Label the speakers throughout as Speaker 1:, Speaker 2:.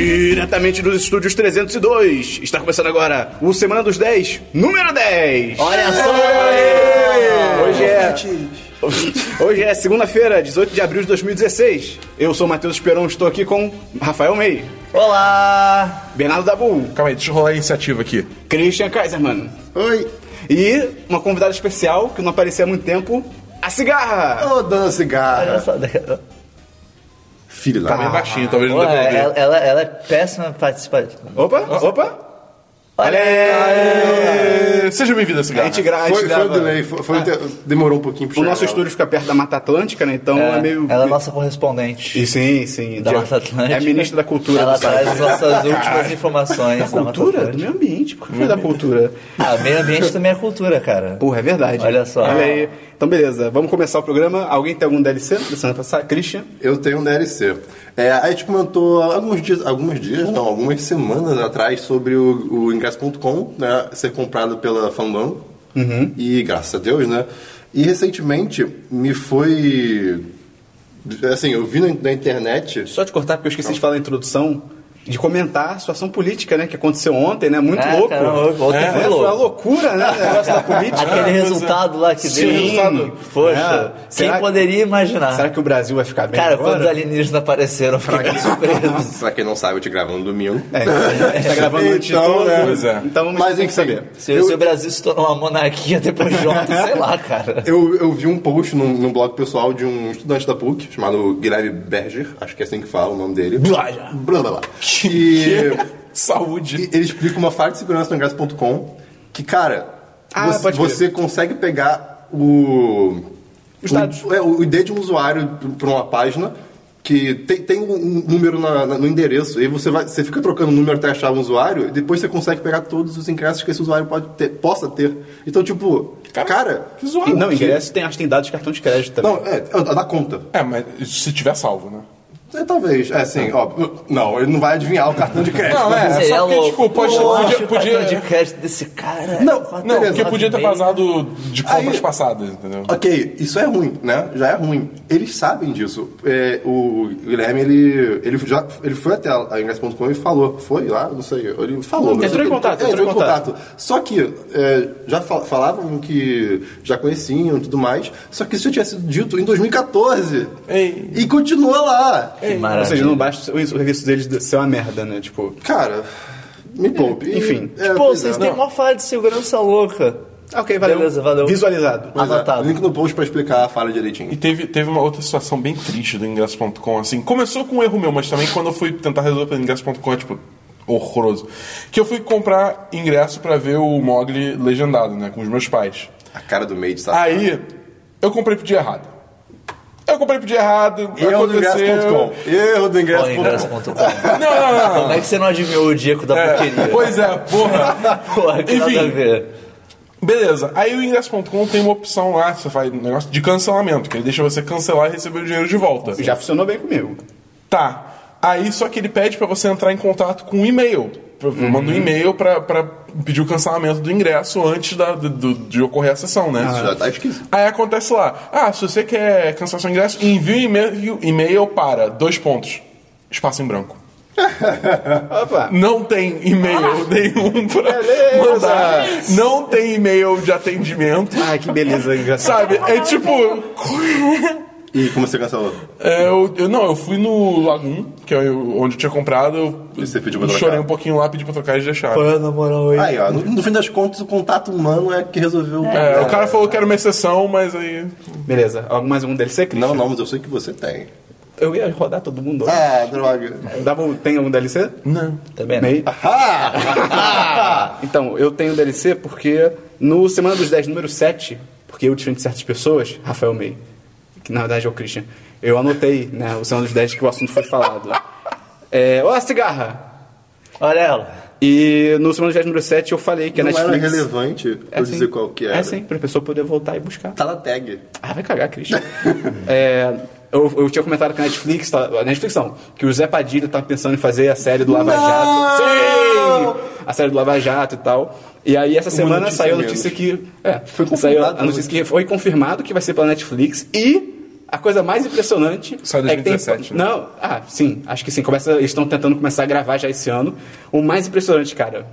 Speaker 1: diretamente dos estúdios 302. Está começando agora o Semana dos 10, número 10.
Speaker 2: Olha só!
Speaker 1: Hoje é. Hoje é segunda-feira, 18 de abril de 2016. Eu sou o Matheus Esperon, estou aqui com Rafael May,
Speaker 2: Olá!
Speaker 1: Bernardo Dabu,
Speaker 3: Calma aí, deixa eu rolar a iniciativa aqui.
Speaker 1: Christian Kaiserman
Speaker 2: Oi!
Speaker 1: e uma convidada especial que não aparecia há muito tempo, a Cigarra.
Speaker 2: Ô, dona
Speaker 4: Olha
Speaker 2: Cigarra!
Speaker 4: só,
Speaker 2: Filho
Speaker 3: Tá
Speaker 2: da...
Speaker 3: bem baixinho, talvez não
Speaker 4: Ué,
Speaker 3: dê pra ouvir.
Speaker 4: ela, ela, ela é péssima participante.
Speaker 1: Opa, opa. Olha
Speaker 3: É, Seja bem-vindo a esse
Speaker 1: A
Speaker 3: cara.
Speaker 1: gente gra- a gente
Speaker 2: Foi, foi
Speaker 1: grava-
Speaker 2: o delay, foi, foi o
Speaker 1: Ah.
Speaker 2: te- demorou um pouquinho pro
Speaker 1: O nosso estúdio fica perto da Mata Atlântica, né? Então é,
Speaker 4: É,
Speaker 1: meio.
Speaker 4: Ela é nossa correspondente
Speaker 1: E sim, sim.
Speaker 4: da
Speaker 1: de-
Speaker 4: Mata Atlântica.
Speaker 1: É ministra da cultura
Speaker 4: Ela
Speaker 1: do site.
Speaker 4: traz as nossas últimas informações da, Mata
Speaker 1: Cultura? Do
Speaker 4: Atlântica.
Speaker 1: meio ambiente. Por que foi da cultura?
Speaker 4: Ah, meio ambiente também é cultura, cara.
Speaker 1: Porra, é verdade.
Speaker 4: Olha só.
Speaker 1: Olha aí. Então, beleza. Vamos começar o programa. Alguém tem algum DLC da semana passada? Christian?
Speaker 2: Eu tenho um DLC. É, a gente comentou alguns dias, alguns dias, não, algumas semanas atrás sobre o, o ingresso.com, né, ser comprado pela Fandango.
Speaker 1: Uhum.
Speaker 2: E graças a Deus, né? E recentemente me foi. Assim, eu vi na, na internet.
Speaker 1: Só te cortar, porque eu esqueci de falar na introdução, de comentar a situação política, né? Que aconteceu ontem, né? Muito
Speaker 4: É,
Speaker 1: louco.
Speaker 4: cara, ontem
Speaker 1: É,
Speaker 4: foi
Speaker 1: foi uma
Speaker 4: louco.
Speaker 1: loucura, né? O negócio da política.
Speaker 4: Aquele resultado lá que
Speaker 1: né? Sim.
Speaker 4: deu.
Speaker 1: Resultado.
Speaker 4: Poxa,
Speaker 1: É.
Speaker 4: quem
Speaker 1: Será-
Speaker 4: poderia imaginar?
Speaker 1: Será que o Brasil vai ficar bem
Speaker 4: né? Cara, quando os
Speaker 1: agora?
Speaker 4: alienígenas apareceram, eu fiquei muito surpreso.
Speaker 2: Pra quem não sabe, eu te gravo no domingo.
Speaker 1: É, a gente tá gravando antes de
Speaker 2: Então,
Speaker 1: todo.
Speaker 2: né?
Speaker 3: Pois é.
Speaker 1: Então, a gente
Speaker 2: Mas
Speaker 1: tem que
Speaker 2: enfim,
Speaker 1: saber.
Speaker 4: Se, se o Brasil se tornou uma monarquia depois de ontem, sei lá, cara.
Speaker 2: Eu, eu vi um post num, num blog pessoal de um estudante da PUC, chamado Guilherme Berger, acho que é assim que fala o nome dele.
Speaker 4: Blaja.
Speaker 2: Blá, blá, blá. E
Speaker 3: Saúde.
Speaker 2: e ele explica uma falha de segurança no ingresso.com que, cara,
Speaker 1: Ah,
Speaker 2: você,
Speaker 1: pode crer.
Speaker 2: você consegue pegar o...
Speaker 1: Os dados.
Speaker 2: O, é, o ID de um usuário para uma página que tem, tem um número na- na- no endereço e você, vai, você fica trocando o número até achar um usuário e depois você consegue pegar todos os ingressos que esse usuário pode ter, possa ter. Então, tipo, cara...
Speaker 3: que zoado.
Speaker 1: Não, ingresso tem, acho que tem dados de cartão de crédito também.
Speaker 2: não, é, é, dá conta.
Speaker 3: É, mas se tiver salvo, né?
Speaker 2: É, talvez, é assim,
Speaker 1: Ah.
Speaker 2: ó. Não, ele não vai adivinhar o cartão de crédito.
Speaker 3: Não, é,
Speaker 4: Seria
Speaker 3: só porque,
Speaker 4: louco.
Speaker 3: tipo, pode-
Speaker 4: Poxa,
Speaker 3: podia-
Speaker 4: o
Speaker 3: podia-
Speaker 4: cartão de crédito desse cara.
Speaker 2: Não,
Speaker 3: Não,
Speaker 2: Beleza.
Speaker 3: porque podia ter
Speaker 4: vazado.
Speaker 3: vazado de compras
Speaker 2: Aí-
Speaker 3: passadas, entendeu?
Speaker 2: Ok, isso é ruim, né? Já é ruim. Eles sabem disso. É, o Guilherme, ele, ele, já, ele foi até a ingress.com e falou. Foi lá, não sei. Ele falou.
Speaker 1: Entrou
Speaker 2: mas eu-
Speaker 1: em contato,
Speaker 2: é,
Speaker 1: entrou em
Speaker 2: Só que é, já fal- falavam que já conheciam e tudo mais. Só que isso já tinha sido dito em 2014.
Speaker 3: Ei.
Speaker 2: E continua lá.
Speaker 4: Que
Speaker 1: Ou
Speaker 4: maravilha.
Speaker 1: seja, não basta o serviço deles ser uma merda, né? Tipo,
Speaker 2: Cara, me poupe. E-
Speaker 1: enfim. Tipo,
Speaker 2: é,
Speaker 4: Pô,
Speaker 2: pois é.
Speaker 4: vocês têm uma falha de segurança louca.
Speaker 1: ah, ok, valeu.
Speaker 4: Beleza, valeu.
Speaker 1: Visualizado.
Speaker 2: Pois é,
Speaker 4: Anotado.
Speaker 2: Link no post pra explicar a falha direitinho.
Speaker 3: E teve, teve uma outra situação bem triste do ingresso.com, assim. Começou com um erro meu, mas também quando eu fui tentar resolver pelo ingresso.com, é tipo, horroroso. Que eu fui comprar ingresso pra ver o Mogli legendado, né? Com os meus pais.
Speaker 2: A cara do Made,
Speaker 1: Ah,
Speaker 2: sabe?
Speaker 3: Aí, eu comprei pro dia errado. Eu comprei pro dia errado.
Speaker 2: Erro é do
Speaker 3: aconteceu.
Speaker 2: ingresso.com. Erro do
Speaker 4: Olha,
Speaker 2: ingresso.com.
Speaker 4: ingresso.com.
Speaker 3: Não, não, não, não.
Speaker 4: Como é que você não adivinhou o Diego da
Speaker 3: É,
Speaker 4: porqueria?
Speaker 3: pois é, porra.
Speaker 4: Porra, que nada a
Speaker 3: Enfim.
Speaker 4: ver.
Speaker 3: Beleza, aí o ingresso.com tem uma opção lá, você faz um negócio de cancelamento, que ele deixa você cancelar e receber o dinheiro de volta.
Speaker 1: Já funcionou bem comigo.
Speaker 3: Tá. Aí só que ele pede pra você entrar em contato com um e-mail. Eu Manda um e-mail pra, pra pedir o cancelamento do ingresso antes da, do- do- de ocorrer a sessão, né?
Speaker 1: Ah,
Speaker 2: Já tá esquisito.
Speaker 3: Aí acontece lá, ah, se você quer cancelar seu ingresso, envie um e-mail, e-mail para dois pontos. Espaço em branco.
Speaker 1: Opa!
Speaker 3: Não tem e-mail nenhum pra
Speaker 1: Beleza.
Speaker 3: mandar. Não tem e-mail de atendimento.
Speaker 1: Ai, que beleza, engraçado.
Speaker 3: Sabe? É tipo.
Speaker 2: E como você cancelou?
Speaker 3: É, eu, eu- não, eu fui no Lagoon, que é o- onde eu tinha comprado. Eu
Speaker 2: E você pediu pra trocar?
Speaker 3: chorei um pouquinho lá, pedi pra trocar e deixaram.
Speaker 4: Pô, na moral, hein?
Speaker 2: Aí, ó, no, no fim das contas, o contato humano é que resolveu o
Speaker 3: É,
Speaker 2: problema.
Speaker 3: o cara falou que era uma exceção, mas aí.
Speaker 1: Beleza, algum- mais algum DLC, Christian?
Speaker 2: Não, não, mas eu sei que você tem.
Speaker 1: Eu ia rodar todo mundo.
Speaker 2: Ah, droga.
Speaker 1: Dabu, É, tem algum DLC?
Speaker 3: Não.
Speaker 4: Também não.
Speaker 1: Meio.
Speaker 2: Ah.
Speaker 1: Ah! Então, eu tenho DLC porque no Semana dos 10, número 7, porque eu, diferente de certas pessoas, Rafael May, que na verdade é o Christian, eu anotei, né, o Semana dos 10 que o assunto foi falado. É, ó, a cigarra!
Speaker 4: Olha ela.
Speaker 1: E no Semana dos 10, número 7, eu falei que a
Speaker 2: não era
Speaker 1: Netflix...
Speaker 2: relevante eu
Speaker 1: sim.
Speaker 2: dizer qual que era.
Speaker 1: É sim, pra pessoa poder voltar e buscar.
Speaker 2: Tá na tag.
Speaker 1: Ah, vai cagar, Christian. É, eu, eu tinha comentado que a Netflix, tá, a Netflix não, que o Zé Padilha tá pensando em fazer a série do Lava Jato. Sim! A série do Lava Jato e tal. E aí essa semana
Speaker 2: notícia
Speaker 1: saiu a
Speaker 2: menos.
Speaker 1: notícia que. É,
Speaker 2: Foi
Speaker 1: saiu a
Speaker 2: confirmado,
Speaker 1: notícia que foi confirmado que vai ser pela Netflix e a coisa mais impressionante.
Speaker 3: Só
Speaker 1: é que tem-
Speaker 3: 2017, né?
Speaker 1: Não, ah, sim, acho que sim. Começa, eles estão tentando começar a gravar já esse ano. O mais impressionante, cara,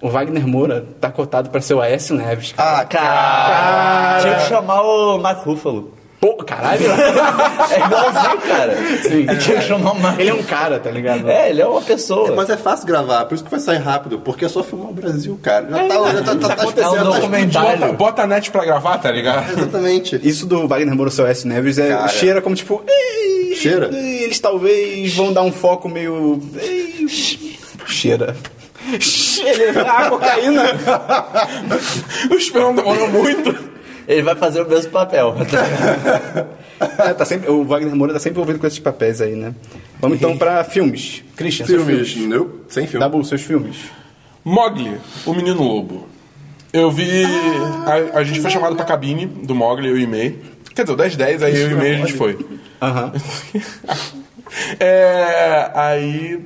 Speaker 1: o Wagner Moura tá cotado pra ser o Aécio Neves. cara.
Speaker 2: Ah,
Speaker 4: Cara, tinha que chamar o Mark Ruffalo.
Speaker 1: Pô, caralho!
Speaker 4: É igualzinho, cara.
Speaker 1: Sim.
Speaker 4: Tinha que chamar o Mark.
Speaker 1: Ele é um cara, tá ligado?
Speaker 4: É, ele é uma pessoa.
Speaker 2: Mas é fácil gravar, por isso que vai sair rápido, porque é só filmar o Brasil, cara.
Speaker 1: É
Speaker 2: Já tá, já tá, tá,
Speaker 1: um
Speaker 2: tá,
Speaker 4: tá
Speaker 2: acontecendo, tá
Speaker 4: documentário.
Speaker 3: Bota, bota a net pra gravar, tá ligado?
Speaker 2: Exatamente.
Speaker 1: Isso do Wagner Moura ser o Aécio Neves é,
Speaker 2: Cara.
Speaker 1: cheira como tipo. "Ei,
Speaker 2: Cheira?
Speaker 1: Eles talvez vão dar um foco meio. "Ei, cheira. Ele a cocaína.
Speaker 3: O esperão demorou muito.
Speaker 4: Ele vai fazer o mesmo papel.
Speaker 1: É, tá sempre, o Wagner Moura tá sempre envolvido com esses papéis aí, né? Vamos então pra filmes. Christian, seus filmes.
Speaker 2: Filmes, não? Sem filme.
Speaker 1: Dabu, seus filmes.
Speaker 3: Mogli, o menino lobo. Eu vi. A, a gente foi chamado pra cabine do Mogli, eu e May. Quer dizer, o 10-10, aí eu e May a gente foi.
Speaker 1: Aham.
Speaker 3: É, aí.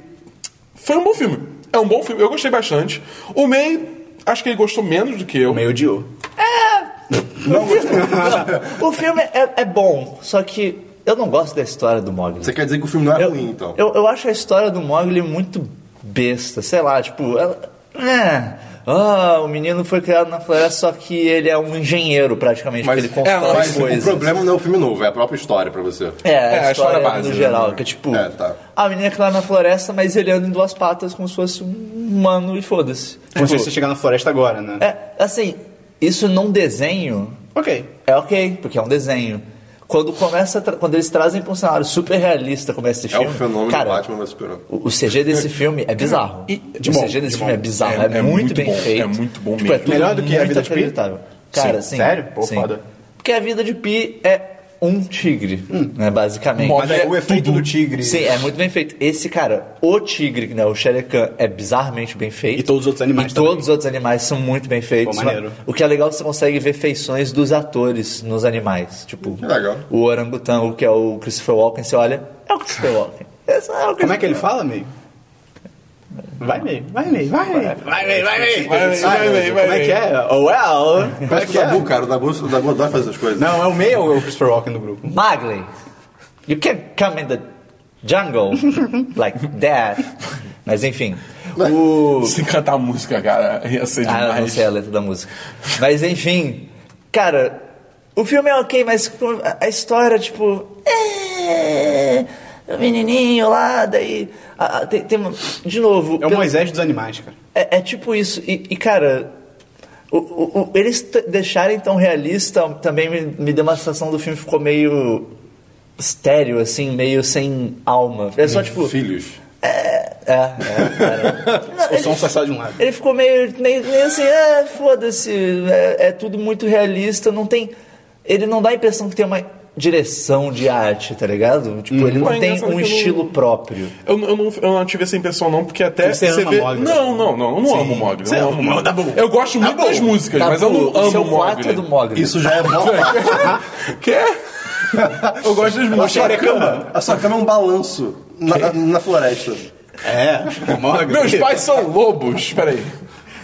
Speaker 3: Foi um bom filme. É um bom filme. Eu gostei bastante. O May, acho que ele gostou menos do que eu.
Speaker 1: Meio odiou.
Speaker 4: o filme é, é bom, só que eu não gosto da história do Mogli.
Speaker 2: Você quer dizer que o filme não é
Speaker 4: Eu,
Speaker 2: ruim, então?
Speaker 4: eu, eu acho a história do Mogli muito besta, sei lá, tipo, ela, é, ah, o menino foi criado na floresta, só que ele é um engenheiro praticamente,
Speaker 2: Mas,
Speaker 4: porque ele constrói
Speaker 2: mas o
Speaker 4: coisas.
Speaker 2: problema não é o filme novo, é a própria história pra você.
Speaker 4: É,
Speaker 3: É,
Speaker 4: a história,
Speaker 3: a história
Speaker 4: no
Speaker 3: base, né?
Speaker 4: geral, que é tipo,
Speaker 2: É, tá.
Speaker 4: a menina é criada na floresta, mas ele anda em duas patas como se fosse um humano e foda-se.
Speaker 2: É,
Speaker 1: Como se
Speaker 4: Tipo,
Speaker 1: você chegar na floresta agora, né?
Speaker 4: é, assim, isso num desenho
Speaker 1: Ok.
Speaker 4: é ok, porque é um desenho. Quando começa, a tra- quando eles trazem pra um cenário super realista como esse
Speaker 2: É
Speaker 4: filme,
Speaker 2: o fenômeno
Speaker 4: cara,
Speaker 2: do Batman vs Superman.
Speaker 4: O o CG desse filme é bizarro.
Speaker 1: de
Speaker 4: o
Speaker 1: bom,
Speaker 4: CG
Speaker 1: de
Speaker 4: desse
Speaker 1: bom.
Speaker 4: filme é bizarro, é,
Speaker 3: É- é
Speaker 4: muito,
Speaker 3: muito
Speaker 4: bem
Speaker 3: bom,
Speaker 4: feito.
Speaker 3: é muito bom
Speaker 4: tipo,
Speaker 3: mesmo.
Speaker 4: é tudo
Speaker 1: Melhor do que a
Speaker 4: muito
Speaker 1: vida de Pi?
Speaker 4: acreditável. Cara, sim.
Speaker 1: Sério? Pô,
Speaker 4: sim.
Speaker 1: foda.
Speaker 4: Porque a vida de Pi é um tigre,
Speaker 1: Hum.
Speaker 4: né, basicamente.
Speaker 3: Bom,
Speaker 1: Mas é, o
Speaker 3: É
Speaker 1: efeito
Speaker 3: tudo.
Speaker 1: do tigre.
Speaker 4: Sim, é muito bem feito. Esse cara, o tigre, né, o Sherikan, é bizarramente bem feito.
Speaker 1: E todos os outros animais
Speaker 4: E
Speaker 1: também.
Speaker 4: todos os outros animais são muito bem feitos.
Speaker 1: Pô, maneiro.
Speaker 4: O que é legal, você consegue ver feições dos atores nos animais. Tipo,
Speaker 1: É
Speaker 2: Que legal.
Speaker 4: o orangotango, que é o Christopher Walken, você olha, é o Christopher Walken. Esse é o
Speaker 1: Como é que
Speaker 4: Christopher
Speaker 1: ele fala, meio? Vai, meio. Vai, meio. Vai, meio. Vai, meio. Vai, meio.
Speaker 3: Vai, May, vai, May, vai,
Speaker 1: Como é
Speaker 3: May.
Speaker 1: que é? Oh, well. Como é
Speaker 2: Parece
Speaker 1: que
Speaker 2: o Dabu,
Speaker 1: é?
Speaker 2: cara. O Dabu, o Dabu adora fazer essas coisas.
Speaker 1: Não, é o meio ou é o Christopher Walken do grupo?
Speaker 4: Mowgli, you can't come in the jungle like that. Mas enfim. O...
Speaker 3: Se cantar a música, cara, ia ser
Speaker 4: Ah, eu não
Speaker 3: demais.
Speaker 4: sei a letra da música. Mas enfim, cara, o filme é ok, mas a- a história, tipo. É... O menininho lá, daí. a- a- tem, tem uma- de novo.
Speaker 1: É o
Speaker 4: pelo-
Speaker 1: Moisés dos animais, cara.
Speaker 4: é, é tipo isso. E, e, cara, o- o- o- eles t- deixarem tão realista também me, me deu uma sensação do filme ficou meio estéreo, assim, meio sem alma. É só tipo.
Speaker 2: Filhos.
Speaker 4: É, é, cara. Não,
Speaker 1: O som
Speaker 4: ele,
Speaker 1: sai só de um lado.
Speaker 4: ele ficou meio, meio, meio assim, ah, foda-se, é, é tudo muito realista, não tem. Ele não dá a impressão que tem uma direção de arte, tá ligado? Tipo, ele
Speaker 3: Pô,
Speaker 4: não
Speaker 3: é
Speaker 4: tem
Speaker 3: engraçado
Speaker 4: um
Speaker 3: que eu não-
Speaker 4: estilo próprio.
Speaker 3: Eu, eu não, eu não tive essa impressão, não, porque até.
Speaker 1: Você ama
Speaker 3: vê...
Speaker 1: Mogli.
Speaker 3: Não, não, não, eu não amo Mogli. eu
Speaker 1: Você
Speaker 3: não
Speaker 1: ama,
Speaker 3: amo Mogli.
Speaker 1: tá bom.
Speaker 3: Eu gosto muito das músicas, mas eu
Speaker 4: Tabu,
Speaker 3: não
Speaker 4: Tá o
Speaker 3: amo
Speaker 4: seu quarto
Speaker 3: Mogli.
Speaker 4: é do Mogli.
Speaker 2: Isso já é bom.
Speaker 3: Quê? Eu gosto das
Speaker 2: A sua
Speaker 3: músicas.
Speaker 2: cama, a sua cama é um balanço na, na floresta.
Speaker 1: É, Mogli.
Speaker 3: Meus pais são lobos, peraí.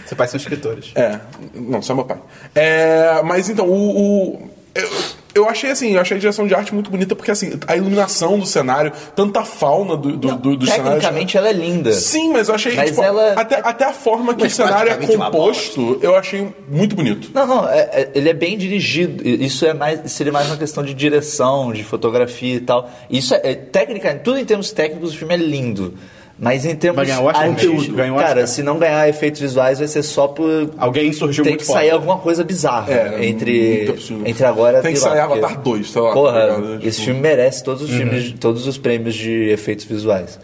Speaker 1: Seus pais são escritores.
Speaker 3: É, não, só meu pai. É, mas então, o. o- eu, eu achei assim, eu achei a direção de arte muito bonita, porque assim, a iluminação do cenário, tanta fauna do, do, do, do cenário.
Speaker 4: Tecnicamente ela é linda.
Speaker 3: Sim, mas eu achei.
Speaker 4: Mas
Speaker 3: tipo,
Speaker 4: ela- é
Speaker 3: até, até a forma que o cenário é
Speaker 2: praticamente uma
Speaker 3: composto, eu achei muito bonito.
Speaker 4: Não, não, é- é- ele é bem dirigido. I- Isso é mais, seria mais uma questão de direção, de fotografia e tal. Isso é, é técnica, tudo em termos técnicos o filme é lindo. Mas em termos
Speaker 1: Vai ganhar o Oscar
Speaker 4: artísticos-
Speaker 1: mesmo, ganha o
Speaker 4: cara,
Speaker 1: Oscar.
Speaker 4: se não ganhar efeitos visuais vai ser só por
Speaker 1: Alguém surgiu
Speaker 4: tem
Speaker 1: muito
Speaker 4: que sair
Speaker 1: foda.
Speaker 4: alguma coisa bizarra
Speaker 3: É,
Speaker 4: entre
Speaker 3: muito absurdo.
Speaker 4: entre agora
Speaker 3: Tem
Speaker 4: e
Speaker 3: que
Speaker 4: lá,
Speaker 3: sair
Speaker 4: porque-
Speaker 3: Avatar 2, sei lá,
Speaker 4: Porra,
Speaker 3: tá ligado?
Speaker 4: esse
Speaker 3: Tipo-
Speaker 4: filme merece todos os filmes, todos os prêmios de efeitos visuais.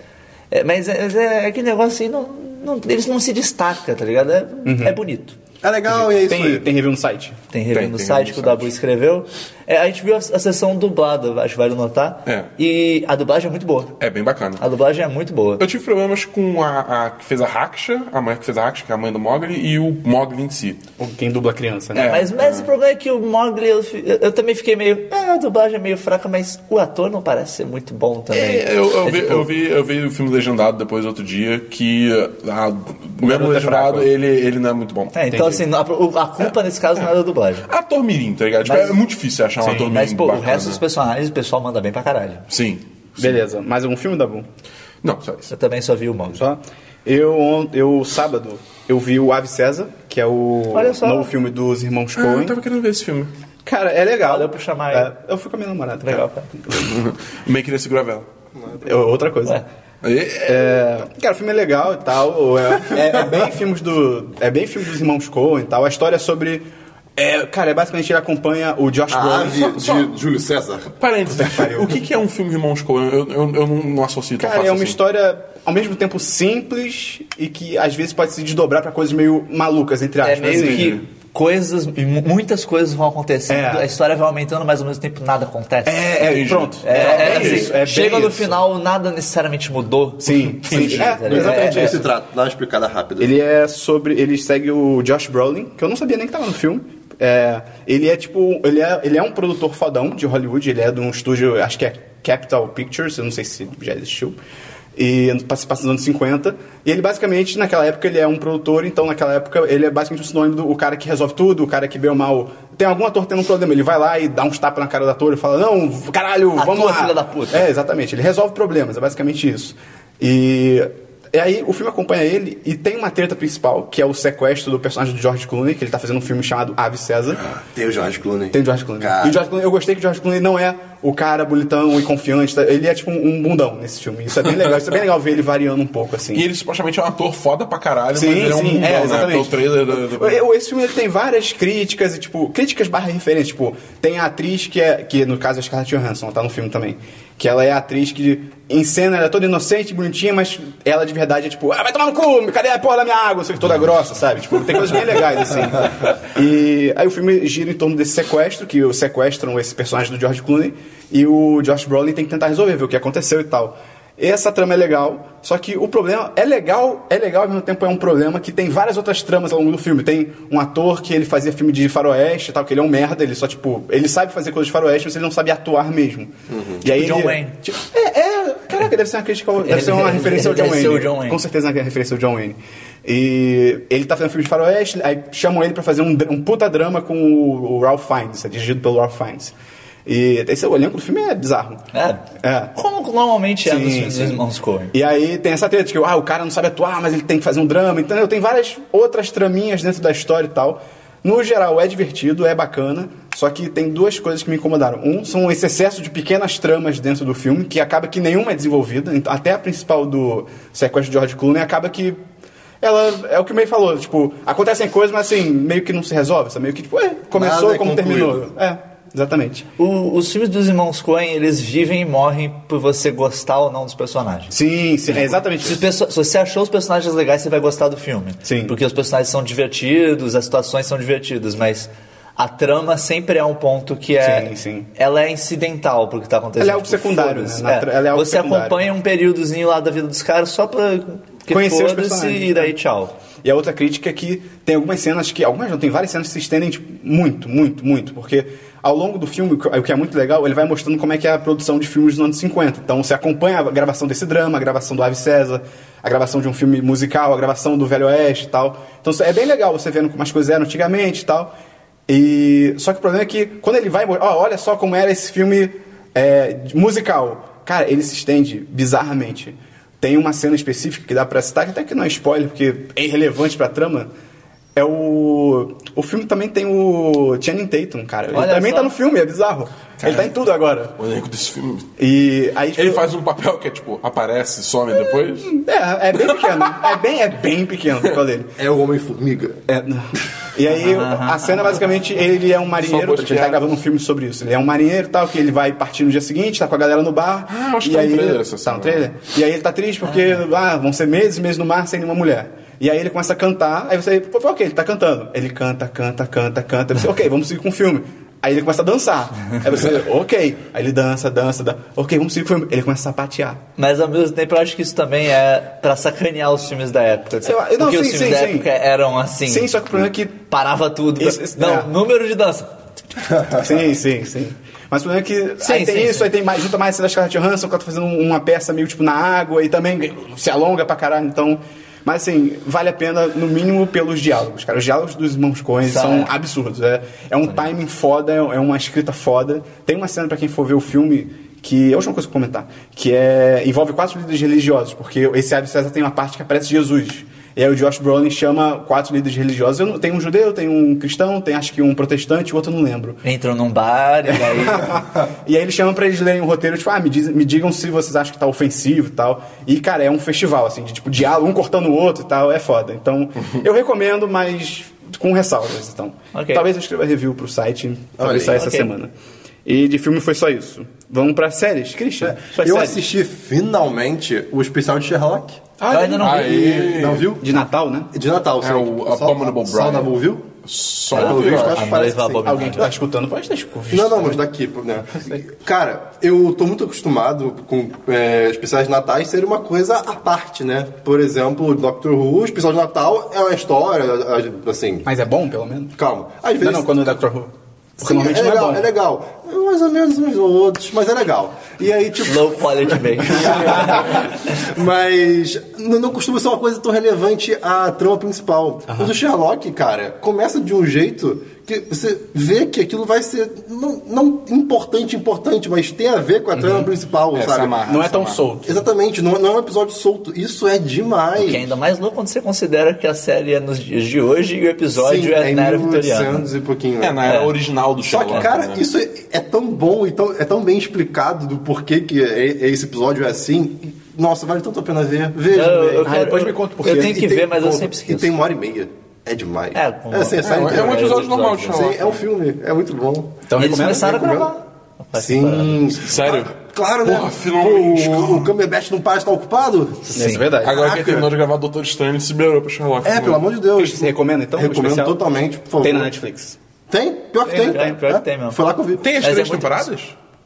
Speaker 4: É, mas é, mas é aquele negócio aí não, não- eles não se destacam, tá ligado? É, é bonito.
Speaker 2: É legal e é isso aí.
Speaker 1: Tem, tem review no site.
Speaker 4: Tem review
Speaker 3: Tem,
Speaker 4: no
Speaker 3: tem
Speaker 4: site
Speaker 3: review
Speaker 4: que o
Speaker 3: no
Speaker 4: Dabu escreveu. É, a gente viu a, a sessão dublada, acho que vale notar.
Speaker 3: É.
Speaker 4: E a dublagem é muito boa.
Speaker 3: É bem bacana.
Speaker 4: A dublagem é muito boa.
Speaker 3: Eu tive problemas com a, a que fez a Raksha, a mulher que fez a Raksha, que é a mãe do Mogli, e o Mogli em si.
Speaker 1: Ou Quem dubla criança, né?
Speaker 3: É.
Speaker 4: Mas, mas o problema é que o Mogli, eu, fi- eu- eu também fiquei meio. Ah, a dublagem é meio fraca, mas o ator não parece ser muito bom também.
Speaker 3: É, eu, eu
Speaker 4: É
Speaker 3: vi,
Speaker 4: tipo,
Speaker 3: eu, vi, eu vi o filme legendado depois outro dia que ah, o mesmo
Speaker 1: é
Speaker 3: legendado
Speaker 1: fraco.
Speaker 3: ele, ele não é muito bom.
Speaker 4: É,
Speaker 1: Entendi. Hum,
Speaker 4: então assim, não- a, a culpa nesse caso não é da dublagem.
Speaker 3: Ator mirim, tá ligado? Tipo,
Speaker 4: Mas-
Speaker 3: é muito difícil achar um ator mirim
Speaker 4: Mas, pô, o
Speaker 3: bacana.
Speaker 4: resto dos personagens, o pessoal manda bem pra caralho.
Speaker 3: Sim.
Speaker 1: Beleza, mais algum filme, Dabu?
Speaker 3: Não, só isso.
Speaker 4: Eu também só vi o Mogli.
Speaker 1: Só? Eu, on- eu, sábado, eu vi o Ave César, que é o
Speaker 4: Olha só.
Speaker 1: novo filme dos irmãos
Speaker 3: Ah,
Speaker 1: Coen.
Speaker 3: eu tava querendo ver esse filme.
Speaker 1: Cara, é legal.
Speaker 4: Valeu por chamar
Speaker 1: É,
Speaker 4: ele.
Speaker 1: eu fui com a minha namorada.
Speaker 4: Legal,
Speaker 1: cara.
Speaker 4: cara.
Speaker 3: Meio que nesse gravel.
Speaker 1: É outra coisa.
Speaker 4: Ué.
Speaker 3: É,
Speaker 1: É, cara, o filme é legal e tal. É, é- é bem filmes do. É bem filme dos irmãos Coen e tal. A história é sobre. é, cara, é basicamente ele acompanha o Josh
Speaker 2: A
Speaker 1: Brolin.
Speaker 2: ave de Júlio César.
Speaker 3: Parênteses. O que, que é um filme Irmãos Coen? Eu, eu, eu não, não associo tão
Speaker 1: Cara,
Speaker 3: fácil
Speaker 1: é uma
Speaker 3: assim.
Speaker 1: história ao mesmo tempo simples e que às vezes pode se desdobrar pra coisas meio malucas, entre
Speaker 4: É
Speaker 1: aspas.
Speaker 4: meio
Speaker 1: assim.
Speaker 4: que coisas, e mu- muitas coisas vão acontecendo,
Speaker 1: É.
Speaker 4: a história vai aumentando, mas ao mesmo tempo nada acontece.
Speaker 1: É, é,
Speaker 3: Entendi.
Speaker 1: pronto.
Speaker 4: É, é,
Speaker 1: bem
Speaker 4: assim,
Speaker 1: bem
Speaker 4: chega no
Speaker 1: isso.
Speaker 4: final, nada necessariamente mudou.
Speaker 1: Sim, sim.
Speaker 4: Entendi,
Speaker 1: É,
Speaker 4: tá ligado?
Speaker 1: exatamente
Speaker 4: É,
Speaker 2: De
Speaker 4: é.
Speaker 2: que se trata? Dá uma explicada rápida.
Speaker 1: Ele é sobre. Ele segue o Josh Brolin, que eu não sabia nem que tava no filme. É, ele é tipo. Ele é, ele é um produtor fodão de Hollywood, ele é de um estúdio, acho que é Capital Pictures, eu não sei se já existiu. E participação dos anos 50. E ele basicamente, naquela época, ele é um produtor, então naquela época ele é basicamente o sinônimo do o cara que resolve tudo, o cara que bem ou mal. Tem algum ator tendo um problema, ele vai lá e dá uns tapas na cara do ator e fala: Não, caralho,
Speaker 4: Atua,
Speaker 1: vamos lá.
Speaker 4: filha da puta.
Speaker 1: É, exatamente. Ele resolve problemas, é basicamente isso. E, e aí o filme acompanha ele e tem uma treta principal, que é o sequestro do personagem do George Clooney, que ele tá fazendo um filme chamado Ave César.
Speaker 2: Tem o George Clooney.
Speaker 1: Tem o George Clooney.
Speaker 2: Cara.
Speaker 1: E o George Clooney, eu gostei que o George Clooney não é o cara bonitão e confiante, tá? ele é tipo um bundão nesse filme. Isso é bem legal, isso é bem legal ver ele variando um pouco assim.
Speaker 3: E ele supostamente é um ator foda pra caralho,
Speaker 1: Sim,
Speaker 3: mas ele é um
Speaker 1: sim,
Speaker 3: mundão,
Speaker 1: é,
Speaker 3: né?
Speaker 1: exatamente.
Speaker 3: Pelo trailer do- do-
Speaker 1: Eu- eu- Esse filme ele tem várias críticas e, tipo, críticas barra referência. Tipo, tem a atriz que é, que no caso é a Scarlett Johansson, ela tá no filme também. Que ela é a atriz que em cena ela é toda inocente, bonitinha, mas ela de verdade é tipo, ah, vai tomar no cu, cadê a porra da minha água? Sei, que, toda grossa, sabe? Tipo, tem coisas bem legais, assim. E aí o filme gira em torno desse sequestro, que o- sequestram esse personagem do George Clooney, e o Josh Brolin tem que tentar resolver, ver o que aconteceu e tal. Essa trama é legal, só que o problema é legal, é legal, ao mesmo tempo é um problema que tem várias outras tramas ao longo do filme. Tem um ator que ele fazia filme de faroeste e tal, que ele é um merda, ele só, tipo, ele sabe fazer coisas de faroeste, mas ele não sabe atuar mesmo. E aí
Speaker 4: Uhum. John
Speaker 1: ele-
Speaker 4: Wayne.
Speaker 1: Tipo, é, é, caraca, deve ser uma crítica, ao- deve ser uma
Speaker 4: Deve
Speaker 1: referência ao John
Speaker 4: ser o
Speaker 1: Wayne.
Speaker 4: John Wayne.
Speaker 1: Com certeza é uma referência ao John Wayne. E ele tá fazendo filme de faroeste, aí chamam ele pra fazer um, dra- um puta drama com o, o Ralph Fiennes, é dirigido pelo Ralph Fiennes. E esse elenco do filme é bizarro.
Speaker 4: É.
Speaker 1: É.
Speaker 4: Como normalmente é
Speaker 1: Sim,
Speaker 4: nos filmes
Speaker 1: sim.
Speaker 4: dos irmãos Coen.
Speaker 1: E aí tem essa treta de que ah, o cara não sabe atuar, mas ele tem que fazer um drama. Então tem várias outras traminhas dentro da história e tal. No geral, é divertido, é bacana, só que tem duas coisas que me incomodaram. Um, são esse excesso de pequenas tramas dentro do filme, que acaba que nenhuma é desenvolvida. Então, Até a principal do sequestro de George Clooney acaba que... Ela, é o que o May falou, tipo, acontecem coisas, mas assim, meio que não se resolve, sabe? Meio que, tipo, ué, começou
Speaker 2: Nada é
Speaker 1: como terminou.
Speaker 2: concluído.
Speaker 1: É, exatamente.
Speaker 4: O- os filmes dos irmãos Coen, eles vivem e morrem por você gostar ou não dos personagens.
Speaker 1: Sim, sim, é exatamente
Speaker 4: Se, os
Speaker 1: isso.
Speaker 4: perso- se você achou os personagens legais, você vai gostar do filme.
Speaker 1: Sim.
Speaker 4: Porque os personagens são divertidos, as situações são divertidas, mas a trama sempre é um ponto que é.
Speaker 1: Sim, sim.
Speaker 4: Ela é incidental pro que tá acontecendo.
Speaker 1: Ela é algo secundário,
Speaker 4: foda-se.
Speaker 1: né? Na tra- ela é algo
Speaker 4: você
Speaker 1: secundário.
Speaker 4: acompanha um períodozinho lá da vida dos caras só pra. que
Speaker 1: Conhecer os
Speaker 4: foda-se
Speaker 1: personagens,
Speaker 4: E daí
Speaker 1: né?
Speaker 4: tchau.
Speaker 1: E a outra crítica é que tem algumas cenas que. Algumas não, tem várias cenas que se estendem tipo, muito, muito, muito. Porque ao longo do filme, o que- o que é muito legal, ele vai mostrando como é que é a produção de filmes dos anos 50. Então você acompanha a gravação desse drama, a gravação do Ave César, a gravação de um filme musical, a gravação do Velho Oeste e tal. Então é bem legal você vendo como as coisas eram antigamente e tal. E. Só que o problema é que quando ele vai. mo- ó, olha só como era esse filme é, de- musical. Cara, ele se estende bizarramente. Tem uma cena específica que dá pra citar, que até que não é spoiler, porque é irrelevante pra trama. É o. O filme também tem o Channing Tatum, cara. Ele
Speaker 4: Olha
Speaker 1: também
Speaker 4: só.
Speaker 1: tá no filme, é bizarro. Ele tá em tudo agora.
Speaker 3: O elenco desse filme.
Speaker 1: E aí. tipo,
Speaker 3: Ele faz um papel que é tipo, aparece, some depois.
Speaker 1: É, é bem pequeno. é, bem, é bem pequeno o papel dele.
Speaker 2: É o Homem-Formiga.
Speaker 1: É, não. E aí, a cena basicamente, ele é um marinheiro,
Speaker 3: boas
Speaker 1: ele tá
Speaker 3: piadas.
Speaker 1: gravando um filme sobre isso. Ele é um marinheiro e tal, que ele vai partir no dia seguinte, tá com a galera no bar.
Speaker 3: Ah, acho
Speaker 1: e
Speaker 3: que tá no
Speaker 1: aí,
Speaker 3: trailer essa
Speaker 1: Tá no
Speaker 3: cena.
Speaker 1: trailer? E aí ele tá triste porque ah, vão ser meses e meses no mar sem nenhuma mulher. E aí ele começa a cantar, aí você, pô, ok, ele tá cantando. Ele canta, canta, canta, canta. Você, ok, vamos seguir com o filme. Aí ele começa a dançar. Aí você, ok. Aí ele dança, dança, dança. Ok, vamos seguir com o filme. Ele começa a sapatear.
Speaker 4: Mas ao mesmo tempo eu acho que isso também é pra sacanear os filmes da época.
Speaker 1: Eu- eu- não,
Speaker 4: Porque os
Speaker 1: sim,
Speaker 4: filmes
Speaker 1: sim,
Speaker 4: da
Speaker 1: sim.
Speaker 4: época eram assim.
Speaker 1: Sim, só que o problema é que
Speaker 4: Parava tudo.
Speaker 1: Isso- isso-
Speaker 4: não,
Speaker 1: é.
Speaker 4: número de dança.
Speaker 1: Sim, sim, sim. Mas o problema é que
Speaker 4: Sim,
Speaker 1: aí tem
Speaker 4: sim,
Speaker 1: isso,
Speaker 4: sim.
Speaker 1: aí tem mais, junta um, mais essa da Scarlett Johansson, que ela tá fazendo uma peça meio tipo na água e também se alonga pra caralho, então Mas assim, vale a pena, no mínimo, pelos diálogos, cara. Os diálogos dos irmãos Coen
Speaker 4: Sabe.
Speaker 1: são absurdos. É, é um timing foda, é é uma escrita foda. Tem uma cena pra quem for ver o filme que é a última coisa que eu vou comentar, que é envolve quatro líderes religiosos, porque esse Ave César tem uma parte que aparece Jesus. E aí o Josh Brolin chama quatro líderes religiosos. Eu não, tem um judeu, tem um cristão, tem acho que um protestante, o outro eu não lembro.
Speaker 4: Entram num bar e aí.
Speaker 1: e aí ele chama pra eles lerem o roteiro, tipo, ah, me, diz- me digam se vocês acham que tá ofensivo e tal. E, cara, é um festival, assim, de tipo, diálogo, um cortando o outro e tal, é foda. Então, eu recomendo, mas com ressalvas, então.
Speaker 4: Ok.
Speaker 1: Talvez eu escreva review pro site, talvez
Speaker 2: aí.
Speaker 1: saia essa
Speaker 4: Ok.
Speaker 1: semana. E de filme foi só isso. Vamos pra séries, Christian? suas
Speaker 2: É, Eu
Speaker 1: séries.
Speaker 2: assisti finalmente o especial de Sherlock.
Speaker 4: eu ainda não vi.
Speaker 3: Aí,
Speaker 2: Não viu?
Speaker 1: De Natal, né?
Speaker 2: De Natal,
Speaker 3: É,
Speaker 2: sim.
Speaker 3: o
Speaker 2: Só-
Speaker 3: Abominable
Speaker 2: Só
Speaker 3: Brian.
Speaker 2: na viu? É,
Speaker 3: Só
Speaker 2: Pelo
Speaker 3: ouviu.
Speaker 2: visto,
Speaker 4: a
Speaker 2: acho que
Speaker 4: noiva
Speaker 2: parece que sim.
Speaker 4: abominável.
Speaker 1: Alguém que tá escutando pode estar escutando.
Speaker 2: Ah, é. Não, não, mas daqui, né? Cara, eu tô muito acostumado com é, especiais de natais serem uma coisa à parte, né? Por exemplo, Doctor Who, o especial de Natal é uma história, assim.
Speaker 1: Mas é bom, pelo menos?
Speaker 2: Calma. Às
Speaker 1: Não,
Speaker 2: vezes.
Speaker 1: não, quando o Doctor Who. Porque
Speaker 2: Sim,
Speaker 1: normalmente
Speaker 2: é legal,
Speaker 1: não é bom.
Speaker 2: é legal. É Mais ou menos uns ou outros, mas é legal. E aí, tipo.
Speaker 4: Low quality bacon.
Speaker 2: Mas n- não costuma ser uma coisa tão relevante à trama principal. Mas o Sherlock, cara, começa de um jeito que você vê que aquilo vai ser não, não importante, importante, mas tem a ver com a
Speaker 4: Uhum.
Speaker 2: trama principal,
Speaker 3: Essa
Speaker 2: sabe?
Speaker 3: amarra.
Speaker 1: Não é tão
Speaker 3: Essa
Speaker 1: solto.
Speaker 2: Exatamente, não, não é um episódio solto. Isso é demais.
Speaker 4: que é ainda mais louco quando você considera que a série é nos dias de hoje e o episódio
Speaker 2: Sim,
Speaker 4: é,
Speaker 2: é
Speaker 4: na era
Speaker 2: 1800
Speaker 4: vitoriana.
Speaker 2: e pouquinho. né?
Speaker 3: É, na era original do
Speaker 2: Só
Speaker 3: Sherlock.
Speaker 2: que, cara,
Speaker 3: né?
Speaker 2: isso é, é tão bom e tão, é tão bem explicado do porquê que é- é esse episódio é assim. E, Nossa, vale tanto a pena ver. Veja, Ah,
Speaker 4: Eu- eu
Speaker 2: veja.
Speaker 4: quero-
Speaker 1: depois me conta por
Speaker 4: Eu
Speaker 1: quê.
Speaker 4: tenho
Speaker 2: E
Speaker 4: que
Speaker 2: tem-
Speaker 4: ver, mas eu
Speaker 2: conta.
Speaker 4: sempre esqueço.
Speaker 2: E tem uma hora e meia. É demais.
Speaker 4: É, com-
Speaker 2: assim,
Speaker 4: é,
Speaker 2: sai
Speaker 3: É, é um
Speaker 2: inteiro.
Speaker 3: episódio normal de
Speaker 2: Sim,
Speaker 3: Sherlock.
Speaker 2: é um filme, é muito bom.
Speaker 1: Então,
Speaker 4: E eles
Speaker 1: recomendo.
Speaker 4: começaram a
Speaker 2: recomendo.
Speaker 4: gravar. Rapaz, parada.
Speaker 2: Sim. Ah,
Speaker 3: Sério?
Speaker 2: Claro, né?
Speaker 3: Porra, finalmente,
Speaker 2: Pô,
Speaker 3: cara.
Speaker 2: o, o Cumberbatch não para de estar ocupado?
Speaker 1: Isso é verdade.
Speaker 3: Agora
Speaker 2: Caraca.
Speaker 3: que terminou de gravar Doutor Estranho, ele se melhorou pra Sherlock.
Speaker 2: É, pelo amor de Deus.
Speaker 1: Você recomenda,
Speaker 4: um
Speaker 1: então, o
Speaker 2: Recomendo
Speaker 1: especial?
Speaker 2: totalmente, por favor.
Speaker 1: Tem na Netflix.
Speaker 2: Tem? Pior que tem. É?
Speaker 4: né? Tem, pior que tem mesmo.
Speaker 2: Foi lá que eu vi.
Speaker 3: Tem as
Speaker 4: Mas
Speaker 3: três
Speaker 4: é muito-
Speaker 3: temporadas?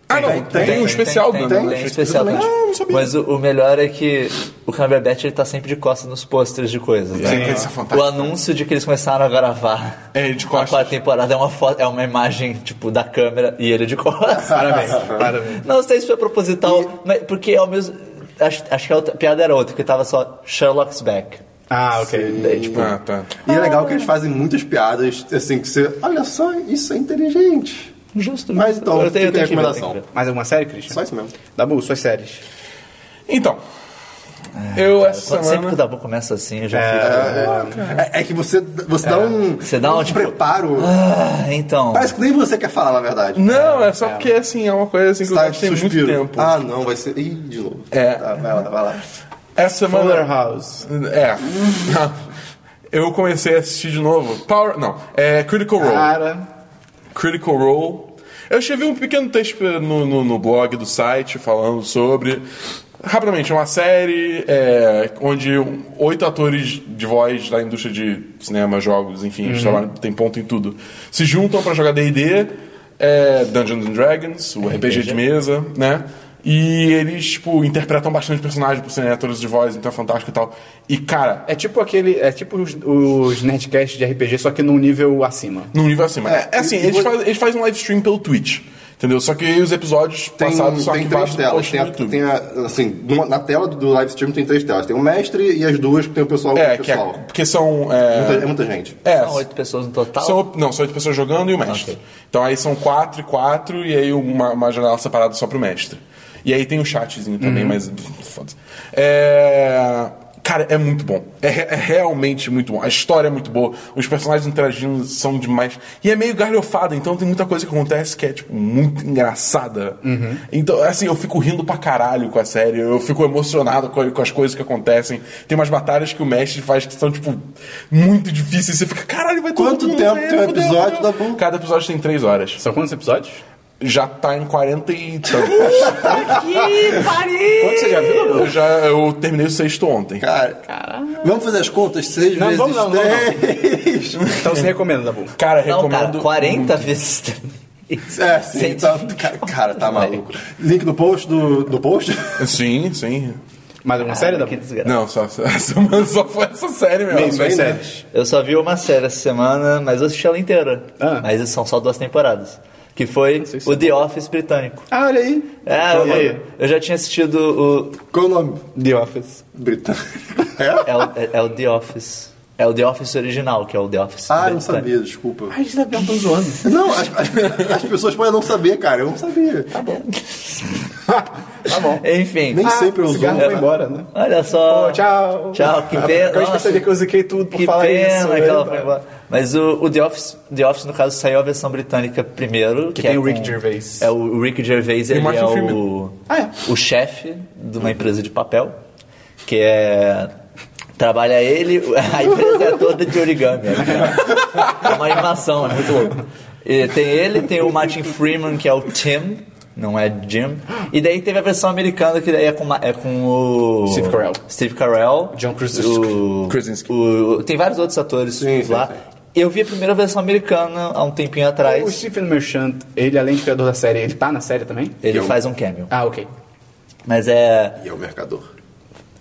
Speaker 3: Ah, não. Tem,
Speaker 4: Tem,
Speaker 3: um especial
Speaker 4: tem,
Speaker 3: da
Speaker 4: tem, tem,
Speaker 3: Netflix.
Speaker 4: um especial da
Speaker 3: Ah, não
Speaker 4: Netflix.
Speaker 3: sabia.
Speaker 4: Mas o, o melhor é que o Cumberbatch ele tá sempre de costas nos posters de coisas. né?
Speaker 3: Sim, isso é fantástico.
Speaker 4: O anúncio de que eles começaram a gravar
Speaker 3: É, ele de
Speaker 4: a
Speaker 3: costas.
Speaker 4: quarta temporada é uma foto, é uma imagem tipo da câmera e ele de costas.
Speaker 1: Parabéns, parabéns.
Speaker 4: Não sei se foi proposital, mas porque é o mesmo acho, acho que a, outra- a piada era outra, que tava só Sherlock's back.
Speaker 1: Ah, ok.
Speaker 4: Daí, tipo,
Speaker 3: Ah, tá.
Speaker 2: E é legal que eles fazem muitas piadas, assim, que você. Olha só, isso é inteligente.
Speaker 4: justo.
Speaker 2: Mas então,
Speaker 4: eu tenho, né? eu tenho que ver,
Speaker 2: fica a
Speaker 4: eu tenho
Speaker 2: recomendação.
Speaker 4: que ver.
Speaker 1: Mais alguma série, Christian?
Speaker 2: Só isso mesmo.
Speaker 1: Dabu, suas séries.
Speaker 3: Então, eu essa
Speaker 4: Quando- Sempre que o
Speaker 3: semana...
Speaker 4: Dabu começa assim, eu já fico.
Speaker 2: É, é que você, você dá um.
Speaker 4: Você dá um, tipo,
Speaker 2: preparo.
Speaker 4: Ah, então.
Speaker 2: Parece que nem você quer falar, na verdade.
Speaker 3: Não, é só porque, assim, é uma coisa assim que eu
Speaker 2: Sai
Speaker 3: gosto tem muito tempo.
Speaker 2: Ah, não, vai ser. Ih, de novo.
Speaker 3: É.
Speaker 2: Tá, vai lá, vai lá.
Speaker 3: Essa semana...
Speaker 1: É, Fuller House.
Speaker 3: É. Eu comecei a assistir de novo. Power. Não, é Critical Role.
Speaker 1: Ah, Cara,
Speaker 3: Critical Role. Eu escrevi um pequeno texto no, no, no blog do site falando sobre. Rapidamente, é uma série é, onde um- oito atores de voz da indústria de cinema, jogos, enfim, eles trabalham, tem ponto em tudo, se juntam pra jogar DD, é, Dungeons and Dragons, o RPG de mesa, né? E eles, tipo, interpretam bastante personagens por serem atores de voz, então é fantástico e tal. E, cara,
Speaker 1: é tipo aquele. É tipo os, os Nerdcasts de RPG, só que num nível acima.
Speaker 3: num nível acima. É,
Speaker 2: É,
Speaker 3: assim,
Speaker 2: e- e
Speaker 3: eles,
Speaker 2: vo-
Speaker 3: fazem, eles fazem um live stream pelo Twitch. Entendeu? Só que os episódios
Speaker 2: Tem, um,
Speaker 3: passados são
Speaker 2: tem três
Speaker 3: arquivados no post
Speaker 2: telas. Tem,
Speaker 3: no
Speaker 2: a,
Speaker 3: YouTube.
Speaker 2: tem a, assim, numa- na tela do live stream tem três telas. Tem o mestre e as duas que tem o pessoal.
Speaker 3: É,
Speaker 2: o
Speaker 3: que é,
Speaker 2: pessoal.
Speaker 3: porque são. É,
Speaker 2: Muita- é muita gente.
Speaker 3: é,
Speaker 4: São oito pessoas no total.
Speaker 3: são- não, são oito pessoas jogando e o mestre. Então aí são quatro e quatro, e aí uma, uma janela separada só pro mestre. E aí tem um chatzinho também, mas. Foda-se. É, Cara, é muito bom. É, re- é realmente muito bom. A história é muito boa. Os personagens interagindo são demais. E é meio galhofada, então tem muita coisa que acontece que é, tipo, muito engraçada. Então, assim, eu fico rindo pra caralho com a série. Eu fico emocionado com, com as coisas que acontecem. Tem umas batalhas que o mestre faz que são, tipo, muito difíceis. Você fica, caralho, vai
Speaker 2: Quanto
Speaker 3: todo mundo
Speaker 2: tempo
Speaker 3: morrer,
Speaker 2: tem um
Speaker 3: fudeu,
Speaker 2: episódio,
Speaker 3: fudeu."
Speaker 2: Dabu?
Speaker 3: Cada episódio tem três horas.
Speaker 1: São quantos episódios?
Speaker 3: Já tá em 40 e tantos.
Speaker 1: Quantos você já viu, Dabu?
Speaker 3: eu, já, eu terminei o sexto ontem.
Speaker 2: Cara, vamos fazer as contas? Seis
Speaker 1: Não,
Speaker 2: vezes
Speaker 1: vamos não, não,
Speaker 2: três.
Speaker 1: Então você recomenda, Dabu.
Speaker 3: Cara,
Speaker 4: Não,
Speaker 3: recomendo.
Speaker 4: cara, 40 vezes três.
Speaker 2: É, sim, tá, cara, cara, tá maluco. Link no post do, do post?
Speaker 3: Sim, sim.
Speaker 1: Mais alguma série,
Speaker 4: Ah, Que
Speaker 1: Dabu?
Speaker 4: desgraça.
Speaker 3: Não, só, só, só foi essa série mesmo.
Speaker 1: Bem, suas
Speaker 2: né?
Speaker 1: séries.
Speaker 4: Eu só vi uma série essa semana, mas eu assisti ela inteira.
Speaker 1: Ah.
Speaker 4: Mas são só duas temporadas. que foi
Speaker 1: sei se
Speaker 4: o
Speaker 1: é
Speaker 4: The Office britânico.
Speaker 1: Ah, olha aí.
Speaker 4: É,
Speaker 1: Então,
Speaker 4: eu, eu já tinha assistido o.
Speaker 2: Qual o nome?
Speaker 1: The Office.
Speaker 2: Britânico. É?
Speaker 4: É o, é- é o The Office. É o The Office original, que é o The Office.
Speaker 2: Ah, eu não
Speaker 4: britânico.
Speaker 2: sabia, desculpa.
Speaker 1: A gente tá perguntando zoando.
Speaker 2: Não, as, as- as pessoas podem não saber, cara. Eu não sabia. Tá bom.
Speaker 1: Tá bom.
Speaker 4: Enfim,
Speaker 2: Nem sempre eu
Speaker 1: o
Speaker 2: uso.
Speaker 1: cigarro foi embora, né?
Speaker 4: olha só.
Speaker 1: Pô, tchau.
Speaker 4: Tchau, que pena.
Speaker 1: Eu esqueci
Speaker 4: Nossa.
Speaker 1: que eu ziquei tudo por
Speaker 4: Que
Speaker 1: falar
Speaker 4: pena
Speaker 1: isso.
Speaker 4: que
Speaker 1: né?
Speaker 4: ela foi embora. Mas o, o The, Office, The Office, no caso, saiu a versão britânica primeiro. Que,
Speaker 1: tem
Speaker 4: é
Speaker 1: o Rick
Speaker 4: com-
Speaker 1: Gervais.
Speaker 4: É o Rick Gervais, ele
Speaker 3: Martin
Speaker 4: é o,
Speaker 3: Freeman.
Speaker 1: Ah, é.
Speaker 4: o chefe de uma empresa de papel, que é... Trabalha ele, a empresa é toda de origami. né? É uma animação, é muito louco. E tem ele, tem o Martin Freeman, que é o Tim, não é Jim. E daí teve a versão americana, que daí é com, ma- é com o...
Speaker 1: Steve Carell.
Speaker 4: Steve Carell.
Speaker 1: John Krasinski.
Speaker 4: o-
Speaker 3: Krasinski.
Speaker 4: o- tem vários outros atores
Speaker 2: Sim, sim,
Speaker 4: lá.
Speaker 2: sim.
Speaker 4: Eu vi a primeira versão americana há um tempinho
Speaker 1: O
Speaker 4: atrás.
Speaker 1: Stephen Merchant, ele além de criador da série, ele tá na série também?
Speaker 4: Ele
Speaker 2: eu-
Speaker 4: faz um cameo.
Speaker 1: Ah, ok.
Speaker 4: Mas é.
Speaker 2: E é o mercador.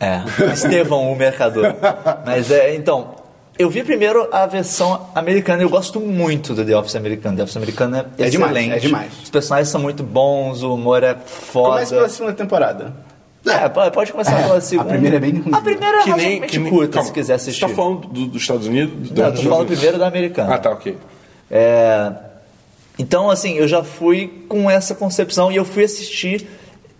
Speaker 4: É. Estevão, o mercador. Mas é. Então, eu vi primeiro a versão americana e eu gosto muito do The Office americano. The Office americano é,
Speaker 1: É
Speaker 4: excelente.
Speaker 1: demais, é demais.
Speaker 4: Os personagens são muito bons, o humor é foda.
Speaker 1: Começa pela segunda temporada.
Speaker 4: É, po- pode começar pela segunda.
Speaker 1: primeira é bem ruim.
Speaker 4: A primeira é
Speaker 3: Que nem,
Speaker 4: razoavelmente
Speaker 3: que nem,
Speaker 4: curta,
Speaker 3: calma,
Speaker 4: se quiser assistir.
Speaker 3: Você tá falando do- dos Estados Unidos?
Speaker 4: Não, eu
Speaker 3: dos
Speaker 4: tô
Speaker 3: Estados
Speaker 4: falando
Speaker 3: Unidos.
Speaker 4: primeiro da americana.
Speaker 3: Ah, tá, ok.
Speaker 4: É, então, assim, eu já fui com essa concepção e eu fui assistir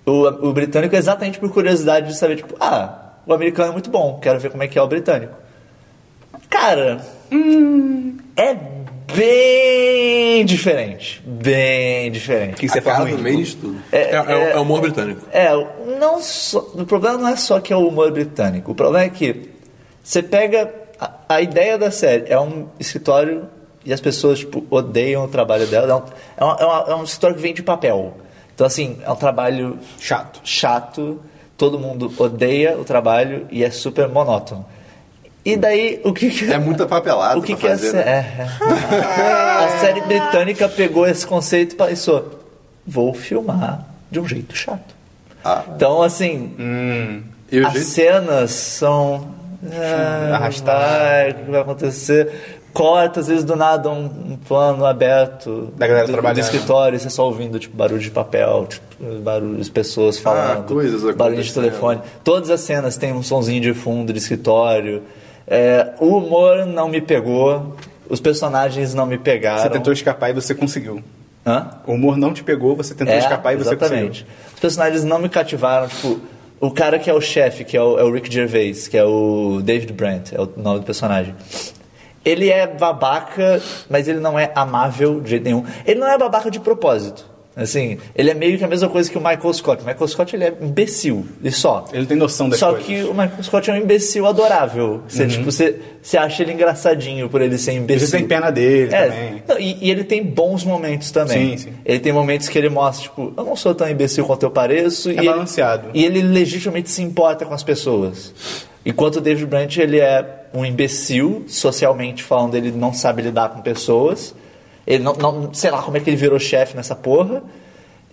Speaker 4: o, o britânico exatamente por curiosidade de saber, tipo, ah, o americano é muito bom, quero ver como é que é o britânico. Cara, é bem diferente. Bem diferente.
Speaker 1: Que você
Speaker 2: a cara
Speaker 1: fala
Speaker 2: do
Speaker 1: muito.
Speaker 2: meio de tudo.
Speaker 3: É, é, é o humor britânico.
Speaker 4: É, não só, o problema não é só que é o humor britânico. O problema é que você pega a, a ideia da série, é um escritório e as pessoas tipo, odeiam o trabalho dela. É um, é, um- é uma- é um escritório que vem de papel. Então, assim, é um trabalho
Speaker 1: Chato.
Speaker 4: chato, todo mundo odeia o trabalho e é super monótono. E daí, o que que...
Speaker 2: É muita papelada
Speaker 4: O que
Speaker 2: pra
Speaker 4: que é a
Speaker 2: fazer,
Speaker 4: sé-
Speaker 2: né?
Speaker 4: é, é. A série britânica pegou esse conceito e pensou: vou filmar de um jeito chato.
Speaker 2: Ah.
Speaker 4: Então, assim,
Speaker 2: E o
Speaker 4: as
Speaker 2: jeito-
Speaker 4: cenas são. ah, Arrastar, o que vai acontecer? Corta, às vezes do nada um, um plano aberto
Speaker 1: Da galera
Speaker 4: do,
Speaker 1: trabalhando.
Speaker 4: do escritório, e você só ouvindo tipo, barulho de papel, tipo, barulho de pessoas falando,
Speaker 2: Ah, coisas
Speaker 4: barulho de
Speaker 2: acontecendo.
Speaker 4: telefone. Todas as cenas têm um sonzinho de fundo de escritório. É, o humor não me pegou, os personagens não me pegaram.
Speaker 1: Você tentou escapar e você conseguiu.
Speaker 4: Hã?
Speaker 1: O humor não te pegou, você tentou
Speaker 4: É,
Speaker 1: escapar e você
Speaker 4: exatamente. Os personagens não me cativaram, tipo, o cara que é o chefe, que é o, é o Rick Gervais, que é o David Brent, é o nome do personagem. Ele é babaca, mas ele não é amável de jeito nenhum. Ele não é babaca de propósito. Assim, ele é meio que a mesma coisa que o Michael Scott. O Michael Scott, ele é imbecil, e só.
Speaker 1: Ele tem noção das
Speaker 4: Só
Speaker 1: coisas. Uhum.
Speaker 4: que o Michael Scott é um imbecil adorável. Você, tipo, você, você acha ele engraçadinho por ele ser imbecil.
Speaker 1: Você tem pena dele
Speaker 4: É,
Speaker 1: também.
Speaker 4: não, e, e ele tem bons momentos também.
Speaker 1: Sim, sim.
Speaker 4: Ele tem momentos que ele mostra, tipo, eu não sou tão imbecil quanto eu pareço. e ele-
Speaker 1: É balanceado.
Speaker 4: e ele legitimamente se importa com as pessoas. Enquanto o David Brandt, ele é um imbecil, socialmente falando, ele não sabe lidar com pessoas. Ele não, não- sei lá como é que ele virou chefe nessa porra.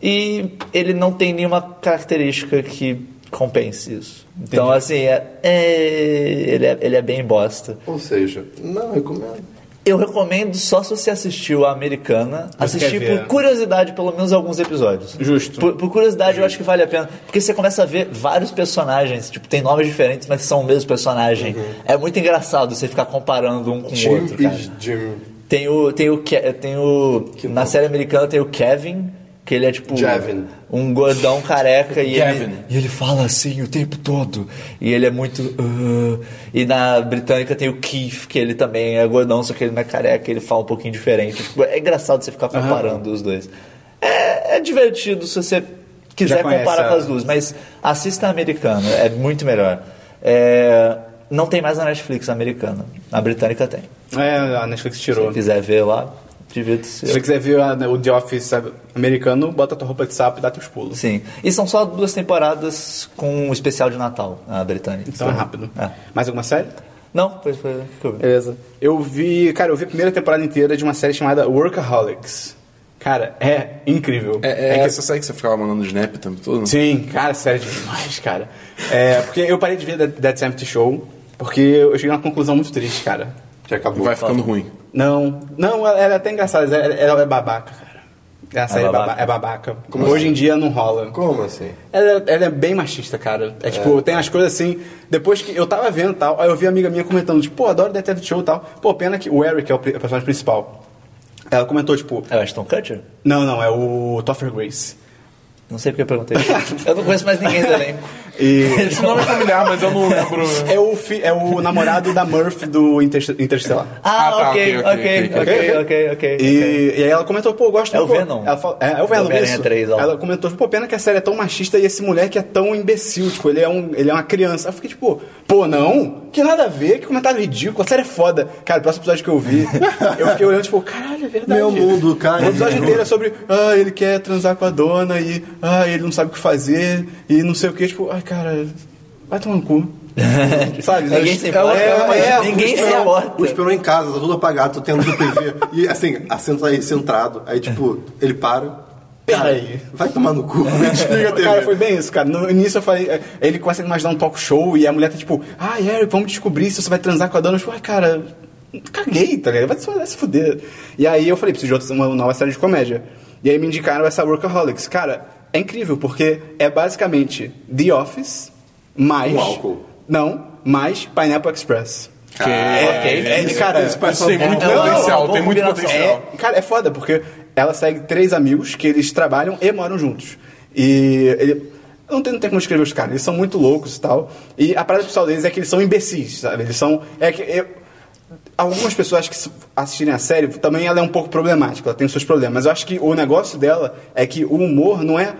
Speaker 4: E ele não tem nenhuma característica que compense isso. Então, assim, é, é- ele, é, ele é bem bosta.
Speaker 2: Ou seja, não é recomendo.
Speaker 4: Eu recomendo só se você assistiu a americana, assistir
Speaker 1: quer ver.
Speaker 4: por curiosidade, pelo menos alguns episódios.
Speaker 1: Justo.
Speaker 4: Por, por curiosidade, eu acho que vale a pena. Porque você começa a ver vários personagens, tipo, tem nomes diferentes, mas são o mesmo personagem.
Speaker 1: Uhum.
Speaker 4: É muito engraçado você ficar comparando um com o
Speaker 2: Jim
Speaker 4: outro, cara.
Speaker 2: e Jim.
Speaker 4: Tem o. Tem o, Ke- tem o na série americana tem o Kevin, que ele é tipo.
Speaker 2: Jevin.
Speaker 4: Um gordão careca e ele,
Speaker 3: Kevin.
Speaker 4: e ele fala assim o tempo todo. E ele é muito. "Ah". E na britânica tem o Keith, que ele também é gordão, só que ele não é careca, ele fala um pouquinho diferente. Tipo, é engraçado você ficar comparando os dois. É, é divertido se você quiser
Speaker 1: Já conhece
Speaker 4: comparar com
Speaker 1: a-
Speaker 4: as duas, mas assista a americana, é muito melhor. É, não tem mais na Netflix a americana, a britânica tem.
Speaker 1: coisas. É, a Netflix tirou.
Speaker 4: Quem quiser ver lá, divirta-se.
Speaker 1: Se você quiser ver a- né, o The Office sabe, americano, bota tua roupa de sapo e dá teus pulos.
Speaker 4: Sim. E são só duas temporadas com um especial de Natal, a britânica.
Speaker 1: Então é rápido.
Speaker 4: É.
Speaker 1: Mais alguma série?
Speaker 4: Não, foi, foi que eu vi.
Speaker 1: Beleza. Eu vi, cara, eu vi a primeira temporada inteira de uma série chamada Workaholics. Cara, é incrível.
Speaker 3: É,
Speaker 1: que-
Speaker 3: é, essa série que você ficava mandando snap o tempo todo? né?
Speaker 1: Sim, cara, sério demais, cara. É, porque eu parei de ver That, That 70 Show, porque eu cheguei a uma conclusão muito triste, cara.
Speaker 2: Que acabou.
Speaker 3: Vai ficando ruim.
Speaker 1: Não, não, ela, ela é até engraçada, mas ela, ela é babaca, cara. A série é,
Speaker 4: babaca.
Speaker 1: baba- é babaca.
Speaker 2: assim?
Speaker 1: Hoje em dia não rola.
Speaker 2: Como assim?
Speaker 1: Ela, ela é bem machista, cara. É tipo, tem as coisas assim. Depois que eu tava vendo e tal, aí eu vi a amiga minha comentando, tipo, pô, adoro Detective Show e tal. Pô, pena que o Eric é o pri- o personagem principal. Ela comentou, tipo,
Speaker 4: É o Ashton Kutcher?
Speaker 1: não, não, é o Topher Grace.
Speaker 4: Não sei porque eu perguntei. eu não conheço mais ninguém do elenco.
Speaker 1: E
Speaker 3: Esse nome é familiar, mas eu não lembro.
Speaker 1: é o, fi- é o namorado da Murphy do Inter- Interstellar.
Speaker 4: Ah,
Speaker 3: Ah, tá,
Speaker 4: ok,
Speaker 3: ok, ok,
Speaker 4: ok, ok, ok, ok, ok.
Speaker 1: E, e aí ela comentou, pô, eu gosto
Speaker 4: É o
Speaker 1: pô,
Speaker 4: Venom.
Speaker 1: Ela fala- é, é o Venom,
Speaker 4: Homem-Aranha
Speaker 1: isso.
Speaker 4: 3, ó.
Speaker 1: ela comentou, pô, pena que a série é tão machista e esse moleque é tão imbecil, tipo, ele é, um, ele é uma criança. Eu fiquei tipo, pô, não? Que nada a ver, que comentário ridículo, a série é foda. Cara, o próximo episódio que eu vi, eu fiquei olhando, tipo, caralho, é verdade.
Speaker 2: Meu mundo cai.
Speaker 1: O episódio inteiro é sobre, ah, ele quer transar com a dona e, ah, ele não sabe o que fazer e não sei o que, tipo, ai, cara, vai tomar no cu. Sabe? né?
Speaker 4: Ninguém se importa,
Speaker 1: é,
Speaker 4: ninguém se
Speaker 2: Esperou-
Speaker 4: importa.
Speaker 2: O esperou em casa, tá tudo apagado, tô tendo TV. e assim, assenta aí, centrado. Aí, tipo, ele para.
Speaker 1: Peraí.
Speaker 2: Vai tomar no cu, desliga a TV.
Speaker 1: Cara, foi bem isso, cara. No início eu falei. é, Ele começa a imaginar um talk show e a mulher tá tipo, ah, Eric, vamos descobrir se você vai transar com a dona. Eu tipo, ai, cara, caguei, tá ligado? Vai se, vai se fuder. E aí eu falei, preciso de outra, uma nova série de comédia. E aí me indicaram essa Workaholics. Cara, é incrível, porque é basicamente The Office mais.
Speaker 2: Com Um álcool.
Speaker 1: Não, mais Pineapple Express.
Speaker 4: ok.
Speaker 1: É, cara,
Speaker 2: Esse pessoal-
Speaker 3: Isso tem muito
Speaker 4: É uma- é
Speaker 3: potencial,
Speaker 4: uma
Speaker 3: tem muito
Speaker 4: combinação.
Speaker 3: potencial.
Speaker 1: É, cara, é foda, porque ela segue três amigos que eles trabalham e moram juntos. E ele. eu Não tem, não tem como escrever os caras, eles são muito loucos e tal. E a parada pessoal deles é que eles são imbecis, sabe? Eles são. É que. eu- algumas pessoas que assistirem a série também ela é um pouco problemática, ela tem os seus problemas. Mas eu acho que o negócio dela é que o humor não é.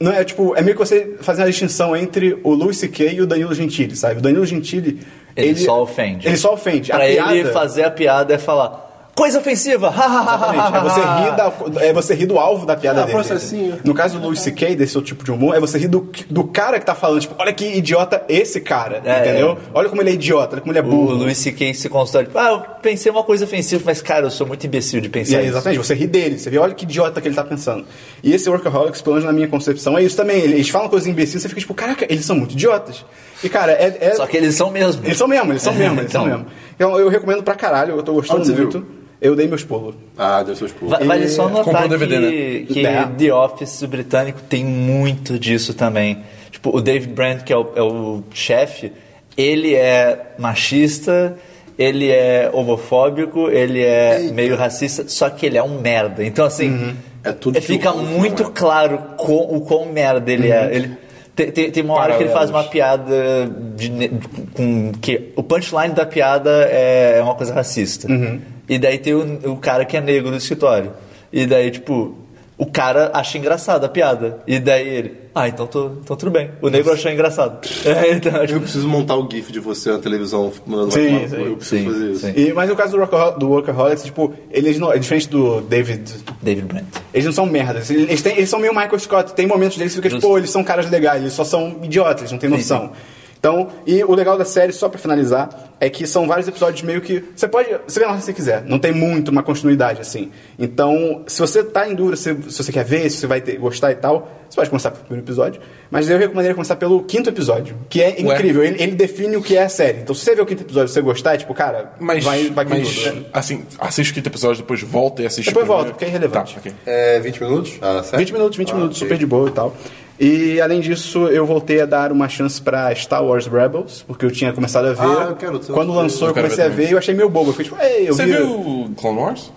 Speaker 1: Não é tipo. É meio que você fazer a distinção entre o Louis C.K. e o Danilo Gentili, sabe? O Danilo Gentili.
Speaker 4: Ele só ofende.
Speaker 1: Ele só ofende. a
Speaker 4: Pra ele
Speaker 1: piada-
Speaker 4: fazer a piada é falar coisa ofensiva.
Speaker 1: Exatamente. É você, rir da- é você rir do alvo da piada
Speaker 2: Ah,
Speaker 1: dele.
Speaker 2: processinho.
Speaker 1: No caso do Louis C.K., desse outro tipo de humor, é você rir do, do cara que tá falando, tipo, olha que idiota esse cara,
Speaker 4: É,
Speaker 1: entendeu? Olha como ele é idiota, olha como ele é
Speaker 4: O
Speaker 1: burro.
Speaker 4: Luiz C.K. se constrói. tipo, ah, eu pensei uma coisa ofensiva, mas cara, eu sou muito imbecil de
Speaker 1: E
Speaker 4: pensar
Speaker 1: aí,
Speaker 4: isso.
Speaker 1: exatamente, você ri dele, você vê, olha que idiota que ele tá pensando. E esse Workaholics, pelo menos na minha concepção, é isso também. Eles falam coisas imbecis, você fica tipo, caraca, eles são muito idiotas. E cara, é. é-
Speaker 4: Só que eles são mesmo.
Speaker 1: Eles são mesmo, eles são mesmo, eles são
Speaker 4: Então.
Speaker 1: mesmo. Então eu recomendo pra caralho, eu tô gostando
Speaker 2: Onde você
Speaker 1: muito. Eu dei meus pulos.
Speaker 2: Ah, deu seus pulos.
Speaker 4: Va- Vale
Speaker 1: E-
Speaker 4: só
Speaker 3: Comprou
Speaker 4: notar
Speaker 3: o DVD,
Speaker 4: que, que
Speaker 1: É.
Speaker 4: The Office britânico tem muito disso também. Tipo, o David Brent, que é o, é o chefe, ele é machista, ele é homofóbico, ele é meio racista, só que ele é um merda. Então, assim,
Speaker 2: É tudo que
Speaker 4: fica
Speaker 2: o outro
Speaker 4: muito
Speaker 2: não é.
Speaker 4: claro com, o quão merda ele
Speaker 2: Uhum.
Speaker 4: é. Ele, tem, tem, tem uma hora que ele faz uma
Speaker 3: Paralelos.
Speaker 4: piada de ne- com que o punchline da piada é uma coisa racista.
Speaker 2: Uhum.
Speaker 4: E daí tem o, o cara que é negro no escritório. E daí, tipo, o cara acha engraçada a piada. E daí ele, ah, então, tô, então tudo bem. O negro achou engraçado. então,
Speaker 2: Eu
Speaker 4: tipo,
Speaker 2: preciso montar o GIF de você na televisão mandando
Speaker 1: Sim,
Speaker 2: uma
Speaker 1: sim.
Speaker 2: Eu preciso
Speaker 4: Sim,
Speaker 2: fazer isso.
Speaker 4: sim.
Speaker 1: E, mas no caso do, Workaho- do Workaholics, tipo, eles não. É diferente do David
Speaker 4: David Brent.
Speaker 1: Eles não são merdas. Eles, eles têm- eles são meio Michael Scott. Tem momentos deles que fica tipo,
Speaker 4: Justo.
Speaker 1: pô, eles são caras legais, eles só são idiotas, eles não têm noção.
Speaker 4: sim.
Speaker 1: Então, e o legal da série, só pra finalizar, é que são vários episódios meio que. Você pode. Você vê na hora que você quiser. Não tem muito uma continuidade, assim. Então, se você tá em dúvida, se, se você quer ver, se você vai ter- gostar e tal, você pode começar pelo primeiro episódio. Mas eu recomendaria começar pelo quinto episódio, que é incrível. Ele, ele define o que é a série. Então, se você ver o quinto episódio e você gostar, é tipo, cara,
Speaker 3: Mas,
Speaker 1: vai, vai com
Speaker 3: mas
Speaker 1: tudo.
Speaker 3: assim, assiste o quinto episódio, depois volta e assiste
Speaker 1: Depois
Speaker 3: o primeiro.
Speaker 1: volta, porque é irrelevante.
Speaker 3: Tá, ok.
Speaker 2: É 20 minutos? Ah, sério?
Speaker 1: 20 minutos, 20
Speaker 2: Ah,
Speaker 1: minutos,
Speaker 2: ok.
Speaker 1: super de boa e tal. E além disso, eu voltei a dar uma chance pra Star Wars Rebels, porque eu tinha começado a ver.
Speaker 2: Ah, eu quero, eu
Speaker 1: Quando
Speaker 2: quero.
Speaker 1: lançou, eu,
Speaker 3: Eu quero
Speaker 1: comecei a
Speaker 3: ver
Speaker 1: ver
Speaker 3: também.
Speaker 1: e eu achei meio bobo. Eu fiquei tipo, ei, eu
Speaker 3: Você
Speaker 1: vi.
Speaker 3: viu Clone Wars?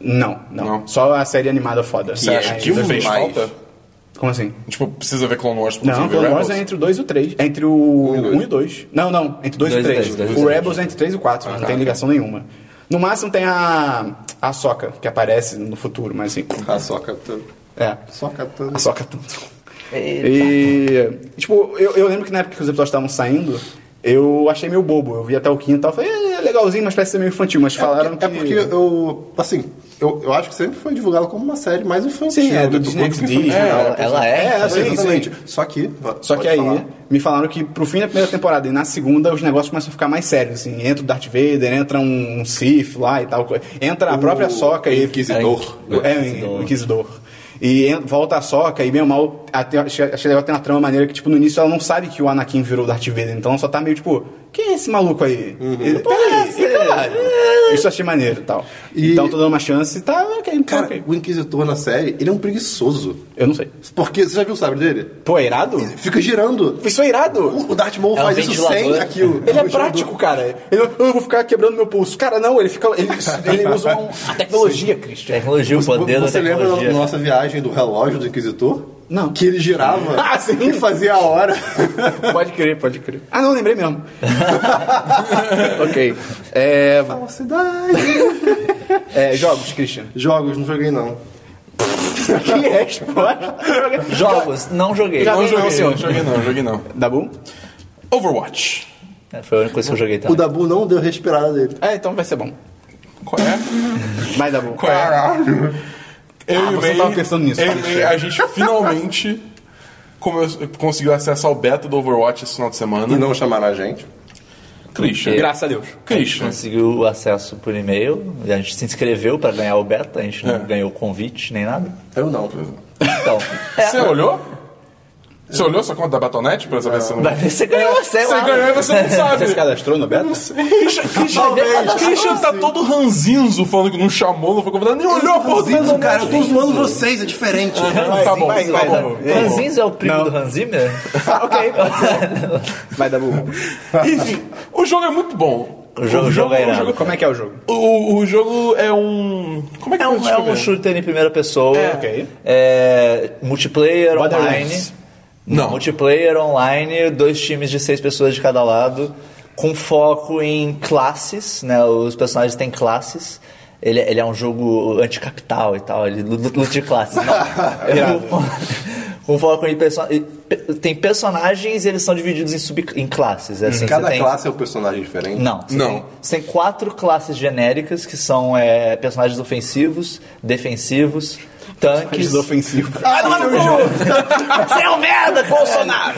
Speaker 1: Não, não,
Speaker 3: Não.
Speaker 1: Só a série animada foda.
Speaker 3: Você acha
Speaker 1: Aí,
Speaker 3: que
Speaker 1: dois-
Speaker 3: fez
Speaker 2: mais.
Speaker 3: falta?
Speaker 1: Como assim?
Speaker 3: Tipo, precisa ver Clone Wars pra
Speaker 1: Não,
Speaker 3: conseguir ver
Speaker 1: Clone Wars é
Speaker 3: Rebels?
Speaker 1: entre o 2 e o 3. É entre o
Speaker 2: e
Speaker 1: 1
Speaker 2: dois.
Speaker 1: e o 2. Não, não, entre o 2 e o
Speaker 4: Dois e três,
Speaker 1: 3.
Speaker 4: dois e
Speaker 1: O
Speaker 4: três.
Speaker 1: Rebels é entre 3 e 4, não tem ligação nenhuma. No máximo tem a. A Soca, que aparece no futuro, mas assim.
Speaker 2: Ah, só captando.
Speaker 1: É.
Speaker 2: Só captando.
Speaker 1: A soca tanto. E, tipo, eu, eu lembro que na época que os episódios estavam saindo, eu achei meio bobo. Eu vi até o quinto e tal, falei, é legalzinho, mas parece ser meio infantil. Mas falaram
Speaker 2: É porque
Speaker 1: que.
Speaker 2: eu, assim, eu, eu acho que sempre foi divulgado como uma série mais infantil.
Speaker 1: Sim, é do
Speaker 2: né?
Speaker 1: Disney
Speaker 2: Público
Speaker 1: XD,
Speaker 2: infantil.
Speaker 1: né?
Speaker 4: Ela, ela é.
Speaker 1: É,
Speaker 2: É,
Speaker 1: sim,
Speaker 2: exatamente.
Speaker 1: sim.
Speaker 2: Só que.
Speaker 1: Só
Speaker 2: pode
Speaker 1: que aí é
Speaker 2: falar.
Speaker 1: me falaram que pro fim da primeira temporada e na segunda os negócios começam a ficar mais sérios, assim. Entra o Darth Vader, entra um, um Sith lá e tal. co- Entra a própria Soca e.
Speaker 2: Inquisidor.
Speaker 1: É, o Inquisidor. E en- volta a Soca e, bem ou mal, até, achei, achei legal ter uma trama maneira que, tipo, no início ela não sabe que o Anakin virou o Darth Vader. Então ela só tá meio tipo, quem é esse maluco aí? Ele, Peraí, que caralho. Isso eu achei maneiro e tal.
Speaker 2: E-
Speaker 1: Então tô dando uma chance e tá ok, tá
Speaker 2: Cara,
Speaker 1: ok.
Speaker 2: o Inquisitor na série, ele é um preguiçoso.
Speaker 1: Eu não sei.
Speaker 2: Porque, você já viu o sabre dele?
Speaker 1: Pô, é irado?
Speaker 2: Fica girando.
Speaker 1: Isso é irado!
Speaker 2: O, o Darth Maul
Speaker 4: É um
Speaker 2: faz isso sem
Speaker 4: ventilador.
Speaker 2: aquilo.
Speaker 1: Ele
Speaker 2: É um
Speaker 1: é
Speaker 2: ventilador.
Speaker 1: prático, cara. Ele, "Ah, eu não vou ficar quebrando meu pulso. Cara, não, ele fica. Ele, ele usa um- a tecnologia, Christian.
Speaker 4: Tecnologia, o poder da
Speaker 2: Você lembra
Speaker 4: tecnologia.
Speaker 2: da nossa viagem do relógio do Inquisitor?
Speaker 1: Não.
Speaker 2: Que ele girava
Speaker 1: Ah, sim.
Speaker 2: e fazia a hora.
Speaker 1: Pode crer, pode crer. Ah, não, lembrei mesmo. ok. É,
Speaker 2: Falsidade.
Speaker 1: é, jogos, Christian.
Speaker 2: Jogos, não joguei não.
Speaker 1: que resposta?
Speaker 4: Jogos, não joguei. É,
Speaker 1: Já-
Speaker 3: Não
Speaker 1: Também não,
Speaker 3: joguei,
Speaker 1: senhor.
Speaker 3: não joguei não, joguei não.
Speaker 1: Dá bom?
Speaker 3: Overwatch.
Speaker 4: É, Foi a única coisa que eu joguei
Speaker 2: O
Speaker 4: também.
Speaker 2: Dabu não deu respirada dele.
Speaker 1: É, então vai ser bom.
Speaker 3: Qual é?
Speaker 1: Vai dar bom.
Speaker 3: Qual é? Eu
Speaker 1: Ah,
Speaker 3: e o
Speaker 1: você
Speaker 3: May,
Speaker 1: tava pensando nisso,
Speaker 3: eu e o
Speaker 1: Christian.
Speaker 3: May, a gente finalmente come- conseguiu acesso ao beta do Overwatch esse final de
Speaker 2: E
Speaker 3: semana.
Speaker 2: não chamaram a gente.
Speaker 3: Christian.
Speaker 1: Graças a Deus.
Speaker 3: Christian.
Speaker 4: Conseguiu o acesso por e-mail, a gente se inscreveu pra ganhar o beta, a gente não
Speaker 3: É.
Speaker 4: ganhou o convite nem nada.
Speaker 2: Eu não.
Speaker 4: Então,
Speaker 1: É.
Speaker 3: Você olhou? Você olhou sua conta da Batonet pra saber se você não...
Speaker 4: vai ver se você ganhou, sei
Speaker 3: Você
Speaker 4: lá.
Speaker 3: É, ganhou e você não sabe.
Speaker 1: Você se cadastrou no beta?
Speaker 3: Christian, Christian,
Speaker 2: Talvez.
Speaker 3: Christian tá todo ranzinzo falando que não chamou, não foi convidado, nem olhou a porra do
Speaker 2: Mas,
Speaker 3: Batonet.
Speaker 2: cara, eu tô zoando vocês, é diferente.
Speaker 3: Tá bom,
Speaker 1: vai,
Speaker 3: tá
Speaker 1: vai,
Speaker 3: bom.
Speaker 1: vai.
Speaker 3: tá
Speaker 4: Hans
Speaker 3: bom.
Speaker 4: Zimmer é o primo
Speaker 1: Não.
Speaker 4: do Hans Zimmer?
Speaker 1: Ah, ok, pode ser. Vai dar bom.
Speaker 3: Enfim, o jogo é muito bom.
Speaker 4: O jogo- o jogo é irado.
Speaker 1: Como é que é o jogo?
Speaker 3: O, o jogo é um. Como é que
Speaker 4: É
Speaker 3: eu vou
Speaker 4: um, é um
Speaker 3: descrever?
Speaker 4: shooter em primeira pessoa.
Speaker 1: É, ok.
Speaker 4: É, multiplayer online.
Speaker 1: Borderlands.
Speaker 3: Não.
Speaker 4: Multiplayer online, dois times de seis pessoas de cada lado, com foco em classes, né? Os personagens têm classes. Ele, ele é um jogo anticapital e tal, ele lu- lu- luta de classes. Não. É com- com foco em perso e pe- tem personagens e eles são divididos em, sub em classes. é Assim,
Speaker 2: Cada
Speaker 4: você tem-
Speaker 2: classe é um personagem diferente.
Speaker 4: não. Você
Speaker 3: Não.
Speaker 4: Tem, você tem quatro classes genéricas que são é, personagens ofensivos, defensivos, tanques.
Speaker 1: Desofensivo.
Speaker 4: Ah, não, não, Você é um merda, Bolsonaro!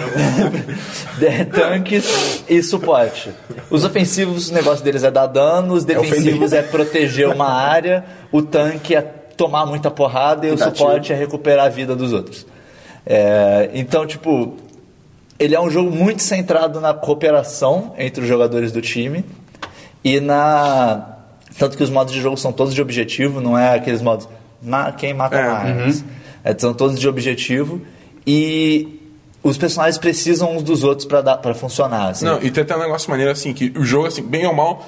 Speaker 4: De- tanques e suporte. Os ofensivos, o negócio deles é dar dano, os defensivos é, proteger uma área, o tanque é tomar muita porrada e o
Speaker 2: Dar
Speaker 4: suporte é recuperar a vida dos outros. É, então, tipo, ele é um jogo muito centrado na cooperação entre os jogadores do time e na. Tanto que os modos de jogo são todos de objetivo, não é aqueles modos. "Ma- quem mata
Speaker 3: É,
Speaker 4: mais. É, são todos de objetivo e os personagens precisam uns dos outros para funcionar. assim.
Speaker 3: Não, e tem até um negócio maneiro assim, que o jogo, assim, bem ou mal,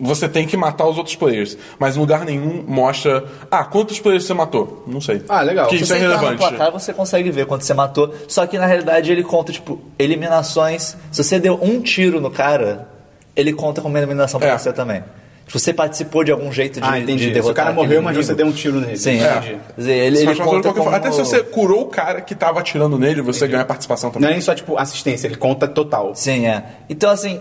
Speaker 3: você tem que matar os outros players. Mas em lugar nenhum mostra. Ah, quantos players você matou? Não sei.
Speaker 1: Ah, legal.
Speaker 3: Que
Speaker 1: Se
Speaker 3: isso
Speaker 4: você
Speaker 3: é
Speaker 4: entrar
Speaker 3: relevante.
Speaker 4: no placar, você consegue ver quanto você matou. Só que na realidade ele conta, tipo, eliminações. Se você deu um tiro no cara, ele conta como eliminação pra
Speaker 3: É.
Speaker 4: você também. Se você participou de algum jeito de,
Speaker 1: Ah, entendi.
Speaker 4: de
Speaker 1: Se o
Speaker 4: derrotar
Speaker 1: cara
Speaker 4: aquele
Speaker 1: morreu, mas
Speaker 4: inimigo.
Speaker 1: você deu um tiro nele.
Speaker 4: Sim,
Speaker 1: É.
Speaker 4: entendi. Quer dizer, Ele,
Speaker 3: Você
Speaker 4: ele
Speaker 3: faz uma coisa de
Speaker 4: conta
Speaker 3: qualquer
Speaker 4: como...
Speaker 3: forma. Até se você curou o cara que tava atirando nele, você ganha participação
Speaker 1: Não
Speaker 3: também.
Speaker 1: é nem só, tipo, assistência, ele conta total.
Speaker 4: Sim, é. Então, assim,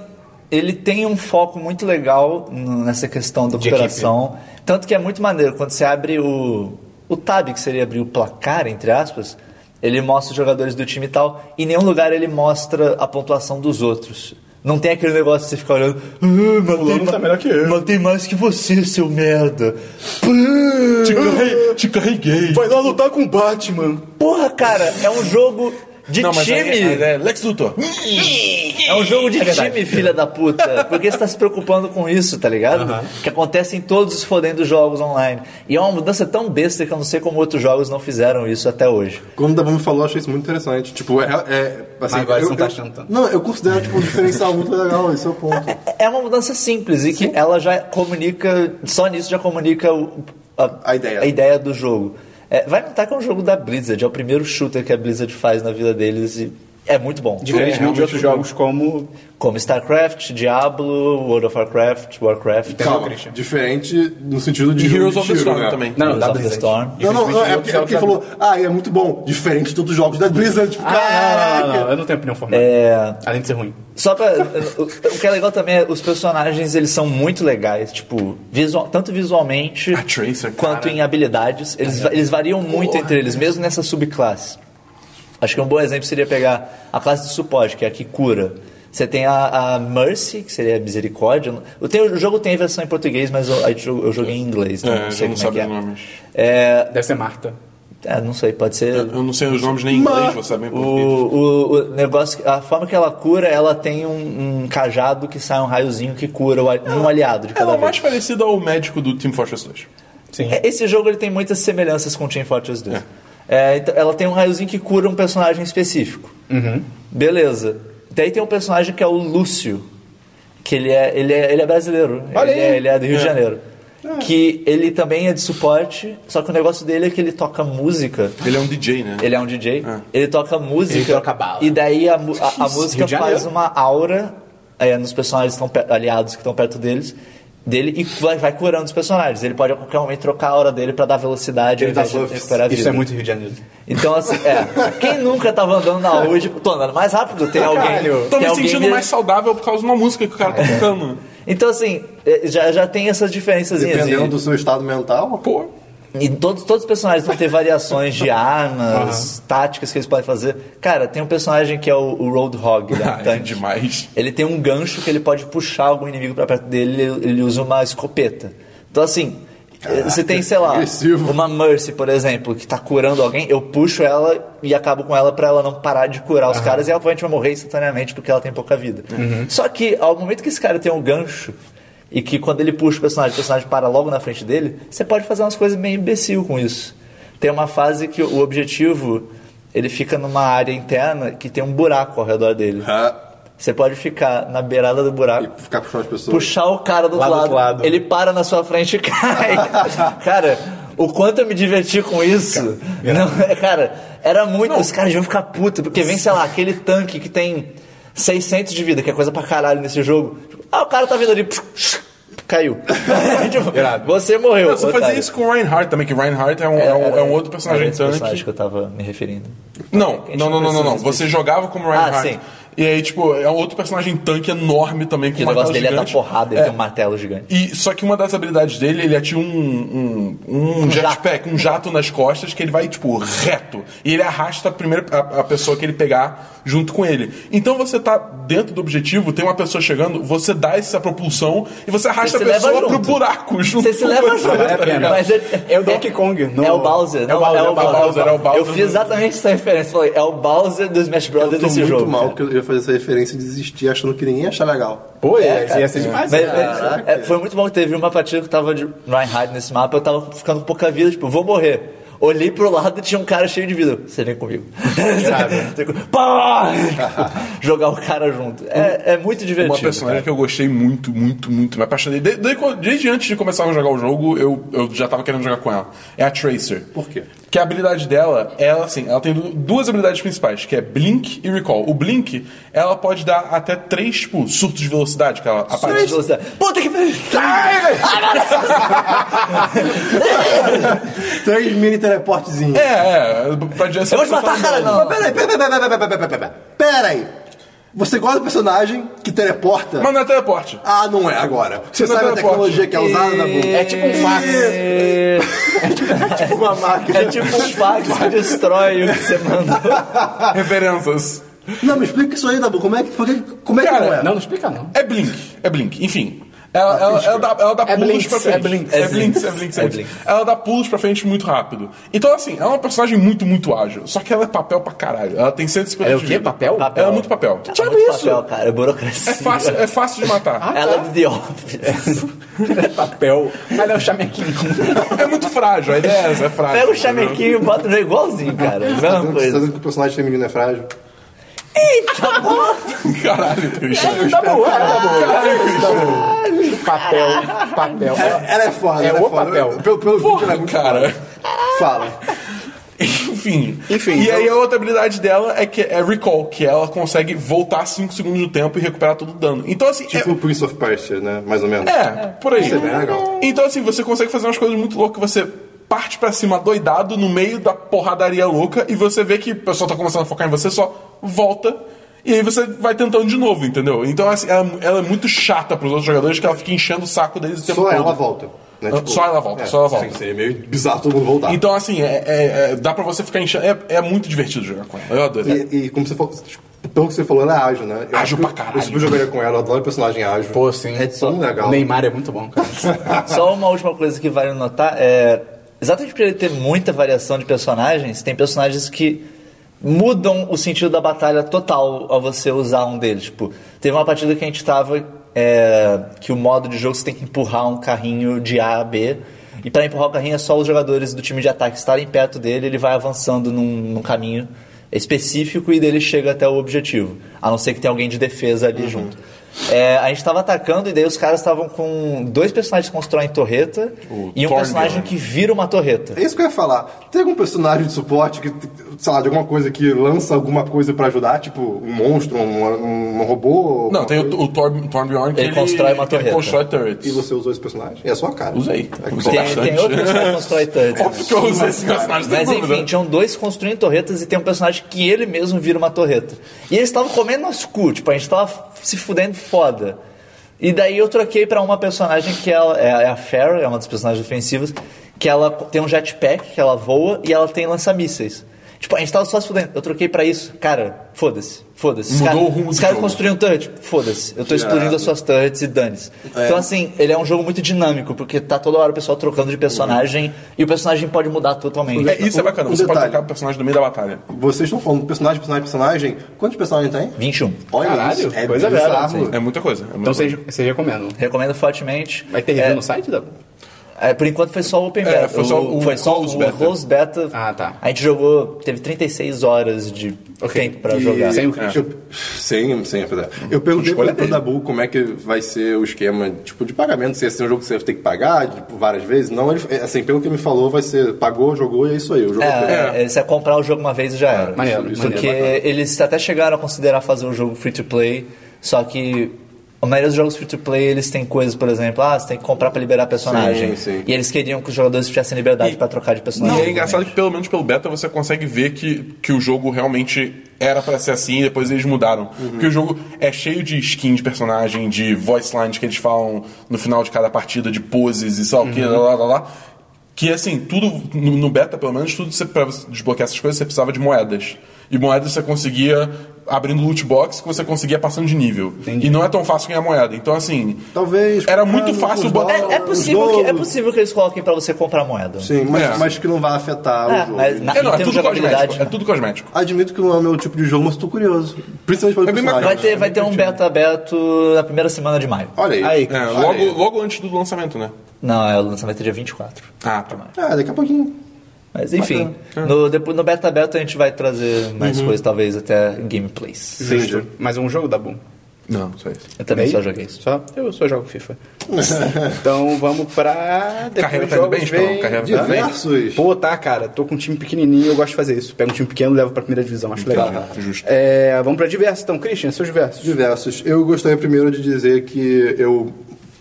Speaker 4: ele tem um foco muito legal n- nessa questão da
Speaker 1: De
Speaker 4: cooperação. Tanto que é muito maneiro, quando você abre o, o tab, que seria abrir o placar, entre aspas, ele mostra os jogadores do time e tal, e em nenhum lugar ele mostra a pontuação dos outros. Não tem aquele negócio de você ficar olhando. "Ah, matei,
Speaker 1: Fulano tá melhor que eu."
Speaker 4: matei mais que você, seu merda.
Speaker 3: Te, carre- te carreguei.
Speaker 1: Vai lá lutar com o Batman.
Speaker 4: Porra, cara, é um jogo de
Speaker 3: Não, mas
Speaker 4: time.
Speaker 3: aí, aí é Lex Luthor.
Speaker 4: É um jogo de time, filha da puta. Porque você tá se preocupando com isso, tá ligado? Que acontece em todos os fodendo jogos online. E é uma mudança tão besta que eu não sei como outros jogos não fizeram isso até hoje.
Speaker 2: Quando o Dabu me falou, eu achei isso muito interessante. Tipo, é. é assim,
Speaker 1: Mas agora
Speaker 2: eu,
Speaker 1: você não tá
Speaker 2: eu-
Speaker 1: achando tanto.
Speaker 2: Não, eu considero, tipo, um diferencial muito legal, esse é o ponto.
Speaker 4: É- É uma mudança simples e que ela já comunica, só nisso já comunica o-
Speaker 2: A ideia.
Speaker 4: a ideia do jogo. É, vai notar que é um jogo da Blizzard, é o primeiro shooter que a Blizzard faz na vida deles e é muito bom.
Speaker 1: Diferentemente de outros jogos como...
Speaker 4: Como StarCraft, Diablo, World of Warcraft, Warcraft.
Speaker 1: Entendeu,
Speaker 2: Calma,
Speaker 1: Christian?
Speaker 2: diferente no sentido de.
Speaker 3: E
Speaker 2: jogo
Speaker 3: Heroes
Speaker 2: de
Speaker 3: of the
Speaker 2: tiro,
Speaker 3: Storm
Speaker 2: né?
Speaker 3: também.
Speaker 1: Não,
Speaker 4: Heroes
Speaker 1: da
Speaker 4: of the
Speaker 1: Blizzard.
Speaker 4: Storm.
Speaker 2: Não, não, não,
Speaker 1: Infelizmente, outros
Speaker 2: é porque, é porque ele
Speaker 1: jogos
Speaker 2: falou, ah, é muito bom, diferente de todos os jogos da Blizzard. Tipo,
Speaker 1: Ah, não, não,
Speaker 2: caraca.
Speaker 1: não, não, eu não tenho opinião formada. Além de ser ruim.
Speaker 4: Só pra. o o que é legal também é os personagens, eles são muito legais, tipo, visual, tanto visualmente
Speaker 3: A Tracer,
Speaker 4: quanto
Speaker 3: cara.
Speaker 4: em habilidades. Eles, va- eles variam muito entre eles, mesmo nessa subclasse. Acho que um bom exemplo seria pegar a classe de suporte, que é a que cura. Você tem a, a Mercy, que seria a misericórdia. Eu tenho- o jogo tem a versão em português, mas eu, eu joguei em inglês, então
Speaker 3: É,
Speaker 4: não
Speaker 3: eu
Speaker 4: sei
Speaker 3: não
Speaker 4: como é que
Speaker 3: sabe
Speaker 4: é.
Speaker 3: os nomes.
Speaker 4: É,
Speaker 1: Deve ser Marta.
Speaker 4: Ah, não sei, pode ser.
Speaker 3: Eu não sei os nomes nem em
Speaker 2: Mas-
Speaker 3: inglês, vou saber em
Speaker 4: O,
Speaker 3: português.
Speaker 4: o, o negócio, a forma que ela cura, ela tem um, um cajado que sai um raiozinho que cura o, ali- um aliado de cada
Speaker 3: Ela é
Speaker 4: vez.
Speaker 3: mais parecida ao médico do Team Fortress 2.
Speaker 1: Sim.
Speaker 4: É, Esse jogo ele tem muitas semelhanças com Team Fortress 2. É, então, ela tem um raiozinho que cura um personagem específico. Beleza. Daí tem um personagem que é o Lúcio, que ele é, ele é, ele é brasileiro.
Speaker 1: Olha
Speaker 4: ele,
Speaker 1: aí.
Speaker 4: É, ele é do Rio de Janeiro. Que ele também é de suporte, só que o negócio dele é que ele toca música.
Speaker 3: Ele é um DJ, né?
Speaker 4: Ele é um DJ, ele toca música.
Speaker 1: Ele toca bala.
Speaker 4: E daí a, mu- a- a
Speaker 1: Rio
Speaker 4: música
Speaker 1: de Janeiro.
Speaker 4: faz uma aura é, nos personagens que estão pe- aliados que estão perto deles. Dele e vai, vai curando os personagens. Ele pode a qualquer momento trocar a aura dele pra dar velocidade ao
Speaker 2: Ele tá dá
Speaker 4: invés de
Speaker 2: buffs.
Speaker 4: recuperar a vida.
Speaker 1: Isso é muito Rio de Janeiro.
Speaker 4: Então, assim, é. Quem nunca tava andando na rua e tipo, tô andando mais rápido, tem alguém.
Speaker 1: Caralho.
Speaker 3: Tô
Speaker 4: tem
Speaker 3: me
Speaker 4: alguém
Speaker 3: sentindo
Speaker 4: me-
Speaker 3: mais saudável por causa de uma música que o cara tá tocando.
Speaker 4: Então, assim, é, já, já tem essas diferençazinhas.
Speaker 2: Dependendo
Speaker 4: E-
Speaker 2: do seu estado mental.
Speaker 3: Pô,
Speaker 4: E todos, todos os personagens vão ter variações de armas, táticas que eles podem fazer. Cara, tem um personagem que é o, o Roadhog, ele é um
Speaker 3: ah, é
Speaker 4: tanque.
Speaker 3: demais.
Speaker 4: Ele tem um gancho que ele pode puxar algum inimigo pra perto dele, ele, ele usa uma escopeta. Então assim, eh, você tem, sei lá,
Speaker 2: agressivo.
Speaker 4: uma Mercy, por exemplo, que tá curando alguém, eu puxo ela e acabo com ela pra ela não parar de curar os caras e ela provavelmente vai morrer instantaneamente porque ela tem pouca vida. Só que ao momento que esse cara tem um gancho e que quando ele puxa o personagem, o personagem para logo na frente dele, você pode fazer umas coisas meio imbecil com isso. Tem uma fase que o objetivo ele fica numa área interna que tem um buraco ao redor dele.
Speaker 2: ah,
Speaker 4: Você pode ficar na beirada do buraco,
Speaker 2: E ficar puxando as pessoas.
Speaker 4: puxar o cara do
Speaker 1: Lá do
Speaker 4: outro lado,
Speaker 1: outro lado.
Speaker 4: ele para na sua frente e cai. cara, o quanto eu me diverti com isso. Não, é, cara, era muito. Os caras vão ficar putos, porque vem, sei lá, aquele tanque que tem 600 de vida, que é coisa pra caralho nesse jogo. Tipo, ah, o cara tá vindo ali. Caiu. Tipo,
Speaker 1: Irado.
Speaker 4: você morreu.
Speaker 3: Não, você fazia
Speaker 4: otário.
Speaker 3: isso com o Reinhardt também, que o Reinhardt é um, é,
Speaker 4: Era-
Speaker 3: um, é um
Speaker 4: era
Speaker 3: outro personagem
Speaker 4: esse
Speaker 3: tanque. Um
Speaker 4: personagem que eu tava me referindo.
Speaker 3: Não,
Speaker 4: gente
Speaker 3: não, não,
Speaker 4: não
Speaker 3: não, não, não.
Speaker 4: precisa
Speaker 3: Você jogava como
Speaker 4: tipo Ah,
Speaker 3: Reinhardt.
Speaker 4: sim.
Speaker 3: E aí, tipo, é um outro personagem tanque enorme também, com
Speaker 4: Que o
Speaker 3: uma
Speaker 4: negócio dele é dar
Speaker 3: gigante.
Speaker 4: porrada, ele tem um martelo gigante.
Speaker 3: E, só que uma das habilidades dele, ele atira um, um, um jetpack, um jato nas costas, que ele vai, tipo, reto. E ele arrasta a, primeira, a, a pessoa que ele pegar junto com ele. Então você tá dentro do objetivo, tem uma pessoa chegando, você dá essa propulsão e você arrasta
Speaker 4: Você
Speaker 3: a
Speaker 4: se
Speaker 3: pessoa
Speaker 4: leva
Speaker 3: pro
Speaker 4: junto.
Speaker 3: buraco junto
Speaker 4: Você se
Speaker 3: com
Speaker 4: leva
Speaker 3: você,
Speaker 4: junto. tá
Speaker 1: vale a pena.
Speaker 4: Mas
Speaker 1: É o Donkey Kong, não-
Speaker 4: é o Bowser.
Speaker 1: é o
Speaker 4: não,
Speaker 1: Bowser, é o
Speaker 3: Bowser, é o Bowser
Speaker 4: Eu
Speaker 3: do-
Speaker 4: fiz exatamente essa referência. Falei, é o Bowser do Smash
Speaker 2: Eu tô
Speaker 4: Brothers desse
Speaker 2: muito
Speaker 4: jogo.
Speaker 2: mal
Speaker 4: cara.
Speaker 2: que eu ia fazer essa referência e desistir achando que ninguém ia achar legal.
Speaker 1: Pô,
Speaker 4: É,
Speaker 1: ia,
Speaker 4: cara.
Speaker 1: ia ser demais.
Speaker 4: Mas, mas,
Speaker 1: né?
Speaker 2: Caraca.
Speaker 4: é, foi muito bom que teve uma partida que tava de Reinhardt nesse mapa, eu tava ficando com pouca vida, tipo, vou morrer. Olhei pro lado e tinha um cara cheio de vida. Você vem comigo. Você- Pá! Jogar o cara junto. É, é muito divertido.
Speaker 3: Uma personagem que eu gostei muito, muito, muito. Me apaixonei. De- de- Desde, antes de começar a jogar o jogo, eu, eu já tava querendo jogar com ela. É a Tracer.
Speaker 2: Por quê?
Speaker 3: Que a habilidade dela, ela assim, ela tem du- duas habilidades principais, que é Blink e Recall. O Blink, ela pode dar até três, tipo, surtos de velocidade, que ela
Speaker 4: cara. Parte de
Speaker 3: aparece.
Speaker 4: velocidade. Puta que pariu!
Speaker 2: Três mini teleportezinhos.
Speaker 3: É, é, pra direção.
Speaker 4: Eu vou te
Speaker 3: que você
Speaker 4: matar,
Speaker 3: tá
Speaker 4: cara,
Speaker 3: andando.
Speaker 4: não.
Speaker 2: Mas peraí, peraí, peraí, peraí, peraí, peraí, peraí, peraí. Peraí. Você gosta do personagem que teleporta?
Speaker 3: Mas não é teleporte.
Speaker 2: Ah, não é agora. Você
Speaker 3: Não é
Speaker 2: sabe a
Speaker 3: teleporte.
Speaker 2: tecnologia que é usada na
Speaker 1: É tipo um fax.
Speaker 4: É-
Speaker 2: tipo uma máquina.
Speaker 4: É tipo um fax que destrói o que você mandou.
Speaker 3: Referências.
Speaker 2: Não, me explica isso aí, Dabu. Como é que, por que- como é que
Speaker 3: Cara,
Speaker 2: não é?
Speaker 1: Não, não explica não.
Speaker 3: É Blink, é Blink, enfim.
Speaker 1: Ah,
Speaker 3: Ela, ela, ela dá, ela dá
Speaker 1: É
Speaker 3: pulos
Speaker 1: Blinks,
Speaker 3: pra frente.
Speaker 1: é Blinks.
Speaker 3: é
Speaker 4: É
Speaker 3: Blinks, é
Speaker 4: Blinks,
Speaker 3: Blinks,
Speaker 4: é
Speaker 3: é Blinks.
Speaker 4: Blinks.
Speaker 3: Ela dá pulos pra frente muito rápido. Então, assim, ela é uma personagem muito, muito ágil. Só que ela é papel pra caralho. Ela tem 150
Speaker 1: Ela é o
Speaker 3: de
Speaker 1: quê?
Speaker 3: vida.
Speaker 1: Papel? Tá,
Speaker 3: Ela é muito papel.
Speaker 4: Ela é
Speaker 1: Tira
Speaker 4: muito
Speaker 1: isso.
Speaker 4: papel, cara. É burocracia.
Speaker 3: É fácil, é fácil de
Speaker 1: Ah,
Speaker 3: matar.
Speaker 4: Ela é do The Office.
Speaker 1: Papel. Mas é o chamequinho. tá.
Speaker 3: É muito frágil, a ideia é essa, é frágil.
Speaker 4: Pega o
Speaker 3: entendeu?
Speaker 4: chamequinho e bota no igualzinho, cara.
Speaker 2: Você tá
Speaker 4: Mesma
Speaker 2: dizendo que- você tá
Speaker 4: coisa.
Speaker 2: dizendo que o personagem feminino é frágil?
Speaker 3: Caralho, Christian.
Speaker 1: Tá bom, é, tá bom. Papel, papel.
Speaker 2: Ela é foda,
Speaker 1: É
Speaker 2: ela
Speaker 1: o
Speaker 2: foda.
Speaker 1: papel.
Speaker 2: Pelo, pelo vídeo, ela é
Speaker 3: Porra,
Speaker 2: muito
Speaker 3: cara.
Speaker 2: Fala.
Speaker 3: Enfim.
Speaker 1: Enfim,
Speaker 3: E
Speaker 1: então-
Speaker 3: aí a outra habilidade dela é que é recall, que ela consegue voltar 5 segundos no tempo e recuperar todo o dano. Então, assim. é-
Speaker 2: Tipo o Prince of Persia, né? Mais ou menos.
Speaker 3: É, por aí.
Speaker 2: Isso é bem legal.
Speaker 3: Então, assim, você consegue fazer umas coisas muito loucas. Você parte pra cima doidado no meio da porradaria louca e você vê que o pessoal tá começando a focar em você, só volta. E aí você vai tentando de novo, entendeu? Então, assim, ela, ela é muito chata pros outros jogadores que ela fica enchendo o saco deles o tempo
Speaker 2: Só
Speaker 3: todo.
Speaker 2: ela volta. né?
Speaker 3: Ah, tipo só ela volta, só ela volta.
Speaker 2: sim, Seria meio bizarro todo mundo voltar.
Speaker 3: Então, assim, é- é- é- dá pra você ficar enchendo. É, é muito divertido jogar com ela. Eu adoro.
Speaker 2: E, e como você falou, pelo que você falou, ela é ágil, né? Eu
Speaker 3: Ágil
Speaker 2: acho que
Speaker 3: pra
Speaker 2: eu-
Speaker 3: caralho.
Speaker 2: Eu super jogaria com ela, eu adoro personagem ágil.
Speaker 1: Pô, sim.
Speaker 2: É tão legal.
Speaker 1: Neymar é muito bom, cara.
Speaker 4: Só uma última coisa que vale notar é. exatamente por ele ter muita variação de personagens, tem personagens que mudam o sentido da batalha total ao você usar um deles. Tipo, teve uma partida que a gente tava é, que o modo de jogo você tem que empurrar um carrinho de A a B. E para empurrar o carrinho é só os jogadores do time de ataque estarem perto dele, ele vai avançando num, num caminho específico e dele chega até o objetivo. A não ser que tenha alguém de defesa ali junto. É, a gente tava atacando e daí os caras estavam com dois personagens que constroem torreta
Speaker 3: O
Speaker 4: e um
Speaker 3: Thorn,
Speaker 4: personagem
Speaker 3: né?
Speaker 4: que vira uma torreta.
Speaker 2: É isso que eu ia falar. Tem algum personagem de suporte que, sei lá, de alguma coisa que lança alguma coisa pra ajudar? Tipo, um monstro, um, um robô?
Speaker 3: Não, tem o, o Thor- Thornbjorn que
Speaker 4: Ele constrói uma
Speaker 3: que ele
Speaker 4: torreta.
Speaker 3: constrói turrets.
Speaker 2: E você usou esse personagem? É a sua cara.
Speaker 3: Usei. Usei
Speaker 4: Tem,
Speaker 3: bastante.
Speaker 4: tem outro personagem que constrói torreta.
Speaker 3: Óbvio que eu usei esse personagem, sem
Speaker 4: Mas
Speaker 3: dúvida.
Speaker 4: enfim, tinham dois construindo torretas e tem um personagem que ele mesmo vira uma torreta. E eles estavam comendo nosso cu, tipo, a gente tava se fudendo foda. E daí eu troquei pra uma personagem que ela, é, é a Farrah, é uma das personagens ofensivas, que ela tem um jetpack, que ela voa e ela tem lança-mísseis. Tipo, a gente tava só se fudendo. Eu troquei pra isso. Cara, foda-se. Foda-se. Os
Speaker 3: Mudou
Speaker 4: cara-
Speaker 3: o rumo
Speaker 4: Os
Speaker 3: do
Speaker 4: caras
Speaker 3: jogo.
Speaker 4: construíram turret. Foda-se. Eu tô explodindo as suas turrets e dane-se. Então, assim, ele é um jogo muito dinâmico, porque tá toda hora o pessoal trocando de personagem e o personagem pode mudar totalmente.
Speaker 3: É, isso é bacana,
Speaker 2: Um
Speaker 3: você pode
Speaker 2: detalhe.
Speaker 3: trocar o personagem no meio da batalha.
Speaker 2: Vocês estão falando personagem, personagem, personagem. Quantos personagens tem?
Speaker 4: 21.
Speaker 2: Olha
Speaker 1: Caralho,
Speaker 2: isso. É
Speaker 1: coisa
Speaker 2: bizarro.
Speaker 1: velha,
Speaker 3: É muita coisa. é muita
Speaker 1: Então
Speaker 3: coisa.
Speaker 1: vocês vocês recomendam.
Speaker 4: Recomendo fortemente.
Speaker 1: Vai ter review
Speaker 4: é,
Speaker 1: no site, Dabu?
Speaker 4: é, Por enquanto foi só o Open Beta.
Speaker 3: foi só o
Speaker 4: foi só
Speaker 3: Close
Speaker 4: o
Speaker 3: Beta.
Speaker 4: Close Beta.
Speaker 1: Ah, tá.
Speaker 4: A gente jogou, teve 36 horas de
Speaker 1: Ok.
Speaker 4: tempo pra
Speaker 2: E-
Speaker 4: jogar.
Speaker 1: Sem o
Speaker 2: eu, Ah. sem, sem apesar. Eu perguntei
Speaker 1: Escolha
Speaker 2: pro, pro
Speaker 1: dele.
Speaker 2: Dabu como é que vai ser o esquema tipo, de pagamento, se ia ser um jogo que você vai ter que pagar tipo, várias vezes. Não, ele, é, assim, pelo que ele me falou, vai ser pagou, jogou e é isso aí. O jogo
Speaker 4: É, é, você comprar o jogo uma vez e já era.
Speaker 1: maneiro,
Speaker 4: Isso-
Speaker 1: maneiro,
Speaker 4: Porque
Speaker 1: bacana.
Speaker 4: eles até chegaram a considerar fazer um jogo free to play, só que a maioria dos jogos free to play eles têm coisas, por exemplo, ah, você tem que comprar pra liberar personagem.
Speaker 2: Sim, sim.
Speaker 4: E eles queriam que os jogadores tivessem liberdade pra trocar de personagem.
Speaker 3: E é
Speaker 4: também.
Speaker 3: engraçado que pelo menos pelo beta você consegue ver que, que o jogo realmente era pra ser assim e depois eles mudaram.
Speaker 4: Uhum.
Speaker 3: Porque o jogo é cheio de skin de personagem, de voice lines que eles falam no final de cada partida, de poses e sei lá o que,
Speaker 4: Uhum.
Speaker 3: lá, lá, lá, lá. Que assim, tudo, no, no beta pelo menos, tudo você, pra você desbloquear essas coisas você precisava de moedas. E moedas você conseguia abrindo loot box que você conseguia passando de nível. E não é tão fácil ganhar moeda. Então assim,
Speaker 2: Talvez.
Speaker 3: era muito
Speaker 2: comprando
Speaker 3: fácil
Speaker 2: os
Speaker 3: botar-
Speaker 2: dólares,
Speaker 4: É, é possível
Speaker 2: os
Speaker 4: que, é
Speaker 2: dólares.
Speaker 4: possível que eles coloquem pra você comprar moeda.
Speaker 2: Sim, mas,
Speaker 3: É.
Speaker 2: mas que não vai afetar
Speaker 4: É,
Speaker 2: o jogo.
Speaker 4: mas na-
Speaker 3: é, não,
Speaker 4: em
Speaker 3: é
Speaker 4: termos
Speaker 3: tudo
Speaker 4: de habilidade,
Speaker 3: cosmético. É
Speaker 4: né?
Speaker 3: tudo cosmético.
Speaker 2: Admito que não é o meu tipo de jogo, mas tô curioso. Principalmente para
Speaker 3: É bem
Speaker 2: personagem.
Speaker 3: bacana.
Speaker 4: Vai ter, vai ter um beta aberto na primeira semana de maio.
Speaker 2: Olha aí.
Speaker 1: Aí,
Speaker 3: É,
Speaker 2: Olha
Speaker 3: logo,
Speaker 2: aí.
Speaker 3: logo antes do lançamento, né?
Speaker 4: Não, é o lançamento é dia 24.
Speaker 3: Ah, tá.
Speaker 2: Ah, daqui a pouquinho.
Speaker 4: Mas enfim,
Speaker 2: é.
Speaker 4: no, depois, no beta aberto a gente vai trazer
Speaker 2: Uhum.
Speaker 4: mais coisas, talvez até gameplays.
Speaker 1: Justo. Mais um jogo, Dabu?
Speaker 3: Não, só isso.
Speaker 4: Eu também
Speaker 1: Meio?
Speaker 4: só joguei isso.
Speaker 1: Só? Eu só jogo FIFA. então vamos pra. Depois
Speaker 3: Carreira tá indo
Speaker 1: jogos
Speaker 3: bem, Esperão? Carreira tá indo bem?
Speaker 2: Diversos.
Speaker 1: Pô, tá, cara. Tô com um time pequenininho eu gosto de fazer isso. Pego um time pequeno levo pra primeira divisão. Acho legal.
Speaker 3: justo.
Speaker 1: É, vamos pra diversos, então. Christian, seus diversos.
Speaker 2: Diversos. Eu gostaria primeiro de dizer que eu,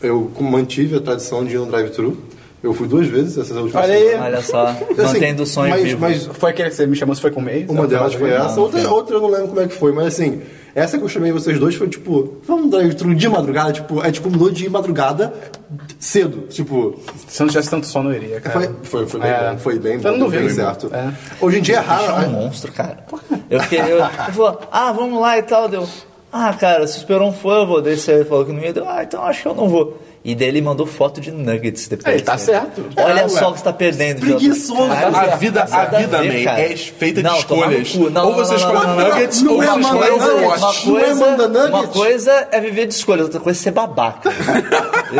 Speaker 2: eu mantive a tradição de ir no drive-thru. Eu fui duas vezes essas últimas
Speaker 1: Olha aí.
Speaker 2: semanas.
Speaker 4: Olha só,
Speaker 2: Assim,
Speaker 4: mantendo o sonho
Speaker 2: mas,
Speaker 4: vivo.
Speaker 2: Mas
Speaker 1: Foi aquele que você me chamou, se foi com o mês?
Speaker 2: uma delas foi
Speaker 1: a.
Speaker 2: essa, outra, outra eu não lembro como é que foi, mas assim, essa que eu chamei vocês dois foi tipo, vamos no drive-thru de madrugada? Tipo, é tipo, mudou de madrugada cedo. Tipo,
Speaker 1: Se eu não tivesse tanto sono, eu iria, cara.
Speaker 2: foi, foi, foi bem
Speaker 1: É.
Speaker 2: bom. Foi bem
Speaker 1: Eu
Speaker 2: bom.
Speaker 1: não duvido.
Speaker 2: bem certo.
Speaker 1: É.
Speaker 2: Hoje em dia é
Speaker 4: Bicho é um
Speaker 2: raro. né?
Speaker 4: monstro, cara. Eu fiquei. Eu, eu falou, ah, vamos lá e tal. Deu. Ah, cara, se esperou um fã, eu vou. Daí você falou que não ia. Deu, ah, então acho que eu não vou. E daí ele mandou foto de nuggets depois.
Speaker 1: Aí, tá certo.
Speaker 4: Olha
Speaker 2: Ah,
Speaker 4: só
Speaker 2: ué.
Speaker 4: o que você tá perdendo, Jota.
Speaker 2: Preguiçoso.
Speaker 4: Caralho,
Speaker 3: A vida, a
Speaker 4: nada
Speaker 3: vida,
Speaker 4: a ver,
Speaker 3: man,
Speaker 4: cara.
Speaker 3: é feita de
Speaker 4: Não, tomar no
Speaker 3: escolhas.
Speaker 4: cu. Não,
Speaker 3: ou
Speaker 4: não,
Speaker 3: você
Speaker 4: não,
Speaker 3: escolhe
Speaker 4: não, não, não,
Speaker 3: Nuggets,
Speaker 2: não,
Speaker 3: ou
Speaker 2: não,
Speaker 3: você
Speaker 2: não,
Speaker 3: escolhe
Speaker 2: não, não,
Speaker 4: Uma
Speaker 3: Overwatch.
Speaker 2: não é
Speaker 4: coisa,
Speaker 2: manda nuggets?
Speaker 4: uma coisa é viver de escolha, outra coisa é ser babaca.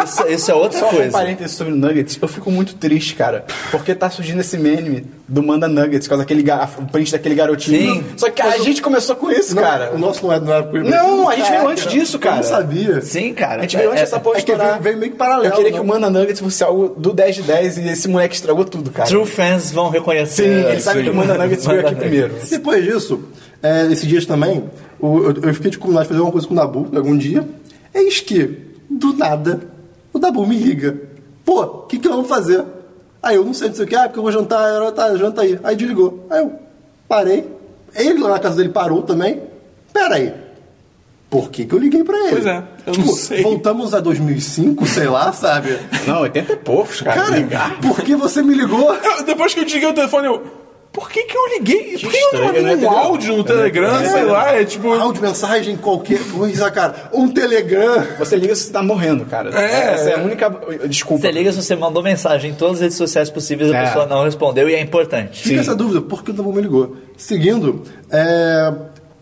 Speaker 4: isso, isso é outra
Speaker 1: Só um
Speaker 4: coisa.
Speaker 1: parênteses sobre o Nuggets, eu fico muito triste, cara. Porque tá surgindo esse meme do Manda Nuggets, com aquele gar... o print daquele garotinho.
Speaker 4: Sim.
Speaker 1: Só que a gente começou com isso,
Speaker 2: Não,
Speaker 1: cara.
Speaker 2: o nosso não é, não é
Speaker 1: Não, a gente veio antes disso,
Speaker 2: Eu
Speaker 1: cara.
Speaker 2: não sabia.
Speaker 4: Sim, cara.
Speaker 1: A gente veio antes
Speaker 4: É-
Speaker 1: dessa porra
Speaker 2: é que
Speaker 1: estourar.
Speaker 2: veio- veio meio que paralelo,
Speaker 1: Eu queria
Speaker 2: não?
Speaker 1: que o Manda Nuggets fosse algo do 10 de 10 e esse moleque estragou tudo, cara.
Speaker 4: True fans vão reconhecer.
Speaker 1: Sim, ele sabe
Speaker 3: sim.
Speaker 1: que o Manda Nuggets veio aqui
Speaker 4: Manda
Speaker 1: primeiro.
Speaker 2: Depois disso, é, esses dias também, o- eu, eu fiquei de combinar de fazer uma coisa com o Dabu algum dia. Eis que, do nada, o Dabu me liga. Pô, o que, que eu vou fazer? Aí eu não sei, não sei o que, ah, porque eu vou jantar, ela tá, janta aí. Aí desligou. Aí eu parei. Ele lá na casa dele parou também. Pera aí. Por que, que eu liguei pra ele? Tipo,
Speaker 3: Pois é, eu não sei.
Speaker 2: Voltamos a 2005, sei lá, sabe?
Speaker 1: Não, 80 e poucos, cara.
Speaker 2: Cara, por que você me ligou?
Speaker 3: Eu- Depois que eu desliguei o telefone, eu. Por que, que eu liguei? Por que eu não
Speaker 1: estranho,
Speaker 3: mandei
Speaker 1: né,
Speaker 3: um
Speaker 1: Telegram?
Speaker 3: áudio no Telegram, sei lá, é tipo.
Speaker 2: Áudio, mensagem, qualquer coisa, cara. Um Telegram.
Speaker 1: Você liga se você tá morrendo, cara.
Speaker 3: É.
Speaker 1: Essa é a única desculpa.
Speaker 4: Você liga se você mandou mensagem em todas as redes sociais possíveis, a
Speaker 1: É.
Speaker 4: pessoa não respondeu e é importante.
Speaker 2: Fica essa dúvida, por que o Dabu me ligou? Seguindo, é,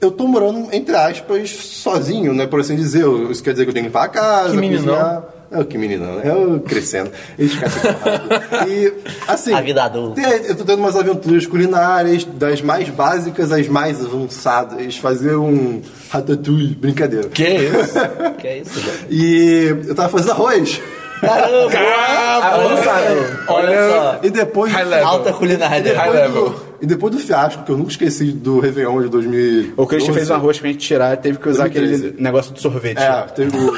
Speaker 2: eu tô morando, entre aspas, sozinho, né? Por assim dizer. Eu- Isso quer dizer que eu tenho que limpar a casa,
Speaker 4: Que meninão.
Speaker 2: cozinhar. É o que meninão, é o crescendo. Esquece essa parada. E, assim...
Speaker 4: A vida adulta.
Speaker 2: tem- eu tô tendo umas aventuras culinárias, das mais básicas às mais avançadas. Fazer um ratatouille, brincadeira.
Speaker 4: Que isso? que é isso? gente?
Speaker 2: E eu tava fazendo arroz.
Speaker 4: Caramba! Ah, Avançado. Olha só.
Speaker 2: E depois...
Speaker 3: High level.
Speaker 4: Alta culinária.
Speaker 3: High
Speaker 2: Depois
Speaker 3: level.
Speaker 2: do- e depois do fiasco, que eu nunca esqueci do Réveillon de 2000.
Speaker 1: O Christian fez um arroz pra gente tirar, teve que usar aquele
Speaker 2: 2013.
Speaker 1: negócio do sorvete.
Speaker 2: É, teve o.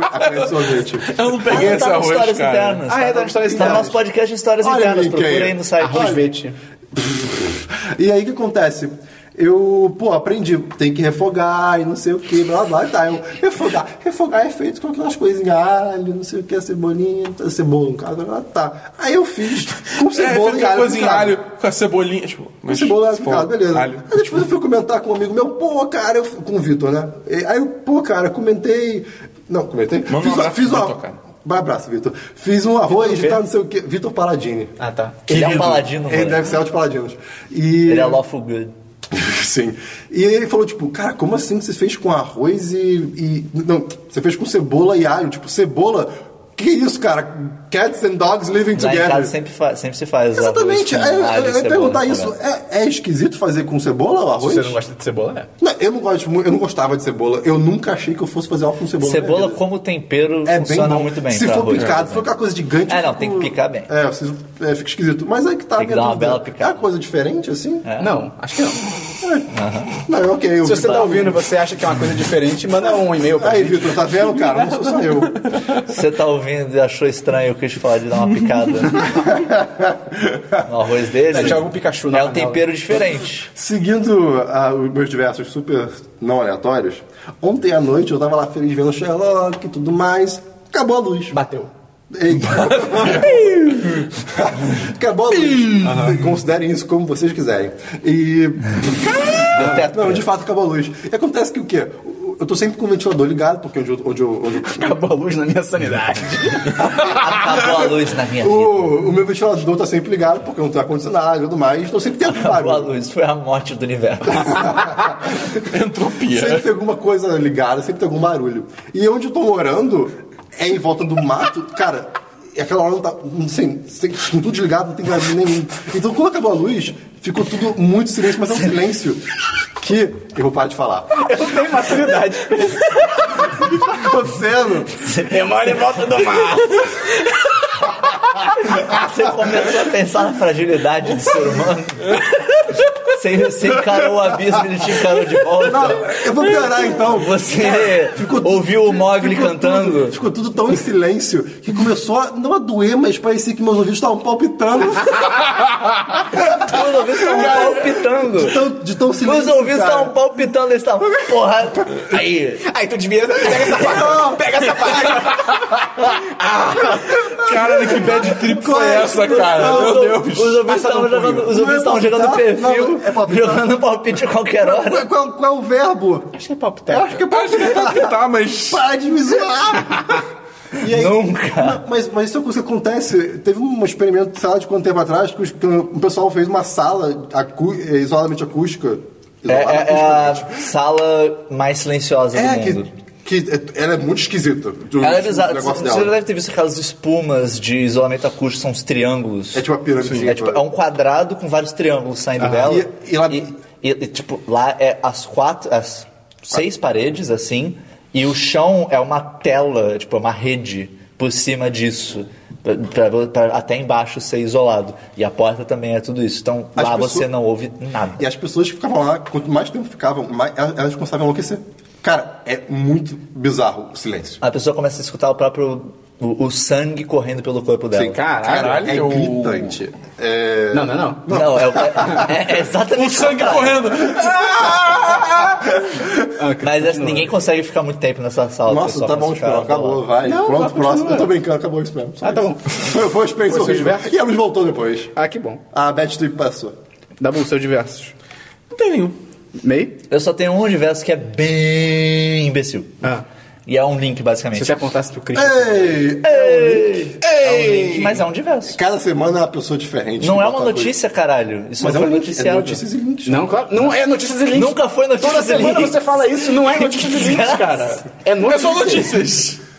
Speaker 2: a colher de sorvete.
Speaker 3: Eu não
Speaker 4: Ah,
Speaker 3: peguei
Speaker 4: não
Speaker 3: esse
Speaker 4: tá no
Speaker 3: arroz,
Speaker 4: Histórias
Speaker 3: cara.
Speaker 4: Internas.
Speaker 1: Ah, é, tá na história
Speaker 4: Está no nosso podcast Histórias
Speaker 2: Olha
Speaker 4: Internas.
Speaker 2: o link aí. é?
Speaker 4: Procura aí no site. é
Speaker 1: Arroz verde.
Speaker 2: E aí o que acontece? Eu, pô, aprendi, tem que refogar e não sei o que, blá blá, blá, tá. Eu, refogar, refogar é feito com aquelas coisinhas, alho, não sei o que, a cebolinha, tá, cebola, no caso, blá, blá, tá. Aí eu fiz com
Speaker 3: Cebola,
Speaker 2: cebola e alho.
Speaker 3: cozinha,
Speaker 2: picado.
Speaker 3: alho, com a cebolinha. Tipo,
Speaker 2: Com
Speaker 3: mas-
Speaker 2: cebola picada, beleza.
Speaker 3: Alho.
Speaker 2: Aí depois eu fui comentar com um amigo meu, pô, cara, eu, com o Vitor, né? E Aí eu, pô, cara, comentei. Não, comentei.
Speaker 3: Manda um
Speaker 2: fiz
Speaker 3: abraço
Speaker 2: fiz
Speaker 3: pro
Speaker 2: uma-
Speaker 3: Vitor, cara.
Speaker 2: Vai, abraço, Vitor. Fiz um arroz e
Speaker 1: quê?
Speaker 2: tal, não sei o quê. Vitor Paladini.
Speaker 1: Ah, tá.
Speaker 4: Ele é um
Speaker 3: Querido.
Speaker 4: paladino,
Speaker 2: Ele
Speaker 4: moleque.
Speaker 2: deve ser Alto Paladinos. E...
Speaker 4: Ele é lawful good.
Speaker 2: Sim. E ele falou, tipo, cara, como assim que você fez com arroz e, e- Não, você fez com cebola e alho. Tipo, cebola. Que isso, cara? Cats and dogs living
Speaker 4: Lá em
Speaker 2: together.
Speaker 4: casa sempre, fa- sempre se faz arroz
Speaker 2: Exatamente.
Speaker 4: com
Speaker 2: Aí
Speaker 4: alho,
Speaker 2: eu- eu ia
Speaker 4: cebola, tá
Speaker 2: perguntar
Speaker 4: salada.
Speaker 2: isso. É, é esquisito fazer com cebola o arroz?
Speaker 1: Se você não gosta de cebola, é.
Speaker 2: Não, eu não gosto muito, eu não gostava de cebola. Eu nunca achei que eu fosse fazer algo com cebola. na minha
Speaker 4: Cebola
Speaker 2: vida.
Speaker 4: como tempero funciona
Speaker 2: né? É bom.
Speaker 4: muito bem.
Speaker 2: Se
Speaker 4: pra
Speaker 2: for
Speaker 4: arroz,
Speaker 2: picado, se
Speaker 4: né?
Speaker 2: for aquela coisa gigante.
Speaker 4: É, não,
Speaker 2: fica
Speaker 4: tem que
Speaker 2: um-
Speaker 4: picar bem.
Speaker 2: É, vocês- é, fica esquisito. Mas aí que tá. a
Speaker 4: Tem que
Speaker 2: minha
Speaker 4: dar uma
Speaker 2: dúvida.
Speaker 4: bela picada.
Speaker 2: É uma coisa diferente, assim?
Speaker 1: Não, acho que não. Se
Speaker 2: Não, é ok. eu vi-
Speaker 1: você tá ouvindo e você acha que é uma coisa diferente, manda um e-mail pra
Speaker 2: Aí,
Speaker 1: gente.
Speaker 2: Vitor, tá vendo, cara? Não sou só eu.
Speaker 4: Você tá ouvindo e achou estranho o Chris falar de dar uma picada no arroz dele?
Speaker 1: É, tinha algum Pikachu na
Speaker 4: É um
Speaker 1: panela.
Speaker 4: tempero diferente.
Speaker 2: Seguindo ah, os meus diversos super não aleatórios, ontem à noite eu tava lá feliz vendo Sherlock e tudo mais. Acabou a luz.
Speaker 1: Bateu.
Speaker 2: Ei. Acabou a luz. Considerem isso como vocês quiserem. E.
Speaker 4: Deu teto
Speaker 2: Não, de
Speaker 4: preto.
Speaker 2: fato acabou a luz. E acontece que o quê? Eu tô sempre com o ventilador ligado, porque onde eu. Onde eu, onde eu-
Speaker 1: Acabou a luz na minha sanidade.
Speaker 4: Acabou a luz na minha vida.
Speaker 2: O, o meu ventilador tá sempre ligado, porque eu não tenho ar-condicionado e tudo mais. Então sempre tem algum
Speaker 4: Acabou a
Speaker 2: barulho.
Speaker 4: luz, foi a morte do universo.
Speaker 3: Entropia.
Speaker 2: Sempre tem alguma coisa ligada, sempre tem algum barulho. E onde eu tô morando é em volta do mato, cara. E aquela hora não tá. Não sei, tem- com tudo desligado, não tem barulho nenhum. Então quando acabou a luz, ficou tudo muito silêncio, mas é um silêncio que eu vou parar de falar.
Speaker 1: Eu tenho maturidade.
Speaker 2: Tá acontecendo?
Speaker 1: Memória em volta do mar.
Speaker 4: Você começou a pensar na fragilidade do ser humano. Você, você encarou o abismo, ele te encarou de
Speaker 2: Não,
Speaker 4: volta.
Speaker 2: eu vou piorar então.
Speaker 4: Você ouviu o Mogli
Speaker 2: Ficou
Speaker 4: cantando.
Speaker 2: tudo- ficou tudo tão em silêncio que começou a, não a doer, mas parecia que meus ouvidos estavam palpitando
Speaker 4: Meus ouvidos estavam palpitando.
Speaker 2: de tão, de tão silêncio.
Speaker 4: Meus ouvidos
Speaker 2: cara.
Speaker 4: estavam palpitando, eles estavam. Porra! Aí,
Speaker 1: Aí tu desvia, pega essa faca, pega essa faca.
Speaker 3: Caralho, que bad trip foi essa, cara?
Speaker 4: Os
Speaker 3: Meu
Speaker 4: ou-
Speaker 3: Deus.
Speaker 4: Os ouvintes estavam
Speaker 1: no
Speaker 4: jogando, os
Speaker 2: Não é
Speaker 4: ouvintes estavam
Speaker 2: palpitar,
Speaker 4: jogando perfil,
Speaker 2: não, é palpitar.
Speaker 4: jogando palpite a qualquer hora.
Speaker 2: Qual, qual- qual é o verbo?
Speaker 1: Acho que é
Speaker 2: Eu
Speaker 1: palpiteco.
Speaker 2: acho que é
Speaker 3: Acho que tá,
Speaker 2: palpitar.
Speaker 3: que tá, mas.
Speaker 2: Para de me zoar! E aí-
Speaker 4: Nunca.
Speaker 2: Não, Mas, mas isso é uma coisa que acontece. Teve um experimento, sei lá, de quanto tempo atrás, que, os- que um pessoal fez uma sala acú- eh, isoladamente acústica.
Speaker 4: É,
Speaker 2: Isolada
Speaker 4: é- é a
Speaker 2: acústica.
Speaker 4: sala mais silenciosa do
Speaker 2: É,
Speaker 4: mundo.
Speaker 2: que, que é- ela é muito esquisita. do-
Speaker 4: Ela é
Speaker 2: do
Speaker 4: bizarra.
Speaker 2: negócio
Speaker 4: Você
Speaker 2: dela.
Speaker 4: já deve ter visto aquelas espumas de isolamento acústico, são uns triângulos.
Speaker 2: É tipo uma pirâmide.
Speaker 4: É, tipo, é um quadrado com vários triângulos saindo
Speaker 2: Aham.
Speaker 4: dela.
Speaker 2: E- e lá-
Speaker 4: e- e, tipo, lá é as quatro. As seis paredes, assim, e o chão é uma tela, tipo, é uma rede por cima disso. pra- pra- pra até embaixo ser isolado. E a porta também é tudo isso. Então
Speaker 2: As
Speaker 4: lá
Speaker 2: pessoas-
Speaker 4: você não ouve nada.
Speaker 2: E as pessoas que ficavam lá, quanto mais tempo ficavam, mais, elas elas começavam a enlouquecer. Cara, é muito bizarro o silêncio.
Speaker 4: A pessoa começa a escutar o próprio. O, o sangue correndo pelo corpo dela.
Speaker 2: Sim,
Speaker 1: Caralho.
Speaker 2: É
Speaker 3: eu-
Speaker 2: gritante. É...
Speaker 1: Não, não, não.
Speaker 4: Não, é, o- é- é- é
Speaker 3: O
Speaker 4: exatamente
Speaker 3: sangue
Speaker 4: contrário.
Speaker 3: correndo.
Speaker 1: Ah,
Speaker 4: Mas assim, ninguém consegue ficar muito tempo nessa sala. o
Speaker 2: Nossa,
Speaker 4: pessoal
Speaker 2: tá bom,
Speaker 4: começa a
Speaker 2: Esperão,
Speaker 4: ficar
Speaker 2: acabou,
Speaker 4: bolado.
Speaker 2: vai.
Speaker 1: Não, vai,
Speaker 2: Pronto,
Speaker 1: continua.
Speaker 2: próximo. Eu tô brincando, acabou o Esperão.
Speaker 1: Ah, tá bom.
Speaker 2: Foi, foi uma experiência
Speaker 1: Foi seus
Speaker 2: horrível.
Speaker 1: versos?
Speaker 2: E a luz voltou depois.
Speaker 1: Ah, que bom.
Speaker 2: A Bad Trip passou.
Speaker 1: Dabu, seu diversos.
Speaker 3: Não tem nenhum.
Speaker 1: Meio?
Speaker 4: Eu só tenho um universo que é bem imbecil.
Speaker 1: Ah.
Speaker 4: E é um link,
Speaker 1: Se
Speaker 4: basicamente.
Speaker 1: você apontasse pro Christian.
Speaker 2: Ei!
Speaker 4: É um link, mas é um diverso.
Speaker 2: Cada semana é uma pessoa diferente.
Speaker 4: Não
Speaker 2: que
Speaker 4: é
Speaker 2: bota
Speaker 4: uma
Speaker 2: coisa.
Speaker 4: notícia, caralho. Isso
Speaker 2: Mas é
Speaker 4: não
Speaker 2: um
Speaker 4: foi
Speaker 2: link. É
Speaker 4: noticiado.
Speaker 2: notícias e links.
Speaker 1: Não, claro. Não é notícias e links.
Speaker 4: Nunca foi notícia
Speaker 1: Toda
Speaker 4: de
Speaker 1: semana
Speaker 4: links.
Speaker 1: você fala isso, não é notícias e links, cara. É
Speaker 3: É
Speaker 1: notícias.
Speaker 3: só notícias.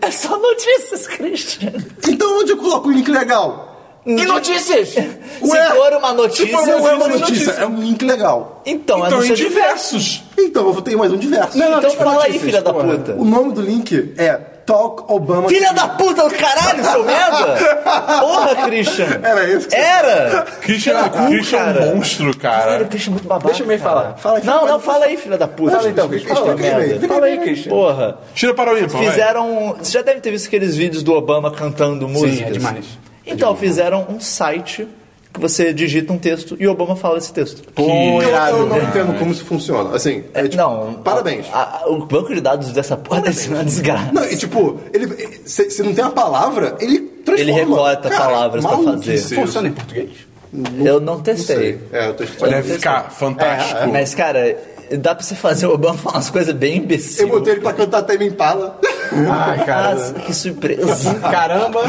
Speaker 4: É só notícias, Christian.
Speaker 2: Então onde eu coloco o link legal?
Speaker 1: E notícias!
Speaker 4: se for uma notícia,
Speaker 3: se for
Speaker 2: Não é uma
Speaker 3: é
Speaker 2: notícia,
Speaker 3: notícia.
Speaker 2: é um link legal.
Speaker 4: então, é
Speaker 3: então,
Speaker 4: no
Speaker 3: em
Speaker 4: seu diverso.
Speaker 3: diversos.
Speaker 2: Então eu tenho mais um diverso.
Speaker 1: Não, não,
Speaker 4: Então
Speaker 1: tipo
Speaker 4: fala aí,
Speaker 1: notícias,
Speaker 4: filha da
Speaker 1: porra.
Speaker 4: puta.
Speaker 2: O nome do link é Talk Obama.
Speaker 4: Filha da puta do caralho, seu merda! Porra, Christian!
Speaker 2: Era isso que-
Speaker 4: Era!
Speaker 3: Christian,
Speaker 4: Filha da cu,
Speaker 3: Christian é um monstro,
Speaker 4: Caralho, o
Speaker 3: cara.
Speaker 4: Christian é muito babaca.
Speaker 1: Deixa eu meio
Speaker 4: cara.
Speaker 1: falar.
Speaker 2: Fala aí,
Speaker 4: não,
Speaker 2: fala
Speaker 4: não,
Speaker 2: aí.
Speaker 4: fala aí, filha da puta.
Speaker 1: Fala então, Christian.
Speaker 4: Fala,
Speaker 2: Explica aí,
Speaker 4: merda.
Speaker 2: velho.
Speaker 1: Fala aí, Christian.
Speaker 4: Porra.
Speaker 3: Tira para o ímpar, vai.
Speaker 4: Fizeram. um, Você já deve ter visto aqueles vídeos do Obama cantando músicas.
Speaker 1: é demais.
Speaker 4: Então, fizeram um site que você digita um texto e o Obama fala esse texto.
Speaker 2: Eu,
Speaker 3: Que-
Speaker 2: eu não entendo como isso funciona. Assim, é, tipo,
Speaker 4: não.
Speaker 2: parabéns.
Speaker 4: a- a- o banco de dados dessa porra deve ser uma desgraça.
Speaker 2: Não, e tipo, ele. Se, se não tem a palavra, ele transforma.
Speaker 4: Ele recorta
Speaker 2: Cara,
Speaker 4: palavras pra
Speaker 2: maluquice
Speaker 4: fazer.
Speaker 2: isso.
Speaker 1: Funciona em português?
Speaker 4: eu não
Speaker 2: Não
Speaker 4: testei.
Speaker 2: sei. É, eu tô estranho.
Speaker 3: Deve ficar
Speaker 2: Tipo,
Speaker 3: fantástico.
Speaker 4: Ah, Mas, cara, dá pra você fazer o Obama falar umas coisas bem imbecil.
Speaker 2: Eu botei ele pra cantar Tame Impala.
Speaker 1: Ai,
Speaker 4: Nossa, que surpresa.
Speaker 1: Caramba!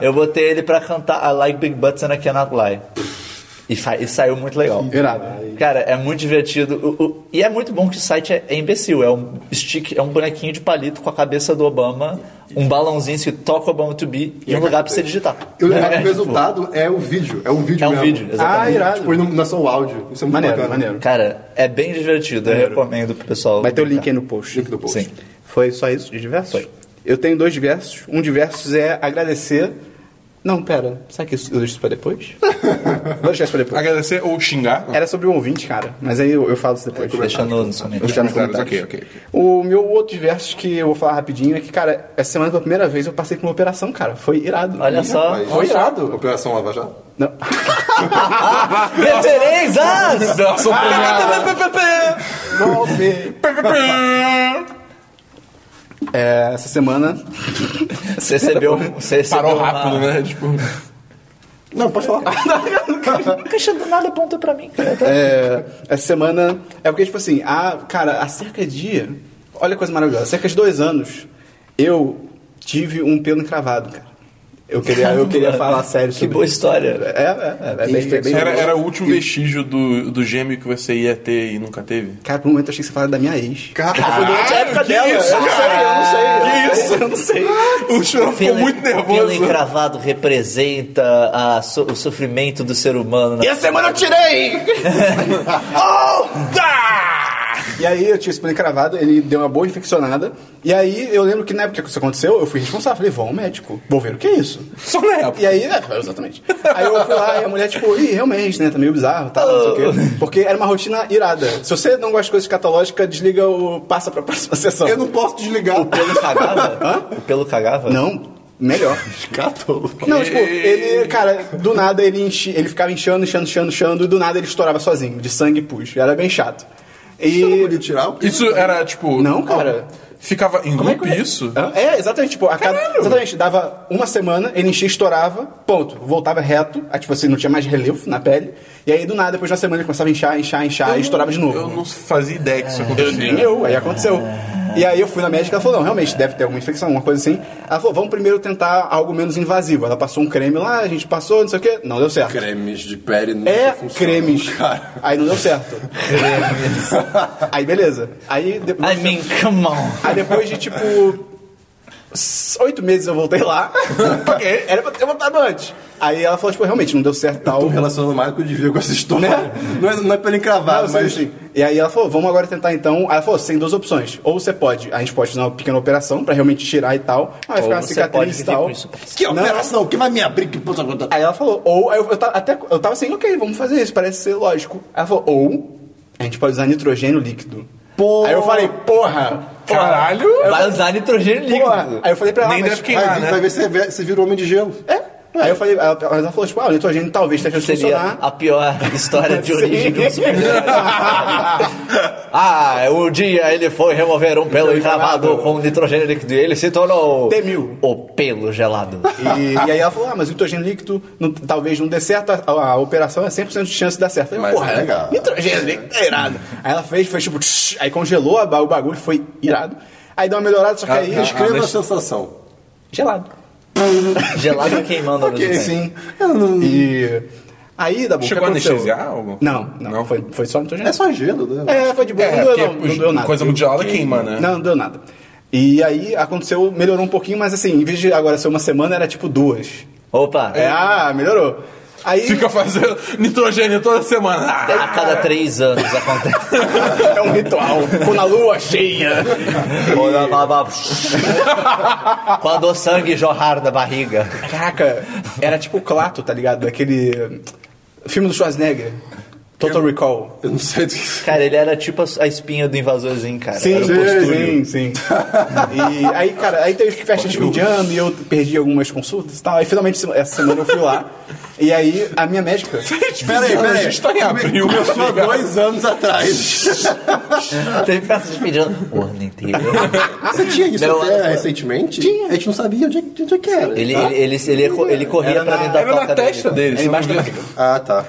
Speaker 4: Eu botei ele pra cantar I Like Big Butts and I Cannot Lie. E, fa- e saiu muito legal.
Speaker 1: Irado.
Speaker 4: Cara, é muito divertido. O- o- e é muito bom que o site é, é imbecil. É um stick, é um bonequinho de palito com a cabeça do Obama, um balãozinho que toca Obama to be e um lugar pra você digitar.
Speaker 2: E o legal é
Speaker 4: É,
Speaker 2: que o
Speaker 4: tipo,
Speaker 2: resultado é o vídeo. É um vídeo
Speaker 4: É um
Speaker 2: mesmo.
Speaker 4: vídeo,
Speaker 2: Ah,
Speaker 4: exatamente.
Speaker 2: irado. Tipo, não, não é só o áudio. Isso é muito
Speaker 1: Maneiro,
Speaker 2: bacana.
Speaker 1: maneiro.
Speaker 4: Cara, é bem divertido. Eu recomendo pro pessoal.
Speaker 1: Vai ter o link aí
Speaker 4: brincar.
Speaker 1: no post.
Speaker 2: Link do post.
Speaker 4: Sim.
Speaker 1: Foi só isso de diversos? Foi. Eu tenho dois diversos. Um diversos é agradecer. Não, pera. Será que isso eu deixo isso pra depois? Vou deixar isso pra depois.
Speaker 3: Agradecer ou xingar.
Speaker 1: Era sobre o ouvinte, cara. Mas aí eu, eu falo isso depois.
Speaker 4: Deixa no, nos
Speaker 1: Vou
Speaker 4: comentários.
Speaker 1: deixar nos
Speaker 3: Comentários,
Speaker 1: comentários.
Speaker 3: ok, ok, ok.
Speaker 1: O meu outro verso que eu vou falar rapidinho é que, cara, essa semana pela primeira vez eu passei por uma operação, cara. Foi irado.
Speaker 4: Olha só.
Speaker 2: Mas-
Speaker 1: Foi irado.
Speaker 2: Operação Lava Jato.
Speaker 1: Não.
Speaker 4: Referências!
Speaker 3: Operação premiada.
Speaker 1: Golpe. É, essa semana.
Speaker 4: Você recebeu, um- você recebeu
Speaker 3: Parou
Speaker 4: uma-
Speaker 3: rápido, né? Tipo,
Speaker 2: Não, pode falar.
Speaker 4: O Christian do nada apontou pra mim, cara.
Speaker 1: É, essa semana. É porque, tipo assim, a, cara, há cerca de. Olha que coisa maravilhosa. Há cerca de dois anos, eu tive um pelo encravado, cara. Eu
Speaker 4: Ah,
Speaker 1: queria, eu queria falar sério
Speaker 4: Que
Speaker 1: sobre
Speaker 4: boa
Speaker 1: isso.
Speaker 4: história.
Speaker 1: É, é, é, é bem, é bem
Speaker 3: era, era o último vestígio do, do gêmeo que você ia ter e nunca teve.
Speaker 1: Cara, por um momento eu achei que você falava da minha ex.
Speaker 2: Cara,
Speaker 4: Durante a época
Speaker 3: que
Speaker 4: dela,
Speaker 3: isso,
Speaker 4: eu não sei,
Speaker 3: cara?
Speaker 4: eu não sei.
Speaker 3: Que isso?
Speaker 1: Eu não sei.
Speaker 3: O Chorão ficou
Speaker 4: Pelo-
Speaker 3: muito
Speaker 4: Pelo
Speaker 3: nervoso.
Speaker 4: encravado representa a so- o sofrimento do ser humano. né?
Speaker 1: E
Speaker 4: Na...
Speaker 1: essa semana eu tirei!
Speaker 3: Ah!
Speaker 1: E aí eu tinha esse pano encravado, ele deu uma boa infeccionada. E aí eu lembro que na época que isso aconteceu, eu fui responsável. Falei, vou ao médico, vou ver o que é isso.
Speaker 3: Só na época.
Speaker 1: E aí, é, exatamente. Aí eu fui lá e a mulher, tipo, ih, realmente, né? Tá meio bizarro, tá? Não sei o quê.
Speaker 3: Oh.
Speaker 1: Porque era uma rotina irada. Se você não gosta de coisa escatológica, desliga o. passa pra próxima sessão.
Speaker 2: eu não posso desligar.
Speaker 4: O pelo cagava? O pelo cagava?
Speaker 1: Não, melhor.
Speaker 2: Gato.
Speaker 1: Não, tipo, ele, cara, do nada ele enchi, ele ficava inchando, inchando, inchando, inchando, e do nada ele estourava sozinho, de sangue e pus. Era bem chato.
Speaker 2: Eu não tá.
Speaker 1: E.
Speaker 2: podia tirar o
Speaker 3: Isso era tipo.
Speaker 1: Não, cara.
Speaker 3: Ficava em
Speaker 1: Como é
Speaker 3: loop
Speaker 1: que eu-
Speaker 3: isso?
Speaker 1: Hã? É, exatamente. Tipo, a cada, exatamente, dava uma semana, ele enchia, estourava, ponto. Voltava reto, aí, tipo assim, não tinha mais relevo na pele. E aí, do nada, depois de uma semana, ele começava a inchar, inchar, inchar, e Ah, estourava de novo.
Speaker 3: Eu não fazia ideia que isso acontecia.
Speaker 1: Nem eu, aí aconteceu. E aí eu fui na médica, ela falou, não, realmente, deve ter alguma infecção, alguma coisa assim. Ela falou, vamos primeiro tentar algo menos invasivo. Ela passou um creme lá, a gente passou, não sei o quê, não deu certo.
Speaker 2: Cremes de pele não
Speaker 1: É cremes. Aí não deu certo.
Speaker 4: Cremes.
Speaker 1: Aí beleza. Aí depois,
Speaker 4: I mean, come on.
Speaker 1: aí depois de tipo. s- Oito meses eu voltei lá. ok, era pra ter voltado antes. Aí ela falou, tipo, realmente não deu certo
Speaker 2: Tô
Speaker 1: tal.
Speaker 2: relacionando mais com o que eu devia com essa história.
Speaker 1: Né?
Speaker 2: Não, é, não é pelo
Speaker 1: Ah,
Speaker 2: encravado,
Speaker 1: eu sei,
Speaker 2: mas.
Speaker 1: sim. E aí ela falou, vamos agora tentar então. Aí ela falou, você tem duas opções. Ou você pode, a gente pode fazer uma pequena operação pra realmente tirar e tal. Aí vai
Speaker 4: Ou
Speaker 1: ficar uma
Speaker 4: você
Speaker 1: cicatriz
Speaker 4: pode
Speaker 1: e
Speaker 4: viver
Speaker 1: tal.
Speaker 4: com isso.
Speaker 2: Que
Speaker 1: Não.
Speaker 2: operação? Que vai me abrir? Que puta puta-
Speaker 1: Aí ela falou, ou aí eu, eu, ta- até, eu tava assim, ok, vamos fazer isso, parece ser lógico. Ela falou, ou a gente pode usar nitrogênio líquido.
Speaker 2: Pô.
Speaker 1: Aí eu falei, porra!
Speaker 3: Caralho!
Speaker 4: Vai usar nitrogênio líquido.
Speaker 1: Porra! Aí eu falei pra ela,
Speaker 3: Nem
Speaker 1: mas,
Speaker 3: deve
Speaker 2: Vai,
Speaker 3: queimar,
Speaker 2: vir-
Speaker 3: né?
Speaker 2: vai ver se, é ve- se vira um homem de gelo.
Speaker 1: é, Aí eu falei, ela, ela falou, tipo, ah, o nitrogênio talvez esteja de
Speaker 4: Seria
Speaker 1: funcionar.
Speaker 4: a pior história de
Speaker 1: Sim.
Speaker 4: origem de um super-herói. Ah, um dia ele foi remover um
Speaker 1: Então,
Speaker 4: pelo encravado com nitrogênio líquido e ele se tornou...
Speaker 1: Temiu.
Speaker 4: O pelo gelado.
Speaker 1: E, e aí ela falou, ah, mas o nitrogênio líquido não- talvez não dê certo, a, a- a operação é 100% de chance de dar certo. Eu falei,
Speaker 2: Mas
Speaker 1: porra,
Speaker 2: é legal.
Speaker 1: nitrogênio líquido é irado. Aí ela fez, foi tipo, tsh, aí congelou a ba- o bagulho, foi irado. Aí deu uma melhorada, só que aí...
Speaker 2: Descreva
Speaker 3: mas-
Speaker 2: a sensação.
Speaker 1: Gelado.
Speaker 4: Gelado queimando ao
Speaker 3: ah,
Speaker 4: mesmo tempo.
Speaker 1: sim. assim. E... Aí, da boca
Speaker 3: Chegou a anestesiar algo?
Speaker 1: Não, não,
Speaker 3: Não?
Speaker 1: Foi, foi só nitrogênio.
Speaker 2: É só gelo, né?
Speaker 1: É, foi de boa,
Speaker 3: É,
Speaker 1: não doeu não,
Speaker 3: porque
Speaker 1: não doeu nada.
Speaker 3: coisa muito gelada queima, né?
Speaker 1: Não, não deu nada. E aí aconteceu, melhorou um pouquinho, mas assim, em vez de agora ser uma semana, era tipo duas.
Speaker 4: Opa,
Speaker 1: É, ah, melhorou. Aí
Speaker 3: Fica fazendo nitrogênio toda semana. Ah!
Speaker 4: a cada três anos acontece.
Speaker 1: é um ritual. Quando a lua cheia.
Speaker 4: Quando o sangue jorrar da barriga.
Speaker 1: Caraca, era tipo o Clato, tá ligado? Daquele filme do Schwarzenegger. Total Recall.
Speaker 2: Eu não sei do que...
Speaker 4: Cara, ele era tipo a a espinha do invasorzinho, cara.
Speaker 1: Sim,
Speaker 4: Era um postúrio.
Speaker 1: sim, sim. E aí, cara, aí teve festa de fim de ano e eu perdi algumas consultas e tal. Aí finalmente essa semana eu fui lá. E aí a minha médica.
Speaker 2: Peraí, peraí.
Speaker 3: A gente tá em abril,
Speaker 2: Começou há
Speaker 3: tá ligado?
Speaker 2: dois anos atrás.
Speaker 4: Teve festa de fim de ano o ano inteiro.
Speaker 2: Você tinha isso
Speaker 4: Não,
Speaker 2: até
Speaker 4: ela-
Speaker 2: recentemente? Tinha. A gente não sabia onde, é que- onde é que era.
Speaker 4: Ele,
Speaker 2: tá?
Speaker 4: ele, ele, ele, ele corria
Speaker 1: Era
Speaker 4: pra
Speaker 1: na-
Speaker 4: dentro da
Speaker 3: Era na
Speaker 4: toca
Speaker 3: testa dele.
Speaker 1: É embaixo
Speaker 3: da...
Speaker 1: da-
Speaker 2: Ah, tá.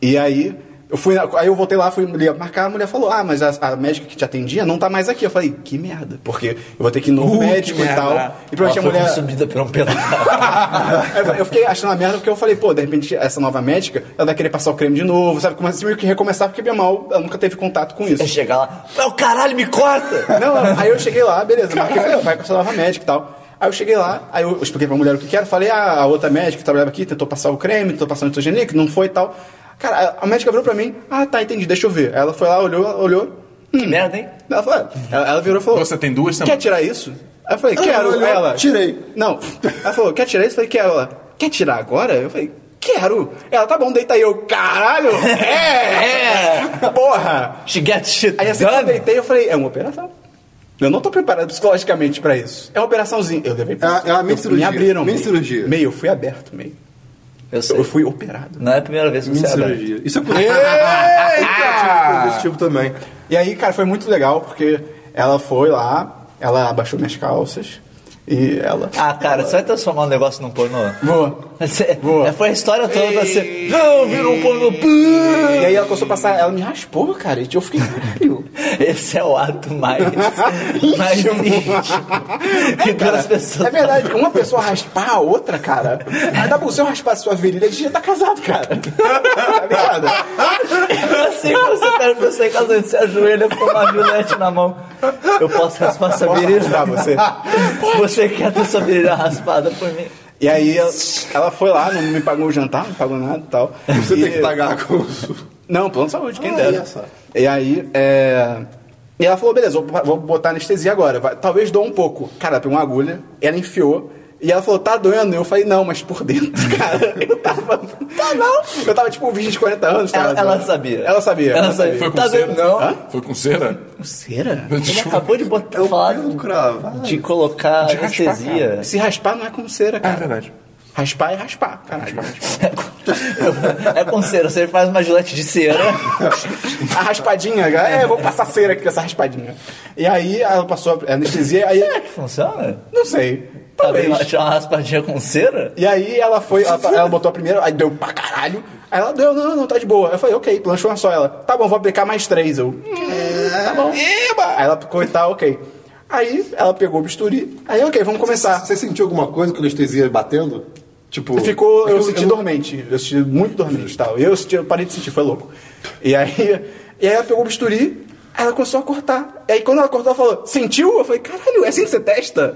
Speaker 1: E aí, eu fui, na- aí eu voltei lá, fui li- marcar, a mulher falou, ah, mas a, a médica que te atendia não tá mais aqui. Eu falei, que merda, porque eu vou ter que ir no
Speaker 3: Uh,
Speaker 1: médico
Speaker 3: que
Speaker 1: e
Speaker 3: merda.
Speaker 1: tal. E
Speaker 4: Ela
Speaker 1: provavelmente
Speaker 4: foi
Speaker 1: a mulher...
Speaker 4: consumida por um pelado.
Speaker 1: É, Eu- eu fiquei achando a merda porque eu falei, pô, de repente essa nova médica, ela vai querer passar o creme de novo, sabe? Começa meio que recomeçar, porque bem mal, ela nunca teve contato com isso.
Speaker 4: Chegar lá, meu caralho, me corta!
Speaker 1: Não, não, aí eu cheguei lá, beleza, marquei, falei, vai com essa nova médica e tal. Aí eu cheguei lá, aí eu eu expliquei pra mulher o que que era, falei, ah, a outra médica que trabalhava aqui tentou passar o creme, tentou passar o nitrogênio, que não foi e tal. Cara, a a médica virou pra mim, ah, tá, entendi, deixa eu ver. Aí Ela foi lá, olhou, olhou,
Speaker 4: Que merda, hein?
Speaker 1: ela, falou, "É." ela, ela virou e falou,
Speaker 3: Você tem duas
Speaker 1: quer
Speaker 3: semanas.
Speaker 1: tirar isso? Aí eu falei,
Speaker 2: Ela
Speaker 1: quero,
Speaker 2: olhou,
Speaker 1: ela.
Speaker 2: tirei.
Speaker 1: Não, ela falou, quer tirar isso? Eu falei, quero, ela. Quer tirar agora? Eu falei, quero. Ela, tá bom, deita aí. Eu, caralho, é, é, porra.
Speaker 4: She gets shit
Speaker 1: Aí assim que eu
Speaker 4: done.
Speaker 1: deitei, eu falei, é uma operação. Eu não tô preparado psicologicamente pra isso. É uma operaçãozinha. Eu levei pra-
Speaker 2: É uma- é uma mini
Speaker 1: eu- Me
Speaker 2: cirurgia,
Speaker 1: abriram.
Speaker 2: mini
Speaker 1: meio.
Speaker 2: cirurgia.
Speaker 1: Meio, eu fui aberto, meio.
Speaker 4: Eu sei.
Speaker 1: Eu fui operado.
Speaker 4: Não é a primeira vez que
Speaker 2: Mini
Speaker 4: você abre.
Speaker 2: cirurgia. Isso é curioso. Eita! Desse tipo também.
Speaker 1: E aí, cara, foi muito legal, porque ela foi lá, ela abaixou minhas calças e ela...
Speaker 4: Ah, cara, você vai transformar um negócio num pornô?
Speaker 1: Boa.
Speaker 4: Você-
Speaker 1: Boa.
Speaker 4: é, Foi a história toda pra você. Não, virou um pornô. Pum!
Speaker 1: E aí ela começou a passar, ela me raspou, cara, e eu fiquei, caralho.
Speaker 4: Esse é o ato mais. mais
Speaker 1: Íntimo.
Speaker 4: íntimo que
Speaker 1: Cara,
Speaker 4: duas pessoas.
Speaker 1: É verdade, uma pessoa raspar a outra, cara. Ainda por se eu raspar a sua virilha, a gente já tá casado, cara. Tá ligado?
Speaker 4: Eu sei que você tá pega pessoa em casa, você ajoelha com uma violete na mão. Eu posso raspar sua
Speaker 1: Posso
Speaker 4: virilha?
Speaker 1: raspar você?
Speaker 4: Você quer ter sua virilha raspada por mim?
Speaker 1: E aí ela, ela foi lá, não me pagou o jantar, não pagou nada e tal.
Speaker 2: Você
Speaker 1: E-
Speaker 2: tem que pagar com...
Speaker 1: Não, plano de saúde, quem
Speaker 2: Ah,
Speaker 1: dera.
Speaker 2: olha só.
Speaker 1: E aí, é... E ela falou, beleza, vou, vou botar anestesia agora. vai- talvez dou um pouco. Cara, ela pegou uma agulha, ela enfiou. E ela falou, tá doendo? Eu falei, não, mas por dentro, cara. Eu tava... Tá não. Eu tava tipo um virgem de 40 anos, cara.
Speaker 4: Ela, ela sabia.
Speaker 1: Ela sabia.
Speaker 4: Ela sabia.
Speaker 3: Foi com
Speaker 4: tá
Speaker 3: cera?
Speaker 4: vendo? Não.
Speaker 3: Foi com cera?
Speaker 1: Pulseira?
Speaker 4: Ele acabou de botar, falar
Speaker 2: Paga com cravo.
Speaker 4: de colocar
Speaker 3: De raspar,
Speaker 4: anestesia.
Speaker 1: Se raspar não é com cera,
Speaker 3: Ah, é
Speaker 1: cara.
Speaker 3: verdade.
Speaker 1: Raspar é raspar, caralho.
Speaker 4: É com cera. Você faz uma gilete de cera.
Speaker 1: A raspadinha, cara. É, vou passar cera aqui com essa raspadinha. E aí ela passou a anestesia, aí...
Speaker 4: Funciona?
Speaker 1: Não sei.
Speaker 4: Tá vendo?
Speaker 1: Talvez.
Speaker 4: Tinha uma raspadinha com cera?
Speaker 1: E aí ela foi, ela, ela botou a primeira, aí deu pra caralho. Aí ela deu, não, não, tá de boa. Eu falei, ok, lanchou uma só ela. Tá bom, vou aplicar mais três. Eu, "Hum, tá bom. Aí ela ficou e tal, ok. Aí ela pegou o bisturi, aí ok, vamos começar.
Speaker 2: Você sentiu alguma coisa com a anestesia batendo? Tipo...
Speaker 1: Ficou, eu
Speaker 2: eu-
Speaker 1: senti
Speaker 2: eu-
Speaker 1: dormente, eu senti muito dormente e tal. Eu, senti, eu parei de sentir, foi louco. E aí, e aí ela pegou o bisturi, aí ela começou a cortar. E aí quando ela cortou, ela falou, sentiu? Eu falei, caralho, é assim que você testa?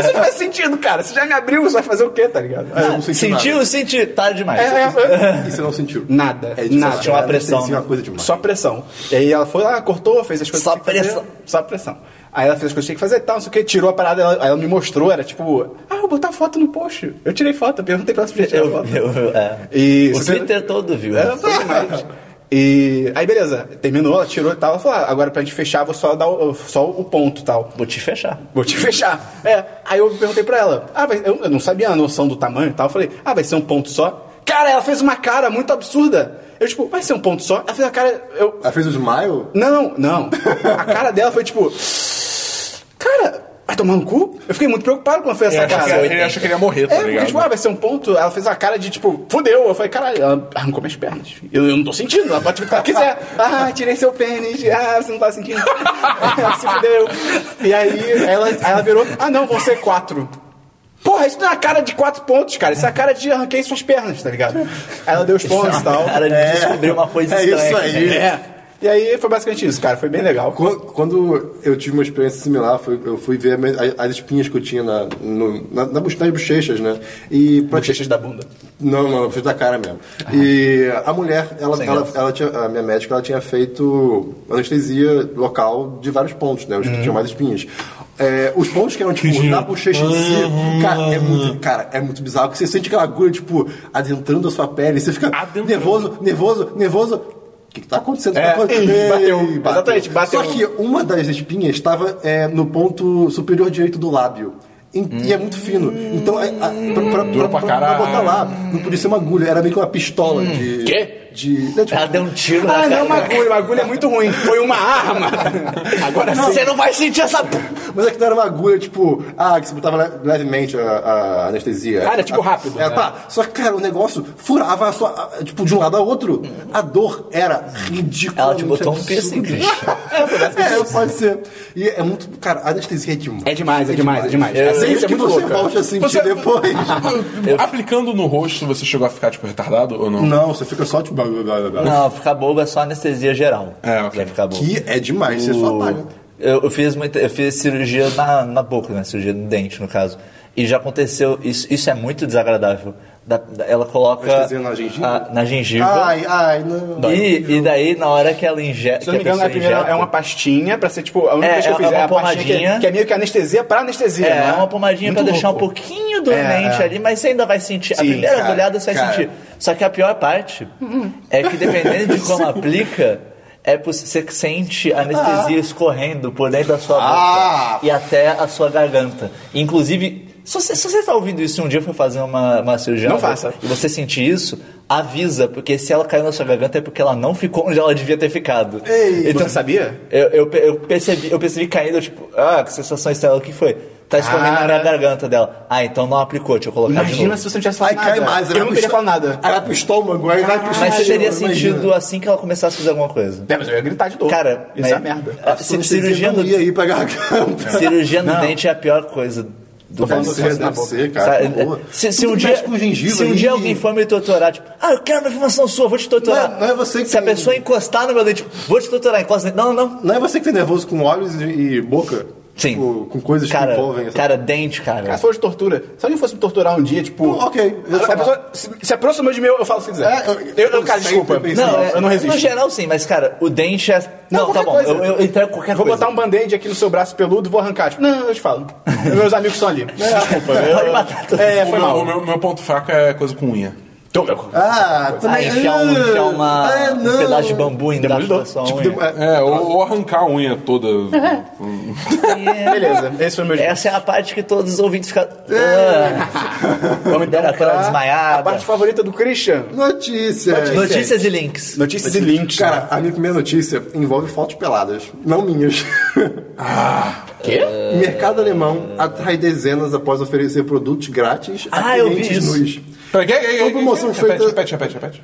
Speaker 1: Isso não faz sentido, cara. Você já me abriu, você vai fazer o quê, tá ligado?
Speaker 2: Ah, eu não senti nada.
Speaker 4: Sentiu, senti. Tarde demais.
Speaker 1: É, é, é.
Speaker 2: E você não sentiu?
Speaker 1: Nada,
Speaker 2: É difícil.
Speaker 1: nada.
Speaker 4: Tinha uma pressão,
Speaker 2: Anestesia é
Speaker 4: né?
Speaker 2: uma coisa demais.
Speaker 1: Só pressão. E aí ela foi lá, cortou, fez as coisas
Speaker 4: Só
Speaker 1: que tinha que fazer.
Speaker 4: pressão.
Speaker 1: Só pressão. Aí ela fez as coisas que tinha que fazer e tal, não sei o que, tirou a parada, ela, aí ela me mostrou, era tipo, ah, eu vou botar foto no post. Eu tirei foto, eu perguntei pra ela se podia tirar
Speaker 4: Eu,
Speaker 1: foto.
Speaker 4: eu, é.
Speaker 1: E
Speaker 4: o
Speaker 1: você-
Speaker 4: Twitter todo viu.
Speaker 1: É, foi demais. E aí, beleza, terminou, ela tirou e tal. Ela falou: ah, agora pra gente fechar, vou só dar o, só o ponto e tal.
Speaker 4: Vou te fechar.
Speaker 1: Vou te fechar. É, aí eu perguntei pra ela: ah, vai- eu, eu não sabia a noção do tamanho e tal. Eu falei: ah, vai ser um ponto só? Cara, ela fez uma cara muito absurda. Eu, tipo, vai ser um ponto só? Ela fez a cara. Eu,
Speaker 2: Ela fez o smile?
Speaker 1: não, não. A cara dela foi tipo. Cara, vai tomar no cu? Eu fiquei muito preocupado quando foi
Speaker 3: Ele
Speaker 1: essa
Speaker 3: acha, que,
Speaker 1: cara.
Speaker 3: ele acha que ele ia morrer, tá
Speaker 1: É, porque,
Speaker 3: ligado?
Speaker 1: tipo, ah, vai ser um ponto. Ela fez a cara de tipo, fudeu. Eu falei, caralho, ela arrancou minhas pernas. Eu, eu não tô sentindo, ela pode ficar o que quiser. Ah, tirei seu pênis. Ah, você não tá sentindo. ela se fudeu. E aí ela, aí ela virou, ah, não, vão ser quatro. Porra, isso não é a cara de quatro pontos, cara. Isso é a cara de arranquei suas pernas, tá ligado? Aí ela deu os pontos e tal.
Speaker 4: Cara, ele descobriu uma coisa
Speaker 2: é
Speaker 4: estranha. né?
Speaker 2: isso aí.
Speaker 1: É. E aí foi basicamente isso, cara. Foi bem legal.
Speaker 2: Quando, quando eu tive uma experiência similar, foi- eu fui ver a me- a- as espinhas que eu tinha na, no, na, na, nas bochechas, né? E pra-
Speaker 1: Bochechas da bunda.
Speaker 2: Não, não, eu fiz da cara mesmo. E a mulher, ela, ela, ela tinha, a minha médica, ela tinha feito anestesia local de vários pontos, né? Os que tinham mais espinhas. É, os pontos que eram, tipo,
Speaker 3: giro.
Speaker 2: na bochecha em si, cara, é muito, cara, é muito bizarro, porque você sente aquela agulha, tipo, adentrando a sua pele, e você fica
Speaker 3: Adentrando.
Speaker 2: nervoso, nervoso, nervoso. O que, que tá acontecendo?
Speaker 1: É,
Speaker 2: Ei,
Speaker 1: bateu, exatamente, bateu.
Speaker 2: Só que uma das espinhas estava é, no ponto superior direito do lábio. E, e é muito fino. Então, é, a, pra, pra-
Speaker 3: Dura pra caralho.
Speaker 2: botar lá, não podia ser uma agulha, era meio que uma pistola de.
Speaker 1: Quê?
Speaker 2: De. Não, tipo,
Speaker 4: Ela deu um tiro
Speaker 1: Ah,
Speaker 4: na cara.
Speaker 1: não, uma agulha. Uma agulha é muito ruim. Foi uma arma. Agora sim.
Speaker 4: Você não vai sentir essa...
Speaker 2: mas é que não era uma agulha, tipo, ah, que você botava le- levemente a, a anestesia.
Speaker 1: Ah, era tipo
Speaker 2: A-
Speaker 1: rápido,
Speaker 2: É,
Speaker 1: né?
Speaker 2: pá. Só que, cara, o negócio furava a sua. a- tipo, de um lado a outro. A dor era ridícula.
Speaker 4: Ela te botou um piercing, Christian.
Speaker 2: É, pode ser. E é muito. Cara, a anestesia é demais.
Speaker 1: É demais, é demais, é demais.
Speaker 4: É,
Speaker 1: A
Speaker 2: Desde
Speaker 1: ciência é
Speaker 2: que
Speaker 1: muito
Speaker 2: você
Speaker 1: louca.
Speaker 2: volte a sentir
Speaker 3: Você-
Speaker 2: depois.
Speaker 3: Aplicando no rosto, você chegou a ficar, tipo, retardado ou não?
Speaker 2: Não, você fica só tipo. blá, blá, blá, blá.
Speaker 4: Não, ficar bobo é só anestesia geral.
Speaker 3: É, ok.
Speaker 4: Vai ficar bobo.
Speaker 2: Que é demais, você só apaga.
Speaker 4: Eu, eu fiz muita, eu fiz cirurgia na, na boca, né? Cirurgia do dente, no caso. E já aconteceu, isso, isso é muito desagradável. Da- da- ela coloca.
Speaker 2: Anestesia na gengiva?
Speaker 4: a- na gengiva.
Speaker 2: Ai, ai, não.
Speaker 4: e, e daí, na hora que ela injeta.
Speaker 1: Se eu não me engano, a primeira é uma pastinha pra ser tipo. A única
Speaker 4: É,
Speaker 1: coisa que eu
Speaker 4: é
Speaker 1: fiz é,
Speaker 4: uma
Speaker 1: a pastinha que,
Speaker 4: pomadinha.
Speaker 1: que é meio que anestesia pra anestesia.
Speaker 4: É,
Speaker 1: né?
Speaker 4: é uma pomadinha
Speaker 1: Muito
Speaker 4: pra deixar um
Speaker 1: louco.
Speaker 4: pouquinho dormente
Speaker 1: É, é.
Speaker 4: ali, mas você ainda vai sentir. a
Speaker 1: Sim,
Speaker 4: primeira
Speaker 2: cara,
Speaker 4: agulhada você vai
Speaker 2: cara.
Speaker 4: sentir. Só que a pior parte é que dependendo de como aplica, é poss- você que sente a
Speaker 1: Ah.
Speaker 4: anestesia escorrendo por dentro da sua boca
Speaker 2: Ah.
Speaker 4: e até a sua garganta. Inclusive, se você, se você tá ouvindo isso e um dia for fazer uma, uma cirurgia
Speaker 1: Não
Speaker 4: na boca
Speaker 1: faça.
Speaker 4: e você sentir isso, avisa, porque se ela caiu na sua garganta é porque ela não ficou onde ela devia ter ficado. Então,
Speaker 2: Ei.
Speaker 1: Você Então, sabia?
Speaker 4: Eu, eu, pe- eu percebi, eu percebi caindo, tipo, ah, que sensação estranha, o que foi? Tá escorrendo na minha
Speaker 1: Cara.
Speaker 4: garganta dela. Ah, então não aplicou, deixa eu colocar de
Speaker 1: Imagina
Speaker 4: novo.
Speaker 1: se você não tivesse
Speaker 2: Aí
Speaker 1: falado
Speaker 2: cai
Speaker 1: nada.
Speaker 2: mais, aí
Speaker 1: eu
Speaker 2: vai
Speaker 1: não
Speaker 2: pro
Speaker 1: teria falado nada.
Speaker 2: Aí vai pro estômago, aí vai pro
Speaker 4: Mas você
Speaker 2: estômago,
Speaker 4: teria
Speaker 2: imagina.
Speaker 4: sentido assim que ela começasse a fazer alguma coisa.
Speaker 1: É, mas eu ia gritar de dor.
Speaker 4: Cara,
Speaker 1: isso é
Speaker 4: mas-
Speaker 1: merda.
Speaker 4: Ah,
Speaker 2: A
Speaker 4: ci-
Speaker 2: sua anestesia
Speaker 4: cirurgia
Speaker 2: não
Speaker 4: no,
Speaker 2: ia ir pra garganta.
Speaker 4: cirurgia no
Speaker 1: Não.
Speaker 4: dente é a pior coisa do
Speaker 1: falando
Speaker 4: mundo.
Speaker 1: sério.
Speaker 2: Deve ser, cara.
Speaker 4: tá Sabe,
Speaker 2: que horror.
Speaker 4: se, se
Speaker 2: Tu
Speaker 4: um dia,
Speaker 2: mexe com gengiva
Speaker 4: se um
Speaker 2: aí.
Speaker 4: dia alguém for me torturar, tipo, ah, eu quero uma informação sua, vou te torturar.
Speaker 2: Não é- não é você que
Speaker 4: Se a
Speaker 2: tem-
Speaker 4: pessoa encostar no meu dente, tipo, vou te torturar, encosta. Não, não, não.
Speaker 2: Não é você que tem nervoso com olhos e, e boca?
Speaker 4: Sim.
Speaker 2: Tipo, com coisas
Speaker 4: cara,
Speaker 2: que envolvem essa-
Speaker 4: Cara, dente, cara.
Speaker 1: Cara, se for de tortura, se alguém fosse me torturar um dia, tipo.
Speaker 2: Hum, ok, eu vou
Speaker 1: A, a
Speaker 2: falar.
Speaker 1: pessoa se, se aproxima de mim, eu falo o que quiser.
Speaker 2: É, eu-
Speaker 1: eu, eu,
Speaker 2: eu
Speaker 1: cara,
Speaker 2: sempre
Speaker 1: desculpa.
Speaker 2: pensei
Speaker 4: Não, é,
Speaker 1: eu não
Speaker 4: No
Speaker 1: resisto.
Speaker 4: geral, sim, mas, cara, o dente é. Não, tá
Speaker 1: qualquer
Speaker 4: bom.
Speaker 1: coisa.
Speaker 4: Eu, eu entrego qualquer
Speaker 1: Vou
Speaker 4: coisa.
Speaker 1: botar um band-aid aqui no seu braço peludo, vou arrancar. Tipo, não, eu te falo. Meus amigos são ali. Desculpa.
Speaker 4: Pode
Speaker 1: eu-
Speaker 4: matar tudo.
Speaker 1: É,
Speaker 3: O
Speaker 1: foi
Speaker 3: meu-
Speaker 1: mal.
Speaker 3: O meu, meu ponto fraco é coisa com unha.
Speaker 1: Tô, meu-
Speaker 2: Ah,
Speaker 4: Ah,
Speaker 2: também.
Speaker 4: enfiar
Speaker 1: é,
Speaker 4: um, enfiar uma,
Speaker 2: Ah,
Speaker 4: um
Speaker 2: não.
Speaker 4: pedaço de bambu embaixo
Speaker 1: Demolidor.
Speaker 4: da sua
Speaker 2: Tipo,
Speaker 4: unha.
Speaker 2: de- é,
Speaker 3: É, ou, ou arrancar a unha toda.
Speaker 1: Beleza, esse foi o meu jogo.
Speaker 4: Essa é a parte que todos os ouvintes
Speaker 1: É.
Speaker 4: ficam. Ah,
Speaker 1: Vamos
Speaker 4: deram aquela
Speaker 1: Então, A
Speaker 4: desmaiada.
Speaker 1: parte favorita do Christian.
Speaker 2: Notícias.
Speaker 4: Notícias e links.
Speaker 1: Notícias e links. né?
Speaker 2: Cara, a minha primeira notícia envolve fotos peladas, não minhas.
Speaker 1: quê?
Speaker 2: Mercado alemão atrai dezenas após oferecer produtos grátis a
Speaker 4: Ah, eu vi
Speaker 2: clientes
Speaker 4: isso.
Speaker 2: nus.
Speaker 3: Peraí, que- que- que-
Speaker 2: Uma promoção
Speaker 3: que- repete,
Speaker 2: feita-
Speaker 3: repete, repete, repete.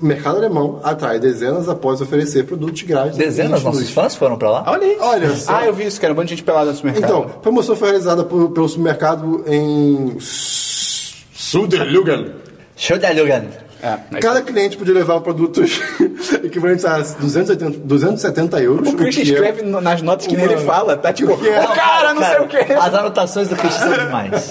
Speaker 2: Mercado alemão atrai dezenas após oferecer produtos grátis a
Speaker 4: Dezenas
Speaker 2: clientes
Speaker 4: nossos
Speaker 2: nus.
Speaker 4: fãs foram pra lá?
Speaker 1: Olha aí.
Speaker 2: Olha só.
Speaker 1: Ah, eu vi isso, cara. Um monte de gente pelada no supermercado.
Speaker 2: Então, a promoção foi realizada por- pelo supermercado em Suderlugan.
Speaker 4: Show de Alugan.
Speaker 1: é,
Speaker 2: Cada cliente podia levar produtos equivalentes a 280, 270 euros.
Speaker 1: O Christian
Speaker 2: que é-
Speaker 1: escreve no- nas notas que nem
Speaker 2: Uma-
Speaker 1: ele fala, tá tipo,
Speaker 2: O que é?
Speaker 1: "Ô, cara, não sei o quê.
Speaker 4: As anotações do Cristian são demais.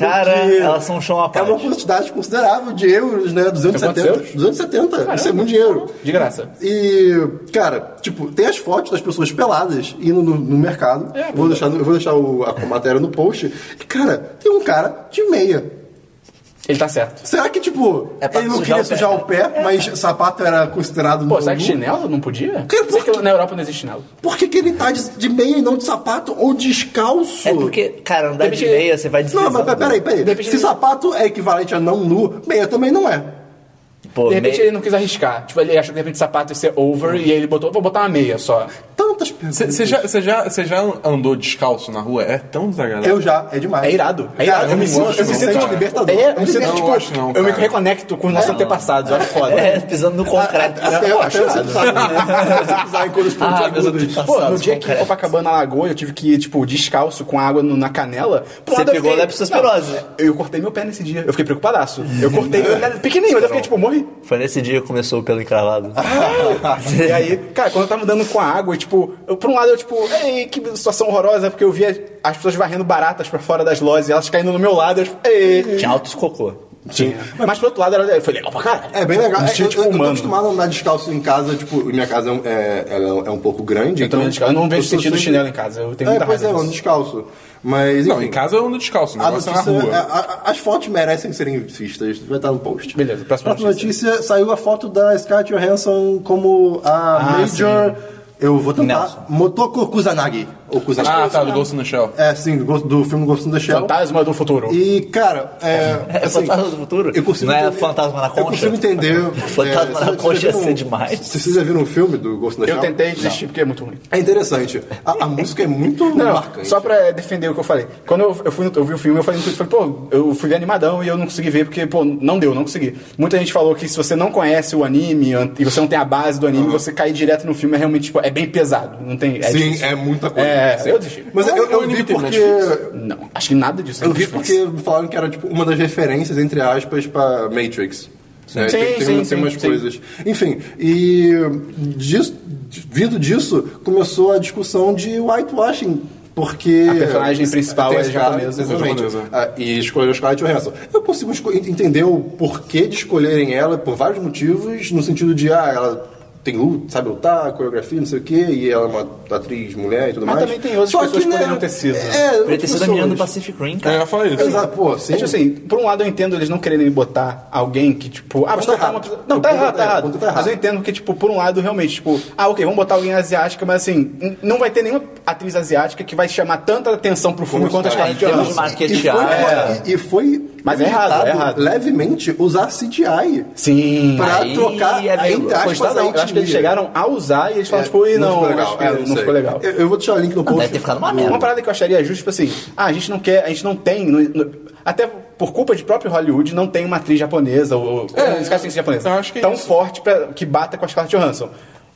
Speaker 4: Cara,
Speaker 2: que-
Speaker 4: elas são um show à
Speaker 2: É
Speaker 4: parte.
Speaker 2: uma quantidade considerável de euros, né?
Speaker 1: quantos
Speaker 2: 270.
Speaker 1: euros?
Speaker 2: 270. Isso é muito dinheiro.
Speaker 1: De graça.
Speaker 2: E, cara, tipo, tem as fotos das pessoas peladas indo no, no mercado.
Speaker 1: É,
Speaker 2: Eu vou deixar, no- eu vou deixar o- a matéria no post. E, cara, tem um cara de meia.
Speaker 1: Ele tá certo.
Speaker 2: Será que, tipo,
Speaker 4: É pra
Speaker 2: ele não
Speaker 4: sujar
Speaker 2: queria
Speaker 4: o pé.
Speaker 2: sujar o pé, mas sapato era considerado
Speaker 1: É. Pô,
Speaker 2: no
Speaker 1: será que
Speaker 2: nu?
Speaker 1: chinelo não podia?
Speaker 2: Que-
Speaker 1: Sei que na Europa não existe chinelo.
Speaker 2: Por que, que ele tá de, de meia e não de sapato ou descalço?
Speaker 4: É porque, cara, andar de
Speaker 1: Depende-
Speaker 4: meia, você vai
Speaker 2: Não,
Speaker 4: deslizando.
Speaker 2: mas peraí, peraí.
Speaker 1: Depende
Speaker 2: Se
Speaker 1: de-
Speaker 2: sapato é equivalente a não nu, meia também não é.
Speaker 4: Pô,
Speaker 1: De repente
Speaker 4: meia-
Speaker 1: ele não quis arriscar. Tipo, ele achou que de repente sapato ia ser over e aí ele botou, vou botar uma meia só.
Speaker 2: Tantas perguntas.
Speaker 3: Você já, cê já, cê já andou descalço na rua? É tão desagradável.
Speaker 2: Eu já, é demais.
Speaker 1: É irado. É
Speaker 2: Cara,
Speaker 1: irado.
Speaker 2: eu me sinto, eu
Speaker 3: gosto,
Speaker 2: me
Speaker 3: não,
Speaker 2: sinto
Speaker 3: cara.
Speaker 2: um libertador.
Speaker 1: É, eu me
Speaker 3: Não,
Speaker 1: sinto, tipo,
Speaker 3: eu acho não,
Speaker 1: eu me
Speaker 3: cara.
Speaker 1: reconecto com os nossos antepassados, eu acho foda.
Speaker 4: É, pisando no
Speaker 1: Ah,
Speaker 4: concreto.
Speaker 2: Até eu acho irado. Você pisar né? em coisas tipo,
Speaker 4: Ah, meus
Speaker 2: pontiagudas.
Speaker 4: antepassados.
Speaker 1: Pô, no
Speaker 4: Passados,
Speaker 1: dia que
Speaker 2: é?
Speaker 4: concreto.
Speaker 1: Copacabana alagou, eu tive que ir, tipo, descalço com água no- na canela. Pro
Speaker 4: Você
Speaker 1: lado eu
Speaker 4: pegou
Speaker 1: fiquei-
Speaker 4: leptospirose.
Speaker 1: Não, Eu cortei meu pé nesse dia. Eu fiquei preocupadaço. Eu cortei, eu era pequenininho, mas eu fiquei, tipo, morri.
Speaker 4: Foi nesse dia que começou o pelo encravado.
Speaker 1: Ah.
Speaker 2: Ah,
Speaker 1: E aí, cara, quando eu tava andando com a água, eu, tipo, eu, por um lado eu, tipo, ei, que situação horrorosa, porque eu via as pessoas varrendo baratas pra fora das lojas e elas caindo no meu lado, eu, tipo, ei.
Speaker 4: Tinha altos cocô.
Speaker 1: Mas pro outro lado era, foi legal pra caralho.
Speaker 2: É bem legal.
Speaker 1: Me
Speaker 2: É,
Speaker 1: senti,
Speaker 2: eu,
Speaker 1: tipo,
Speaker 2: eu, eu tô
Speaker 1: humano.
Speaker 2: acostumado a andar descalço em casa, tipo, minha casa é, um- é, ela é um pouco grande.
Speaker 1: Eu também descalço. Eu não vejo sentido do chinelo em casa. Eu tenho
Speaker 2: É,
Speaker 1: muita
Speaker 2: pois é,
Speaker 1: raiva
Speaker 2: eu ando
Speaker 1: disso.
Speaker 2: descalço. Mas, enfim,
Speaker 3: Não, em casa eu ando descalço, o
Speaker 2: a
Speaker 3: negócio é na
Speaker 2: notícia,
Speaker 3: rua.
Speaker 2: a- a- as fotos merecem serem vistas, vai estar no post.
Speaker 1: Beleza, próxima
Speaker 2: notícia. saiu a foto da Scarlett Johansson como a
Speaker 1: Ah,
Speaker 2: Major... Eu vou tentar.
Speaker 4: Nelson.
Speaker 2: Motoko Kusanagi. Ou Kusanagi.
Speaker 3: Ah, tá, do Ghost in the Shell.
Speaker 2: É, sim, do, Ghost- do filme Ghost in the Shell.
Speaker 1: Fantasma do futuro.
Speaker 2: E, cara, é.
Speaker 4: É Fantasma do Futuro?
Speaker 2: Eu consigo
Speaker 4: Não é Fantasma na
Speaker 2: Eu
Speaker 4: Concha?
Speaker 2: consigo entender.
Speaker 4: Fantasma na
Speaker 2: vocês já
Speaker 4: Concha ia
Speaker 2: viram-
Speaker 4: ser demais.
Speaker 2: Vocês já viram um filme do Ghost in the
Speaker 1: Eu
Speaker 2: Shell?
Speaker 1: tentei desistir porque é muito ruim.
Speaker 2: É interessante. A, a música é muito
Speaker 1: Não,
Speaker 2: marcante.
Speaker 1: só pra defender o que eu falei. Quando eu, eu fui no- eu vi o filme, eu falei no Twitter, falei, pô, eu fui ver animadão e eu não consegui ver porque, pô, não deu, não consegui. Muita gente falou que se você não conhece o anime an- e você não tem a base do anime, você cair direto no filme é realmente, tipo, é bem pesado. Não tem.
Speaker 2: Sim,
Speaker 1: difícil.
Speaker 2: é muita coisa.
Speaker 1: É,
Speaker 2: Sim.
Speaker 1: eu desisti.
Speaker 2: Mas eu, eu,
Speaker 3: Eu
Speaker 2: vi
Speaker 3: limitei na
Speaker 2: porque.
Speaker 3: Netflix.
Speaker 1: Não, acho que nada disso. é
Speaker 2: Eu vi
Speaker 1: difícil.
Speaker 2: porque falaram que era tipo, uma das referências, entre aspas, pra Matrix. né?
Speaker 1: Sim,
Speaker 2: tem, tem,
Speaker 1: sim,
Speaker 2: tem
Speaker 1: sim,
Speaker 2: umas
Speaker 1: sim.
Speaker 2: coisas. Enfim, e disso, vindo disso, começou a discussão de whitewashing. Porque.
Speaker 1: A personagem principal
Speaker 2: Tem
Speaker 1: é
Speaker 2: esse cara,
Speaker 1: japonesa.
Speaker 2: Exatamente.
Speaker 3: É japonesa.
Speaker 2: Ah, e escolheram Scarlett Johansson. Eu consigo esco- entender o porquê de escolherem ela por vários motivos, no sentido de, ah, ela tem luta, sabe lutar, coreografia, não sei o quê, e ela é uma atriz mulher e tudo
Speaker 1: Mas
Speaker 2: mais.
Speaker 1: também tem outras
Speaker 2: Só
Speaker 1: pessoas que
Speaker 2: né,
Speaker 1: poderiam ter sido.
Speaker 2: É,
Speaker 4: Podia ter
Speaker 2: outras
Speaker 4: sido a menina do
Speaker 2: pessoas.
Speaker 4: Pacific Rim,
Speaker 3: Eu
Speaker 4: cara.
Speaker 3: ia falar isso.
Speaker 2: Exato, pô, sim.
Speaker 1: É, tipo assim, por um lado eu entendo eles não quererem botar alguém que, tipo, ah,
Speaker 2: Mas
Speaker 1: vamos
Speaker 2: tá
Speaker 1: botar
Speaker 2: errado.
Speaker 1: uma pessoa. Não,
Speaker 2: O
Speaker 1: tá
Speaker 2: ponto
Speaker 1: errado,
Speaker 2: é-
Speaker 1: tá
Speaker 2: o ponto
Speaker 1: errado.
Speaker 2: tá errado.
Speaker 1: Mas eu entendo que, tipo, por um lado, realmente, tipo, ah, ok, vamos botar alguém asiática, mas assim, n- não vai ter nenhuma atriz asiática que vai chamar tanta atenção pro filme
Speaker 2: Como
Speaker 1: quanto as
Speaker 2: está?
Speaker 4: Em
Speaker 1: caras de
Speaker 4: termos de
Speaker 1: Johansson.
Speaker 4: marketear, é.
Speaker 2: E, e foi
Speaker 1: Mas é errado, é
Speaker 2: evitado
Speaker 1: errado.
Speaker 2: levemente usar CGI
Speaker 1: Sim.
Speaker 2: pra
Speaker 4: Aí
Speaker 2: trocar
Speaker 4: é bem-
Speaker 2: entre aspas
Speaker 1: Postado,
Speaker 2: a
Speaker 1: eu acho que eles
Speaker 2: etnia.
Speaker 1: chegaram a usar e eles
Speaker 2: É,
Speaker 1: falaram, tipo, e não,
Speaker 2: ficou
Speaker 1: acho
Speaker 2: legal.
Speaker 1: que
Speaker 2: É,
Speaker 1: não
Speaker 2: sei.
Speaker 1: ficou legal.
Speaker 2: Eu, eu vou deixar o link no post.
Speaker 4: deve ter ficado uma
Speaker 2: do-
Speaker 4: merda.
Speaker 1: Uma parada que eu acharia justo, tipo assim, ah, a gente não quer, a gente não tem, no- no- até por culpa de próprio Hollywood, não tem uma atriz japonesa, ou
Speaker 3: É,
Speaker 1: é, caso tem que ser japonesa,
Speaker 3: eu acho que é
Speaker 1: tão
Speaker 3: isso.
Speaker 1: forte pra, que bata com a Scarlett Johansson.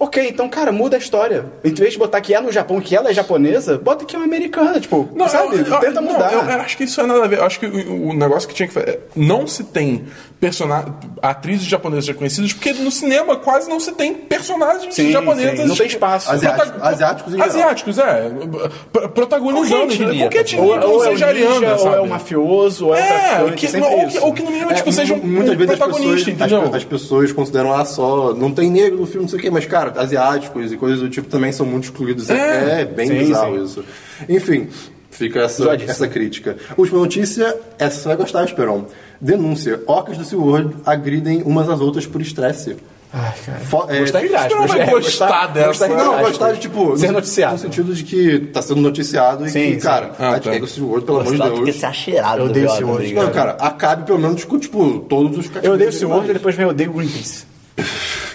Speaker 1: Ok, então, cara, muda a história. Em vez de botar que é no Japão, que ela é japonesa, bota que é uma americana, tipo, sabe?
Speaker 3: eu- eu-
Speaker 1: Tenta
Speaker 3: não,
Speaker 1: mudar.
Speaker 3: eu, eu acho que isso é nada a ver. Eu acho que o, o negócio que tinha que fazer. Não se tem personagem, atrizes japonesas reconhecidas, porque no cinema quase não se tem personagens
Speaker 1: Sim,
Speaker 3: japonesas.
Speaker 1: sim, não tem espaço.
Speaker 2: Asiáticos- asiáticos em geral.
Speaker 3: Asiáticos, é. Pro-
Speaker 4: Qualquer
Speaker 3: Protagonizando. né?
Speaker 4: etnia,
Speaker 3: Qualquer
Speaker 4: tá
Speaker 3: etnia,
Speaker 1: Ou,
Speaker 3: que não
Speaker 1: ou é o ninja,
Speaker 3: seja ariana,
Speaker 1: ou
Speaker 3: sabe?
Speaker 1: é o mafioso, ou é o
Speaker 3: É,
Speaker 1: traficante,
Speaker 3: que,
Speaker 1: sempre
Speaker 3: ou,
Speaker 1: isso.
Speaker 3: que, ou que no mínimo,
Speaker 2: É,
Speaker 3: tipo, seja um,
Speaker 2: muitas
Speaker 3: um
Speaker 2: vezes as
Speaker 3: protagonista,
Speaker 2: pessoas, as,
Speaker 3: entendeu?
Speaker 2: pe- as pessoas consideram ah, só não tem negro no filme, não sei o quê, mas cara, asiáticos e coisas do tipo também são muito excluídos. É,
Speaker 3: É.
Speaker 2: é bem
Speaker 1: Sim,
Speaker 2: bizarro
Speaker 1: sim.
Speaker 2: isso. Enfim, fica essa,
Speaker 1: Zoadíssimo.
Speaker 2: essa crítica. Última notícia, essa você vai gostar, Esperon. Denúncia: orcas do SeaWorld agridem umas às outras por estresse.
Speaker 1: Ai, cara.
Speaker 2: Fo- é,
Speaker 1: Gostar é
Speaker 3: Você
Speaker 1: graça.
Speaker 3: não vai gostar dessa.
Speaker 2: Não, gostar de tipo.
Speaker 1: Ser
Speaker 2: no-
Speaker 1: noticiado.
Speaker 2: No sentido de que tá sendo noticiado e
Speaker 1: Sim,
Speaker 2: que, cara,
Speaker 1: sim.
Speaker 3: Ah,
Speaker 2: a
Speaker 3: tá.
Speaker 2: gente pega o SeaWorld, pelo amor de
Speaker 4: Gostava porque
Speaker 2: Deus.
Speaker 4: você é cheirado.
Speaker 1: Eu
Speaker 4: do
Speaker 1: odeio
Speaker 4: viado,
Speaker 1: esse olho.
Speaker 4: obrigado.
Speaker 2: Não, cara, acabe pelo menos com, tipo, todos os
Speaker 1: Eu
Speaker 2: cachorros.
Speaker 1: odeio o Seward e depois vem eu odeio o Greenpeace.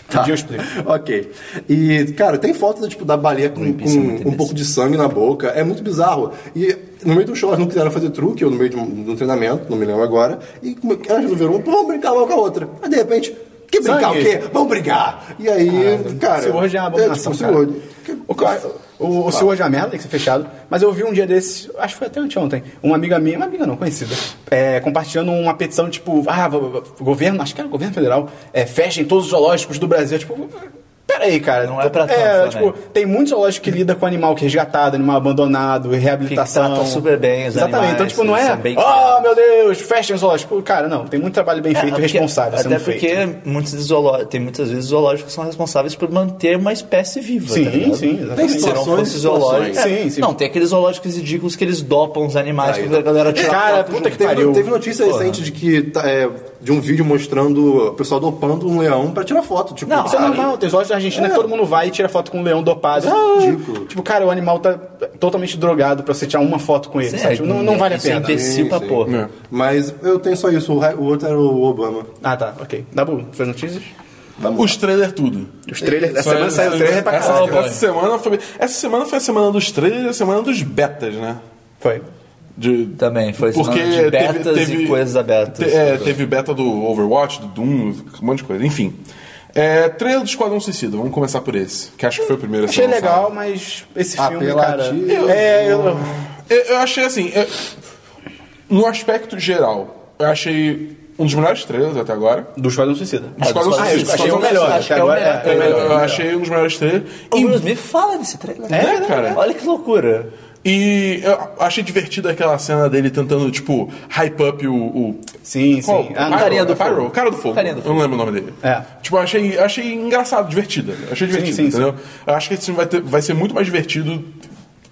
Speaker 3: Tá.
Speaker 1: Um dia eu explico.
Speaker 2: Tá. Ok. E, cara, tem foto tipo, da baleia com,
Speaker 4: Greenpeace
Speaker 2: com
Speaker 4: é muito
Speaker 2: um
Speaker 4: imbecil.
Speaker 2: pouco de sangue na boca. É muito bizarro. E no meio do show elas não quiseram fazer truque, ou no meio de um, de um treinamento, não me lembro agora. E como- é elas resolveram, pô, vamos brincar uma com a outra. Aí de repente, que brincar
Speaker 1: Sangue.
Speaker 2: o quê? Vamos brigar! E aí, cara.
Speaker 1: Seward é uma abominação,
Speaker 2: tipo,
Speaker 1: cara.
Speaker 2: Seward. Que-
Speaker 1: O, ca- o, o seu hoje é uma merda, tem que ser fechado. Mas eu vi um dia desses, acho que foi até anteontem, uma amiga minha, uma amiga não, conhecida, é, compartilhando uma petição tipo, ah, v- v- governo, acho que era o governo federal, é, fechem todos os zoológicos do Brasil. Tipo, Peraí, cara.
Speaker 4: Não é pra
Speaker 1: É,
Speaker 4: tanto, né?
Speaker 1: tipo, tem muitos zoológicos que lida com animal que é resgatado, animal abandonado, reabilitação.
Speaker 4: Que tratam super bem os
Speaker 1: Exatamente. então,
Speaker 4: animais,
Speaker 1: tipo, não
Speaker 4: eles
Speaker 1: é.
Speaker 4: são bem
Speaker 1: Oh, meu Deus, fechem os zoológicos. Tipo, Cara, não. Tem muito trabalho bem feito e
Speaker 4: É, porque-
Speaker 1: responsável
Speaker 4: Até
Speaker 1: sendo
Speaker 4: porque
Speaker 1: feito. né?
Speaker 4: muitos zoológicos, tem muitas vezes zoológicos são responsáveis por manter uma espécie viva. tá
Speaker 1: Sim,
Speaker 4: ligado?
Speaker 1: sim,
Speaker 2: Tem
Speaker 1: exatamente.
Speaker 4: Se não
Speaker 2: situações,
Speaker 4: fosse zoológico. é.
Speaker 1: situações. Sim, sim.
Speaker 4: Não, tem aqueles zoológicos ridículos que eles dopam os animais
Speaker 2: Aí,
Speaker 4: pra galera tirar
Speaker 1: Cara,
Speaker 4: foto
Speaker 1: puta
Speaker 4: junto.
Speaker 1: que
Speaker 2: Teve,
Speaker 1: pariu.
Speaker 2: teve notícia recente de que tá, é, de um vídeo mostrando o pessoal dopando um leão pra tirar foto. Tipo,
Speaker 4: Não,
Speaker 1: Isso é
Speaker 2: cara,
Speaker 1: normal, tem zoológicos da Argentina que todo mundo vai e tira foto com um leão dopado.
Speaker 2: é
Speaker 1: Ah,
Speaker 2: ridículo.
Speaker 1: Tipo, cara, o animal tá totalmente drogado pra você tirar uma foto com ele,
Speaker 4: Sim,
Speaker 1: sabe? Tipo, não, não vale a
Speaker 4: isso é
Speaker 1: pena.
Speaker 4: imbecil.
Speaker 2: Sim,
Speaker 4: pra
Speaker 2: sim.
Speaker 4: porra.
Speaker 3: É.
Speaker 2: Mas eu tenho só isso. O, ra- o outro era o Obama.
Speaker 1: Ah, tá, ok. Dabu, suas notícias?
Speaker 3: Os trailers tudo.
Speaker 1: Os trailers, essa
Speaker 3: Só-
Speaker 1: semana saiu o trailer pra
Speaker 3: essa,
Speaker 1: caralho.
Speaker 3: essa semana foi Essa semana foi a semana dos trailers e a semana dos betas, né?
Speaker 1: Foi.
Speaker 3: De-
Speaker 4: Também, foi
Speaker 3: porque
Speaker 4: semana de betas e coisas abertas.
Speaker 3: te- é, teve beta do Overwatch, do Doom, um monte de coisa. Enfim. É, trailer do Esquadrão Suicida, vamos começar por esse, que acho que foi o primeiro a ser
Speaker 1: Achei
Speaker 3: lançado.
Speaker 1: legal, mas esse filme, cara.
Speaker 2: Apelativo.
Speaker 1: É, eu.
Speaker 3: Eu, eu achei assim, eu- no aspecto geral, eu achei um dos melhores trailers até agora.
Speaker 1: É, Do Esquadrão Suicida.
Speaker 3: Do Esquadrão
Speaker 1: Ah, eu
Speaker 3: Suicida.
Speaker 1: achei o melhor. até
Speaker 4: Acho que é o
Speaker 1: agora
Speaker 4: melhor.
Speaker 1: é, é o melhor.
Speaker 3: eu achei um dos melhores trailers.
Speaker 4: O
Speaker 3: E
Speaker 4: Will Smith fala nesse trailer.
Speaker 3: É,
Speaker 4: né?
Speaker 3: cara.
Speaker 4: Olha que loucura.
Speaker 3: E eu achei divertido aquela cena dele tentando, tipo, hype up o. o...
Speaker 1: Sim, sim.
Speaker 3: Qual?
Speaker 1: Ah, não.
Speaker 4: Carinha do
Speaker 3: É Pyro?
Speaker 4: Fogo.
Speaker 3: Cara do Fogo.
Speaker 4: Carinha do
Speaker 3: Eu não lembro o nome dele.
Speaker 1: É.
Speaker 3: Tipo, eu achei, achei engraçado, divertido. né? Eu Achei divertido,
Speaker 1: sim, sim.
Speaker 3: entendeu? Eu acho que esse filme vai, ter- vai ser muito mais divertido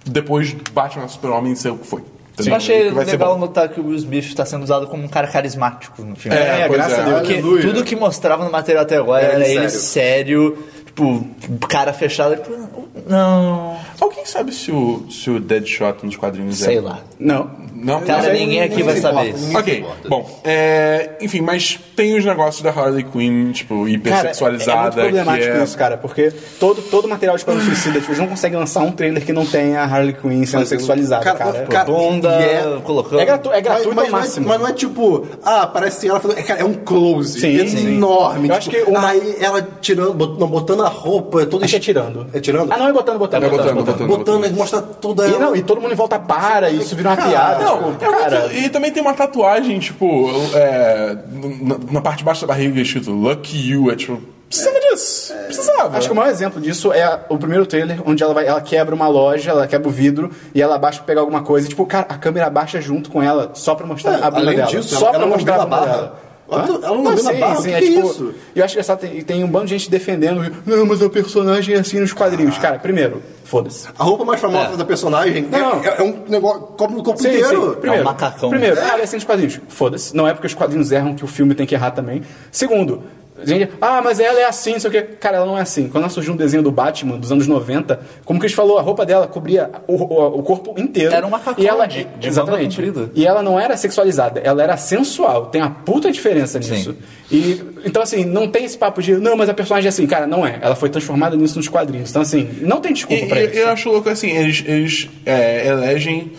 Speaker 3: depois de Batman Super-Homem ser o que foi. entendeu?
Speaker 4: Eu achei
Speaker 3: Que vai ser
Speaker 4: legal
Speaker 3: bom.
Speaker 4: notar que o Will Smith está sendo usado como um cara carismático no filme.
Speaker 3: É,
Speaker 1: É,
Speaker 3: pois
Speaker 1: graças
Speaker 3: é.
Speaker 1: a Deus.
Speaker 4: Porque
Speaker 1: Aleluia.
Speaker 4: tudo que mostrava no material até agora
Speaker 2: Era
Speaker 4: era,
Speaker 2: ele
Speaker 4: ele sério, tipo, cara fechado, tipo, não,
Speaker 3: Alguém sabe se o, se o Deadshot nos quadrinhos é.
Speaker 4: sei lá.
Speaker 1: Não.
Speaker 3: Não?
Speaker 4: Cara,
Speaker 1: sei,
Speaker 4: ninguém aqui
Speaker 2: ninguém
Speaker 4: vai
Speaker 2: se
Speaker 4: saber
Speaker 2: importa,
Speaker 4: isso.
Speaker 2: ninguém se
Speaker 3: Ok,
Speaker 2: importa.
Speaker 3: bom, é, enfim, mas tem os negócios da Harley Quinn, tipo,
Speaker 1: Cara, é- é muito
Speaker 3: hipersexualizada.
Speaker 1: problemático
Speaker 3: que é...
Speaker 1: isso, cara, porque todo, todo material de Esquadrão
Speaker 2: Ah.
Speaker 1: Suicida, tipo, eles não conseguem lançar um trailer que não tenha a Harley Quinn sendo
Speaker 2: Mas eu-
Speaker 1: sexualizada,
Speaker 2: cara,
Speaker 1: cara.
Speaker 2: o cara-
Speaker 4: Onda,
Speaker 2: Yeah.
Speaker 4: colocando.
Speaker 1: É, gratu é gratuito
Speaker 2: mas,
Speaker 1: ao
Speaker 2: mas
Speaker 1: máximo.
Speaker 2: Não é, mas não é tipo, ah, parece ela falando. É, cara, é um close
Speaker 1: Sim, sim.
Speaker 2: enorme.
Speaker 1: Eu
Speaker 2: tipo,
Speaker 1: acho que uma-
Speaker 2: Aí ela tirando, bot- não, botando a roupa, toda
Speaker 1: Acho que é tirando.
Speaker 2: É tirando?
Speaker 1: Ah, não, é botando, botando.
Speaker 3: É botando,
Speaker 2: botando,
Speaker 3: botando.
Speaker 2: e mostra toda
Speaker 1: E,
Speaker 2: ela.
Speaker 1: não, e todo mundo em volta para, e isso vira uma
Speaker 2: Cara,
Speaker 1: piada.
Speaker 3: Não,
Speaker 1: tipo,
Speaker 3: é muito-
Speaker 1: cara.
Speaker 3: e também tem uma tatuagem, tipo, é, na, na parte de baixo da barriga escrito Lucky You, é tipo, precisava disso, precisava.
Speaker 1: Acho que o maior exemplo disso é o primeiro trailer, onde ela vai, ela quebra uma loja, ela quebra o vidro e ela abaixa pra pegar alguma coisa. E, tipo, cara, a câmera abaixa junto com ela só pra mostrar a bunda
Speaker 2: Além
Speaker 1: dela.
Speaker 2: disso,
Speaker 1: só
Speaker 2: ela-
Speaker 1: pra
Speaker 2: ela
Speaker 1: mostrar
Speaker 2: mostrar
Speaker 1: a
Speaker 2: a
Speaker 1: bunda
Speaker 2: barra.
Speaker 1: dela.
Speaker 2: Ela
Speaker 1: Hã?
Speaker 2: ela lambendo a
Speaker 1: sim,
Speaker 2: barra,
Speaker 1: sim,
Speaker 2: que
Speaker 1: é,
Speaker 2: que é
Speaker 1: tipo,
Speaker 2: isso?
Speaker 1: E eu acho engraçado, tem, tem um bando de gente defendendo, não, mas o personagem é assim nos
Speaker 2: Ah.
Speaker 1: quadrinhos. Cara, primeiro, foda-se.
Speaker 2: A roupa mais famosa da personagem é-
Speaker 1: Não.
Speaker 2: é, é um negócio cobre o corpo
Speaker 1: Sim, sim.
Speaker 2: inteiro.
Speaker 1: Primeiro,
Speaker 4: macacão.
Speaker 1: Primeiro, ah, ele é assim nos quadrinhos. Foda-se. Não é porque os quadrinhos erram que o filme tem que errar também. Segundo, gente, ah, mas ela é assim, não sei o quê. Cara, ela não é assim. Quando ela surgiu um desenho do Batman dos anos 90, como que a gente falou, a roupa dela cobria o, o- o corpo inteiro.
Speaker 4: Era um macacão
Speaker 1: e ela,
Speaker 4: de- de manga
Speaker 1: Exatamente.
Speaker 4: comprida.
Speaker 1: E ela não era sexualizada, ela era sensual. Tem a puta diferença nisso. E, então, assim, não tem esse papo de, não, mas a personagem é assim. Cara, não é. Ela foi transformada nisso nos quadrinhos. Então, assim, não tem
Speaker 3: E-
Speaker 1: desculpa pra
Speaker 3: e-
Speaker 1: isso.
Speaker 3: eu acho louco assim, eles, eles é, elegem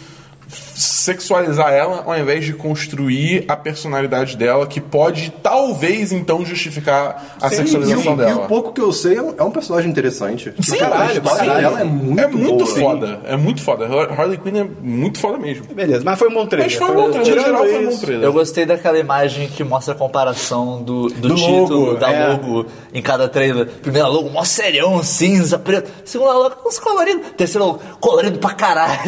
Speaker 3: sexualizar ela ao invés de construir a personalidade dela, que pode talvez então justificar a
Speaker 2: Sim, e,
Speaker 3: sexualização
Speaker 2: o-
Speaker 3: dela.
Speaker 2: e o pouco que eu sei é um, é um personagem interessante. Tipo,
Speaker 1: caralho,
Speaker 2: a história
Speaker 1: sim.
Speaker 2: dela é muito,
Speaker 3: é muito
Speaker 2: boa.
Speaker 3: foda, é muito foda. Harley Quinn é muito foda mesmo.
Speaker 1: Beleza, mas foi um bom trailer.
Speaker 3: Mas foi um bom trailer, no
Speaker 1: Tirando
Speaker 3: geral foi um bom
Speaker 1: isso-
Speaker 3: trailer.
Speaker 4: Eu gostei daquela imagem que mostra a comparação do, do,
Speaker 1: Do
Speaker 4: título,
Speaker 1: logo,
Speaker 4: da
Speaker 1: é.
Speaker 4: logo em cada trailer. Primeira logo, mó serião, cinza, preto. Segunda logo, uns coloridos. Terceira logo, colorido pra caralho.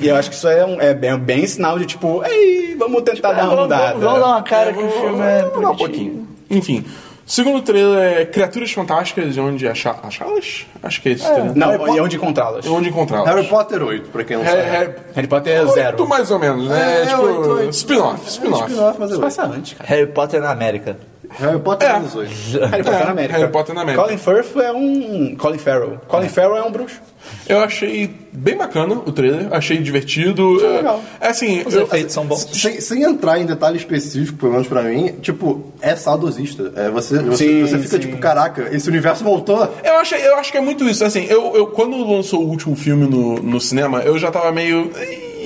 Speaker 1: E eu acho que isso é, um, é bem, bem sinal de tipo, ei, vamos tentar dar uma
Speaker 4: vamos,
Speaker 1: mudada.
Speaker 4: vamos- vamos dar uma cara que o filme é
Speaker 3: Vamos lá
Speaker 4: bonitinho.
Speaker 3: um pouquinho. Enfim. Segundo trailer é Criaturas Fantásticas e onde achar- achá-las? Acho que é isso. né?
Speaker 1: Não,
Speaker 2: Harry Potter-
Speaker 1: e onde encontrá-las?
Speaker 3: E onde encontrá-las.
Speaker 2: Harry Potter 8, pra quem não sabe.
Speaker 3: Harry- Harry-
Speaker 1: Harry Potter é
Speaker 3: Oito
Speaker 1: zero.
Speaker 3: mais ou menos, né?
Speaker 2: É,
Speaker 3: tipo,
Speaker 2: oito, oito.
Speaker 3: spin-off,
Speaker 2: É,
Speaker 3: spin-off.
Speaker 2: spin-off, mas
Speaker 1: Isso
Speaker 2: é oito.
Speaker 1: passa antes, cara.
Speaker 4: Harry Potter na América.
Speaker 2: Harry Potter
Speaker 3: É.
Speaker 2: menos 8.
Speaker 1: Harry Potter na América.
Speaker 3: Harry Potter na América.
Speaker 1: Colin Firth é um... Colin Farrell. Colin Farrell é um bruxo.
Speaker 3: Eu achei bem bacana o trailer, achei divertido.
Speaker 1: Achei legal.
Speaker 3: É, assim,
Speaker 4: Os
Speaker 3: eu-
Speaker 4: efeitos são bons.
Speaker 2: Sem, sem entrar em detalhe específico, pelo menos pra mim, tipo, é saudosista. É, você, você,
Speaker 1: Sim,
Speaker 2: você fica
Speaker 1: sim.
Speaker 2: tipo, caraca, esse universo voltou.
Speaker 3: Eu acho, eu acho que é muito isso. Assim, eu, eu- quando lançou o último filme no, no cinema, eu já tava meio.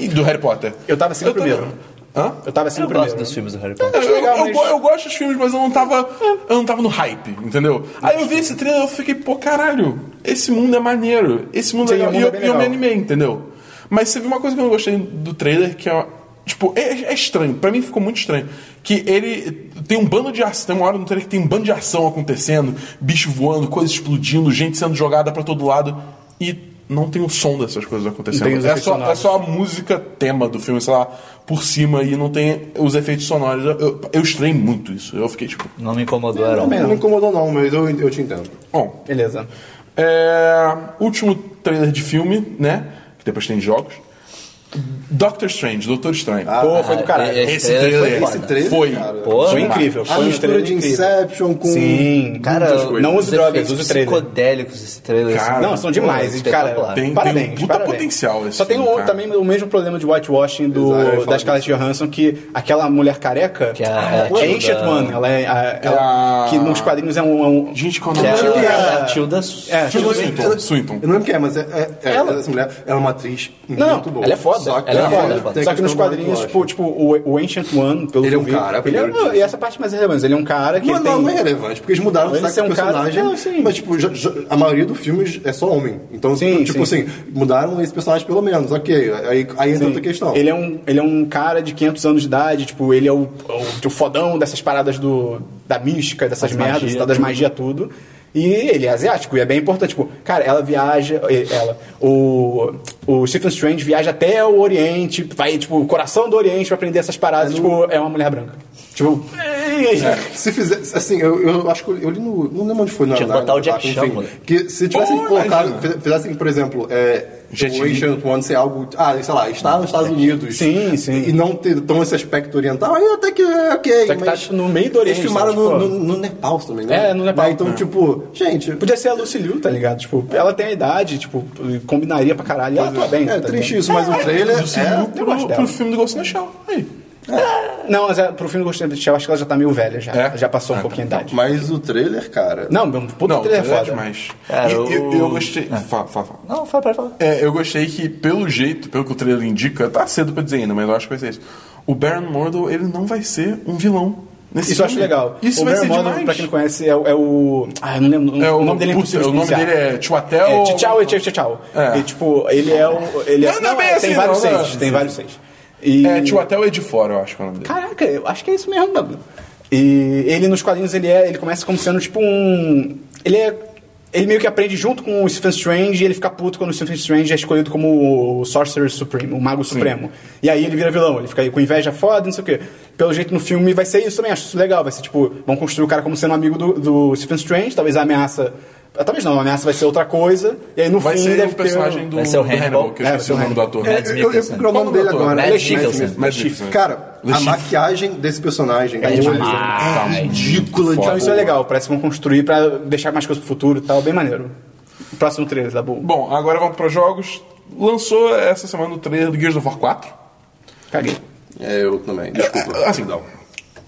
Speaker 3: "Ih", Do Harry Potter.
Speaker 1: Eu tava assim no primeiro.
Speaker 3: Hã?
Speaker 1: Eu tava assim
Speaker 4: Eu
Speaker 1: no primeiro.
Speaker 4: gosto dos filmes do Harry Potter.
Speaker 1: Acho
Speaker 3: Eu,
Speaker 1: legal,
Speaker 3: eu
Speaker 1: mas-
Speaker 3: go- eu gosto dos filmes, mas eu não tava. Eu não tava no hype, entendeu? Aí eu vi esse trailer e eu fiquei, pô, caralho, esse mundo é maneiro. Esse mundo
Speaker 1: Sim,
Speaker 3: é legal.
Speaker 1: o
Speaker 3: E
Speaker 1: mundo
Speaker 3: eu,
Speaker 1: é bem
Speaker 3: e eu me
Speaker 1: legal.
Speaker 3: animei, entendeu? Mas você viu uma coisa que eu não gostei do trailer, que é Tipo, é, é estranho. Pra mim ficou muito estranho. Que ele tem um bando de ação. Tem uma hora no trailer que tem um bando de ação acontecendo, bicho voando, coisa explodindo, gente sendo jogada pra todo lado. E não tem o som dessas coisas acontecendo.
Speaker 1: Não tem os
Speaker 3: é,
Speaker 1: efeitos
Speaker 3: só, é
Speaker 1: sonoros.
Speaker 3: só a música tema do filme, sei lá, por cima e não tem os efeitos sonoros. Eu, eu, eu estranhei muito isso. Eu fiquei tipo,
Speaker 4: Não me incomodou, era.
Speaker 2: Não,
Speaker 4: um-
Speaker 2: me incomodou não, mas eu, eu te entendo.
Speaker 3: bom.
Speaker 1: Beleza.
Speaker 3: É, último trailer de filme, né? Que depois tem de jogos. Doctor Strange, Doutor Estranho.
Speaker 1: Ah,
Speaker 2: Pô,
Speaker 4: Ah,
Speaker 2: foi do caralho.
Speaker 4: Esse trailer É, foi
Speaker 2: esse
Speaker 4: foda.
Speaker 2: trailer,
Speaker 3: Foi.
Speaker 2: cara.
Speaker 4: Pô,
Speaker 1: Foi
Speaker 4: cara.
Speaker 1: incrível.
Speaker 2: A
Speaker 1: Foi um
Speaker 2: mistura
Speaker 1: estrela
Speaker 2: de
Speaker 1: incrível.
Speaker 2: Inception com...
Speaker 1: Sim.
Speaker 4: Cara,
Speaker 2: Muitas coisas.
Speaker 1: Não
Speaker 4: os
Speaker 1: use drogas,
Speaker 4: efeitos
Speaker 1: use trailer.
Speaker 4: psicodélicos esse trailer. assim,
Speaker 3: Cara,
Speaker 1: Não, são demais.
Speaker 4: Pô,
Speaker 1: E, cara,
Speaker 4: espetacular.
Speaker 3: Tem- tem um
Speaker 1: parabéns.
Speaker 3: puta
Speaker 1: parabéns.
Speaker 3: potencial esse
Speaker 1: Só tem
Speaker 3: filme,
Speaker 1: o-
Speaker 3: cara.
Speaker 1: também o mesmo problema de whitewashing do,
Speaker 2: Exato, eu ia falar
Speaker 1: da Scarlett Johansson, que aquela mulher careca
Speaker 4: Que é a-
Speaker 1: é
Speaker 4: a
Speaker 1: Ancient
Speaker 4: Tilda-
Speaker 1: One. Ela é. a- ela-
Speaker 3: a-
Speaker 1: Que nos quadrinhos é um. é um-
Speaker 3: Gente, qual é o
Speaker 4: Que
Speaker 3: nome
Speaker 4: era
Speaker 3: dela?
Speaker 4: a Tilda
Speaker 1: É, Tilda
Speaker 2: Eu não-
Speaker 3: Swinton.
Speaker 2: eu não-
Speaker 3: Swinton.
Speaker 2: Eu não lembro quem é, mas é, é- é-
Speaker 1: Ela.
Speaker 2: essa mulher ela é uma atriz
Speaker 1: Não,
Speaker 2: muito boa.
Speaker 1: ela é foda.
Speaker 2: Só que,
Speaker 4: Ela é foda,
Speaker 2: tem
Speaker 4: ela é foda.
Speaker 2: a
Speaker 1: Só que nos
Speaker 2: questão do
Speaker 1: quadrinhos,
Speaker 2: whitewash.
Speaker 1: tipo, tipo, o, o Ancient One, pelo
Speaker 2: Ele
Speaker 1: que
Speaker 2: é
Speaker 1: eu
Speaker 2: um
Speaker 1: vi,
Speaker 2: cara,
Speaker 1: ele é-
Speaker 2: primeiro disso.
Speaker 1: E essa parte mais relevante, ele é um cara que
Speaker 2: Não,
Speaker 1: tem...
Speaker 2: não, não é relevante, porque eles mudaram o
Speaker 1: Ele
Speaker 2: sotaque
Speaker 1: ser um
Speaker 2: do
Speaker 1: cara-
Speaker 2: personagem.
Speaker 1: Não, sim.
Speaker 2: Mas, tipo, já- já- a maioria do filme é só homem. Então,
Speaker 1: Sim,
Speaker 2: tipo
Speaker 1: sim.
Speaker 2: assim, mudaram esse personagem pelo menos. Ok, aí, aí entra outra questão.
Speaker 1: Ele é, um, ele é um cara de 500 anos de idade, tipo, ele é o, o, o fodão dessas paradas do, da mística, dessas
Speaker 4: Das
Speaker 1: merdas,
Speaker 4: magia,
Speaker 1: tá, das magia, tudo. E ele é asiático, e é bem importante. Tipo, cara, ela viaja, e- ela, o, o Stephen Strange viaja até o Oriente, vai, tipo, o coração do Oriente pra aprender essas paradas, tipo, é uma mulher branca. Tipo,
Speaker 2: Se fizesse, assim, eu, eu acho que eu li no. Não lembro onde foi, na
Speaker 4: Tinha que
Speaker 2: na-
Speaker 4: botar o
Speaker 2: na-
Speaker 4: Jack
Speaker 2: enfim,
Speaker 4: Chan, moleque.
Speaker 2: Que se tivessem
Speaker 3: Oh,
Speaker 2: colocado.
Speaker 3: imagina.
Speaker 2: fiz- Fizessem, por exemplo, é,
Speaker 3: Jet
Speaker 2: o
Speaker 3: Li.
Speaker 2: Ancient One ser algo. Ah, sei lá, está nos Estados Unidos.
Speaker 1: Sim, sim.
Speaker 2: E não ter tão esse aspecto oriental, aí até que é ok.
Speaker 1: Até que
Speaker 2: mas
Speaker 1: tá no meio do Oriente,
Speaker 2: Eles filmaram
Speaker 1: sabe,
Speaker 2: no,
Speaker 1: tipo,
Speaker 2: no- no Nepal também, né?
Speaker 1: É, no Nepal.
Speaker 2: Né, Então,
Speaker 1: É.
Speaker 2: tipo, gente.
Speaker 1: Podia ser a Lucy Liu, tá ligado? Tipo, ela tem a idade, tipo, combinaria pra caralho. Ela tá bem.
Speaker 2: é
Speaker 1: tá
Speaker 2: triste
Speaker 1: bem.
Speaker 2: isso, mas o trailer.
Speaker 3: Do
Speaker 2: é-
Speaker 3: segundo
Speaker 1: eu gosto
Speaker 3: pro,
Speaker 1: dela.
Speaker 3: pro filme do Ghost in the Shell. Aí.
Speaker 1: Não, mas é, pro filme Ghost in the Shell, acho que ela já tá meio velha já.
Speaker 3: É?
Speaker 1: Já passou um
Speaker 3: Ah,
Speaker 1: pouquinho
Speaker 3: tá.
Speaker 1: a idade.
Speaker 2: Mas o trailer, cara.
Speaker 1: Não, meu puta
Speaker 3: Não,
Speaker 1: trailer
Speaker 3: é
Speaker 1: é foda.
Speaker 3: demais.
Speaker 4: Cara,
Speaker 3: E- e- eu,
Speaker 4: o-
Speaker 3: gostei. Fala, fala, fala.
Speaker 4: Não, foi pra falar.
Speaker 3: É, eu gostei que, pelo jeito, pelo que o trailer indica, tá cedo pra dizer ainda, mas eu acho que vai ser isso. O Baron Mordo, ele não vai ser um vilão. Nesse
Speaker 1: Isso eu acho
Speaker 3: filme.
Speaker 1: legal.
Speaker 3: Isso
Speaker 1: o
Speaker 3: vai ser
Speaker 1: Baron Model,
Speaker 3: demais.
Speaker 1: pra quem não conhece, é, o- é o... Ah, eu não lembro.
Speaker 3: É,
Speaker 1: o nome dele é
Speaker 3: putz,
Speaker 1: impossível
Speaker 3: o nome
Speaker 1: pronunciar.
Speaker 3: dele é Chuatel.
Speaker 1: É, tchau, tchau, tchau, tchau.
Speaker 3: É.
Speaker 1: E, tipo, ele é o... Ele é,
Speaker 3: Não, não é bem
Speaker 1: tem
Speaker 3: assim,
Speaker 1: vários
Speaker 3: não, não é.
Speaker 1: seis. Tem vários seis. E...
Speaker 3: É, Chuatel é de fora, eu acho que é o nome dele.
Speaker 1: Caraca, eu acho que é isso mesmo, Dabu. E ele nos quadrinhos, ele é, ele começa como sendo tipo um. Ele é. Ele meio que aprende junto com o Stephen Strange e ele fica puto quando o Stephen Strange é escolhido como o Sorcerer Supreme, o Mago Supremo. E aí ele vira vilão, ele fica aí com inveja foda, não sei o quê. Pelo jeito no filme vai ser isso também, acho isso legal. Vai ser tipo, vão construir o cara como sendo um amigo do, do Stephen Strange, talvez a ameaça. Talvez não, a ameaça vai ser outra coisa. E aí no é
Speaker 3: Vai
Speaker 1: fim
Speaker 3: ser
Speaker 1: deve
Speaker 3: o personagem
Speaker 1: ter... um-
Speaker 3: do,
Speaker 4: Vai ser o
Speaker 3: do
Speaker 4: Hannibal.
Speaker 3: que eu
Speaker 1: É, vai
Speaker 3: esqueci
Speaker 1: ser
Speaker 3: o
Speaker 1: o
Speaker 3: nome do ator.
Speaker 4: Mads
Speaker 2: Eu, eu
Speaker 4: Mikkelsen.
Speaker 2: procurei o
Speaker 3: Qual
Speaker 2: nome dele
Speaker 3: doutor?
Speaker 2: agora.
Speaker 4: Mads
Speaker 2: Ele é Smith,
Speaker 4: Mikkelsen.
Speaker 2: Smith.
Speaker 3: Mads
Speaker 1: Chief.
Speaker 3: Mikkelsen.
Speaker 2: Cara,
Speaker 3: Le
Speaker 2: a
Speaker 3: Chief.
Speaker 2: maquiagem desse personagem
Speaker 4: É
Speaker 2: é,
Speaker 4: demais.
Speaker 3: Ah,
Speaker 2: é ridícula
Speaker 1: Então
Speaker 2: de
Speaker 1: isso é legal, parece que vão construir pra deixar mais coisas pro futuro e tal, bem maneiro. Próximo trailer, da boa.
Speaker 3: Bom, agora vamos para jogos. Lançou essa semana o trailer do Gears of War 4.
Speaker 1: Caguei.
Speaker 2: É, eu também, desculpa.
Speaker 3: Assim, não.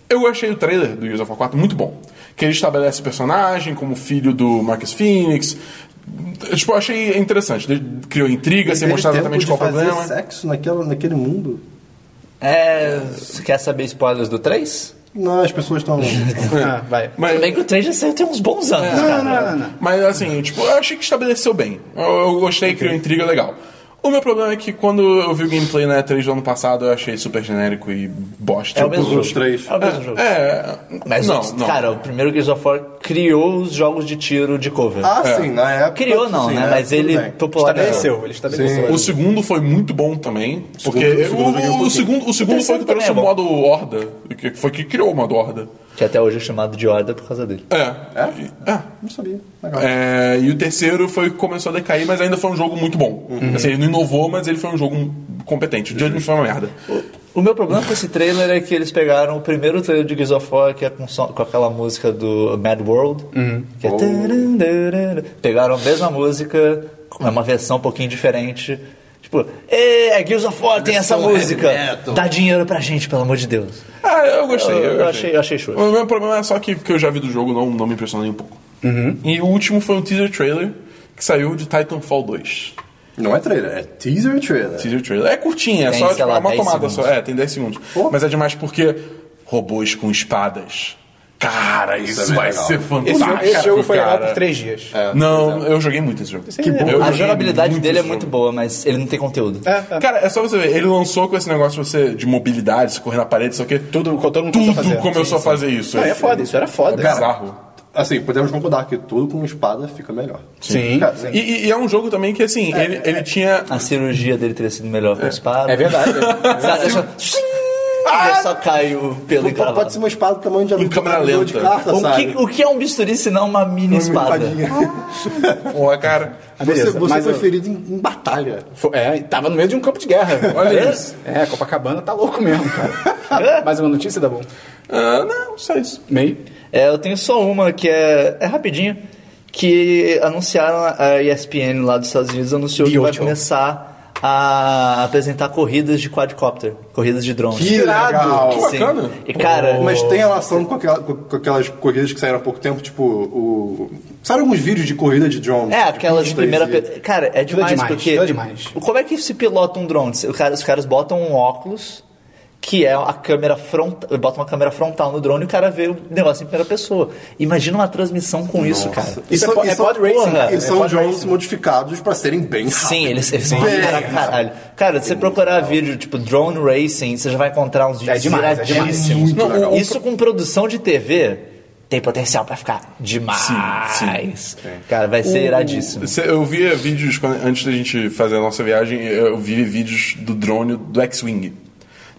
Speaker 3: Eu achei o trailer do Gears of War 4 muito bom. Que ele estabelece o personagem como filho do Marcus Phoenix. Eu, Tipo, eu achei interessante. Ele criou intriga, sem
Speaker 2: Teve
Speaker 3: mostrar
Speaker 2: tempo
Speaker 3: exatamente
Speaker 2: de
Speaker 3: qual o
Speaker 2: fazer
Speaker 3: problema.
Speaker 2: sexo naquela, naquele mundo?
Speaker 4: É. Você quer saber spoilers do 3?
Speaker 2: Não, as pessoas estão...
Speaker 1: Ah, vai. Tá,
Speaker 3: Mas,
Speaker 4: Também que o 3 já saiu tem uns bons anos, cara.
Speaker 3: mas, assim, tipo, eu achei que estabeleceu bem. Eu, eu gostei, criou intriga legal. O meu problema é que quando eu vi o gameplay na E3 do ano passado, eu achei super genérico e bosta.
Speaker 4: É o mesmo
Speaker 2: Os outros
Speaker 4: jogo.
Speaker 2: três.
Speaker 4: É o mesmo jogo.
Speaker 3: É,
Speaker 4: Mas,
Speaker 3: não, não.
Speaker 4: cara, o primeiro Gears of War criou os jogos de tiro de cover.
Speaker 2: Ah, sim, na época...
Speaker 4: criou não,
Speaker 2: sim,
Speaker 4: né?
Speaker 2: na
Speaker 4: Mas
Speaker 2: época,
Speaker 4: ele
Speaker 2: tudo bem.
Speaker 4: popularizou.
Speaker 1: é, Estabeleceu, ele estabeleceu.
Speaker 3: O segundo foi muito bom também. Porque eu-
Speaker 2: segundo- o segundo eu joguei
Speaker 3: o,
Speaker 2: um pouquinho.
Speaker 3: segundo, o segundo foi o
Speaker 4: terceiro
Speaker 3: que
Speaker 4: também
Speaker 3: trouxe
Speaker 4: é
Speaker 3: o
Speaker 4: bom.
Speaker 3: modo Horda. Que foi que criou o modo Horda.
Speaker 4: Que até hoje é chamado de Horda por causa dele.
Speaker 3: É. E- É.
Speaker 2: Não sabia. Legal.
Speaker 3: É, e o terceiro foi que começou a decair, mas ainda foi um jogo muito bom. Assim, ele não inovou, mas ele foi um jogo competente. O Judgment foi uma merda.
Speaker 4: O meu problema com esse trailer é que eles pegaram o primeiro trailer de Gears of War, que é com, som- com aquela música do Mad World. Que é... taran, taran, taran. Pegaram a mesma música, é uma versão um pouquinho diferente. Tipo, "Ê, é Gears of War, tem essa
Speaker 2: Versão heavy
Speaker 4: música.
Speaker 2: metal."
Speaker 4: Dá dinheiro pra gente, pelo amor de Deus.
Speaker 3: Ah, eu gostei.
Speaker 4: Eu-
Speaker 3: Eu,
Speaker 4: eu achei- eu achei xoxo.
Speaker 3: O meu problema é só que, que eu já vi do jogo, não, não me impressionou nem um pouco. E o último foi um teaser trailer que saiu de Titanfall 2.
Speaker 2: Não é trailer, é teaser trailer.
Speaker 3: Teaser trailer. É curtinha, é
Speaker 4: Tem,
Speaker 3: só
Speaker 4: sei
Speaker 3: tipo,
Speaker 4: lá,
Speaker 3: é uma
Speaker 4: 10
Speaker 3: tomada
Speaker 4: segundos.
Speaker 3: só. É, tem 10 segundos. Mas é demais porque robôs com espadas. cara, isso,
Speaker 2: é bem
Speaker 3: vai
Speaker 2: legal.
Speaker 3: ser
Speaker 2: Esse
Speaker 1: Esse,
Speaker 3: fantástico.
Speaker 1: jogo, esse jogo foi
Speaker 3: cara.
Speaker 1: legal por três dias.
Speaker 3: Não, eu joguei muito esse jogo.
Speaker 1: Que bom.
Speaker 3: Eu
Speaker 4: É. A
Speaker 3: joguei
Speaker 4: jogabilidade
Speaker 3: muito
Speaker 4: dele é
Speaker 3: esse
Speaker 4: muito
Speaker 3: jogo.
Speaker 4: boa, mas ele não tem conteúdo.
Speaker 1: É, é.
Speaker 3: Cara, é só você ver, ele lançou com esse negócio de você de mobilidade, você correr na parede, sei o quê.
Speaker 1: Tudo, todo mundo começou a fazer.
Speaker 3: Tudo começou a fazer isso.
Speaker 1: Não, é foda, isso era foda.
Speaker 3: bizarro.
Speaker 2: Assim, podemos concordar que tudo com espada fica melhor.
Speaker 1: sim.
Speaker 2: Cara,
Speaker 1: sim.
Speaker 3: E, e- e é um jogo também que, assim, ele, ele tinha.
Speaker 4: A cirurgia dele teria sido melhor com a espada.
Speaker 1: É verdade.
Speaker 4: Sabe, só... Aí só cai o pelo
Speaker 2: Pô,
Speaker 4: encravado.
Speaker 2: Pode ser uma espada do tamanho de
Speaker 3: Em câmera
Speaker 2: de
Speaker 3: lenta.
Speaker 2: de carta,
Speaker 4: O
Speaker 2: sabe?
Speaker 4: que, o que é um bisturi se não uma mini espada?
Speaker 2: Espadinha.
Speaker 3: Porra, cara.
Speaker 1: Ah,
Speaker 2: Você,
Speaker 1: beleza,
Speaker 2: você
Speaker 1: mas
Speaker 2: foi
Speaker 1: eu-
Speaker 2: ferido em, em batalha.
Speaker 1: Foi- É, tava no meio de um campo de guerra.
Speaker 3: Olha isso.
Speaker 1: É, Copacabana tá louco mesmo, cara. É. Mais uma notícia, dá bom?
Speaker 3: Ah, não, só isso.
Speaker 1: Meio?
Speaker 4: É, eu tenho só uma que é, é rapidinho. Que anunciaram, a ESPN lá dos Estados Unidos anunciou que vai
Speaker 1: Beautiful.
Speaker 4: começar a apresentar corridas de quadcopter, corridas de drones.
Speaker 2: Que
Speaker 3: Que
Speaker 2: irado!
Speaker 4: Sim.
Speaker 3: bacana.
Speaker 4: E cara,
Speaker 2: Mas tem relação com, aquela- com- com aquelas corridas que saíram há pouco tempo, tipo, o... Saíram alguns vídeos de corrida de drones.
Speaker 4: É,
Speaker 2: de
Speaker 4: aquelas de
Speaker 2: pistas
Speaker 4: primeira.
Speaker 2: e-
Speaker 4: pe- Cara, é demais,
Speaker 1: demais,
Speaker 4: porque.
Speaker 1: tudo é demais.
Speaker 4: Como é que se pilota um drone? Se- o cara- os caras botam um óculos, que é a câmera frontal. Bota uma câmera frontal no drone e o cara vê o negócio em primeira pessoa. Imagina uma transmissão com isso, cara.
Speaker 1: Isso é po- é pod racing, cara.
Speaker 2: Eles
Speaker 1: É
Speaker 2: são
Speaker 1: pod
Speaker 2: drones
Speaker 1: racing.
Speaker 2: modificados pra serem bem
Speaker 4: Sim,
Speaker 2: rápidos.
Speaker 4: eles,
Speaker 1: né?
Speaker 4: eles são
Speaker 2: Bem
Speaker 1: é.
Speaker 4: cara,
Speaker 2: legal.
Speaker 4: caralho. Cara, se você procurar vídeo tipo drone racing, você já vai encontrar uns vídeos
Speaker 1: demais, é demais.
Speaker 4: iradíssimos.
Speaker 2: Muito
Speaker 3: Não,
Speaker 2: legal.
Speaker 3: o-
Speaker 4: Isso com produção de TV tem potencial pra ficar demais.
Speaker 3: Sim,
Speaker 4: Cara, vai ser iradíssimo.
Speaker 3: Cê- Eu via vídeos, quando- antes da gente fazer a nossa viagem, eu vi vídeos do drone do X-Wing.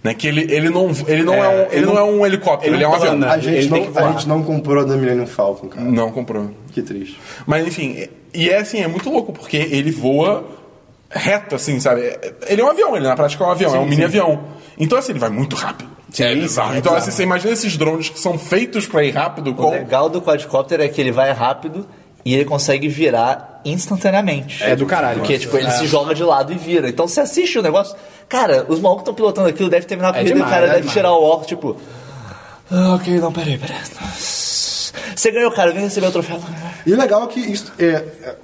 Speaker 3: Né? Que ele, ele, não, ele, não é,
Speaker 1: É,
Speaker 3: um, ele,
Speaker 1: ele
Speaker 3: não,
Speaker 1: não-
Speaker 3: é um helicóptero, ele,
Speaker 1: ele
Speaker 3: é um
Speaker 1: não
Speaker 3: avião.
Speaker 1: plana.
Speaker 2: A gente,
Speaker 1: Ele tem
Speaker 2: não,
Speaker 1: que
Speaker 2: a
Speaker 1: voar.
Speaker 2: gente não comprou da Millennium Falcon, cara.
Speaker 3: Não comprou.
Speaker 2: Que triste.
Speaker 3: Mas enfim, e é assim, é muito louco, porque ele voa reto, assim, sabe? Ele é um avião, ele na prática é um avião, é um mini avião. Então assim, ele vai muito rápido.
Speaker 1: Sim,
Speaker 3: é bizarro.
Speaker 1: é
Speaker 3: então
Speaker 1: bizarro.
Speaker 3: assim, você imagina esses drones que são feitos pra ir rápido
Speaker 4: O
Speaker 3: com.
Speaker 4: legal do quadcóptero é que ele vai rápido e ele consegue virar instantaneamente.
Speaker 1: É do caralho.
Speaker 4: Porque, tipo, ele
Speaker 1: É.
Speaker 4: se joga de lado e vira. Então você assiste o negócio. Cara, os malucos estão pilotando aquilo, deve terminar a corrida e o
Speaker 1: demais,
Speaker 4: cara
Speaker 1: é
Speaker 4: deve
Speaker 1: demais.
Speaker 4: tirar o óculos, tipo. "Ah, ok, não, peraí, peraí. Você ganhou, cara, vem receber o troféu.
Speaker 2: E o legal é que isso é, é,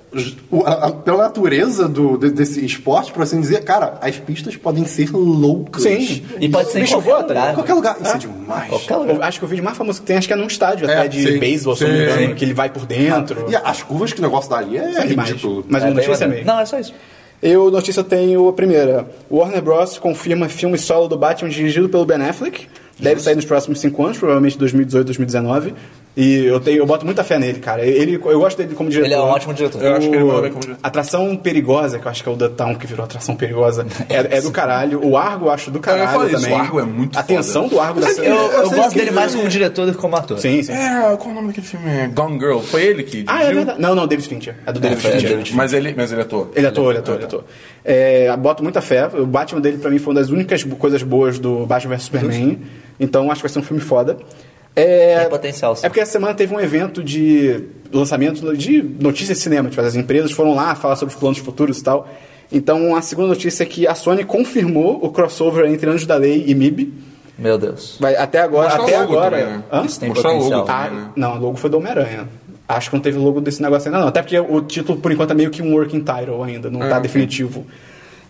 Speaker 2: o- a- a- pela natureza do, de- desse esporte, por assim dizer, cara, as pistas podem ser loucas.
Speaker 1: Sim.
Speaker 4: E pode ser em
Speaker 1: Bicho
Speaker 4: qualquer
Speaker 1: voa, tá Ah,
Speaker 4: lugar.
Speaker 2: Em qualquer lugar. Isso é demais.
Speaker 4: Qualquer lugar.
Speaker 1: Eu acho que o vídeo mais famoso que tem, acho que é num estádio,
Speaker 2: É,
Speaker 1: até de
Speaker 2: sim.
Speaker 1: beisebol, se eu não
Speaker 2: Sim.
Speaker 1: me engano, que ele vai por dentro.
Speaker 2: E as curvas que o negócio dá ali é,
Speaker 1: É demais.
Speaker 2: ridículo.
Speaker 1: Mas
Speaker 4: É,
Speaker 1: uma
Speaker 4: bem
Speaker 1: notícia
Speaker 4: maneiro.
Speaker 1: meio.
Speaker 4: Não, é só isso.
Speaker 1: Eu, notícia, eu tenho a primeira. Warner Bros. confirma filme solo do Batman dirigido pelo Ben Affleck. Deve sair nos próximos cinco anos, provavelmente 2018, 2019. E eu, tenho, eu boto muita fé nele, cara. Ele, eu gosto dele como diretor.
Speaker 4: Ele é um ótimo diretor.
Speaker 3: Eu acho que ele
Speaker 1: O-
Speaker 3: manda bem como diretor.
Speaker 1: Atração Perigosa, que eu acho que é o The Town que virou Atração Perigosa, é, é do caralho. O Argo, eu acho do
Speaker 3: ia
Speaker 1: caralho
Speaker 3: falar isso,
Speaker 1: também.
Speaker 3: o Argo é muito
Speaker 1: A tensão
Speaker 3: foda.
Speaker 1: do Argo da
Speaker 4: Eu, eu
Speaker 2: eu sei
Speaker 4: gosto
Speaker 2: que-
Speaker 4: dele mais como diretor do que como ator.
Speaker 1: Sim, sim.
Speaker 3: É, qual o nome daquele filme? É Gone Girl. Foi ele que
Speaker 1: Ah, é
Speaker 3: dirigiu?
Speaker 1: verdade. Não, não, David Fincher. É do David
Speaker 4: foi- é
Speaker 1: Fincher.
Speaker 4: David
Speaker 3: Mas ele, mas ele é atua.
Speaker 1: Ele é ator, ele ator, ele ator. É, boto muita fé. O Batman dele, pra mim, foi uma das únicas bo- coisas boas do Batman vs Superman. Então acho que vai ser um filme foda. É,
Speaker 4: Tem potencial, sim.
Speaker 1: É porque essa semana teve um evento de lançamento de notícias de cinema. Tipo, as empresas foram lá falar sobre os planos futuros e tal. Então a segunda notícia é que a Sony confirmou o crossover entre Anjos da Lei e MIB.
Speaker 4: Meu Deus.
Speaker 1: Vai, até agora.
Speaker 3: Mostrar
Speaker 1: até
Speaker 3: o logo
Speaker 1: agora.
Speaker 3: também, né?
Speaker 1: Hã?
Speaker 4: Isso tem
Speaker 3: Mostrar o logo
Speaker 4: potencial.
Speaker 3: também,
Speaker 1: Ah,
Speaker 3: né?
Speaker 1: não, o logo foi do Homem-Aranha. Acho que não teve logo desse negócio ainda, não. Até porque o título, por enquanto, é meio que um working title ainda, não tá
Speaker 3: Ah, ok.
Speaker 1: definitivo.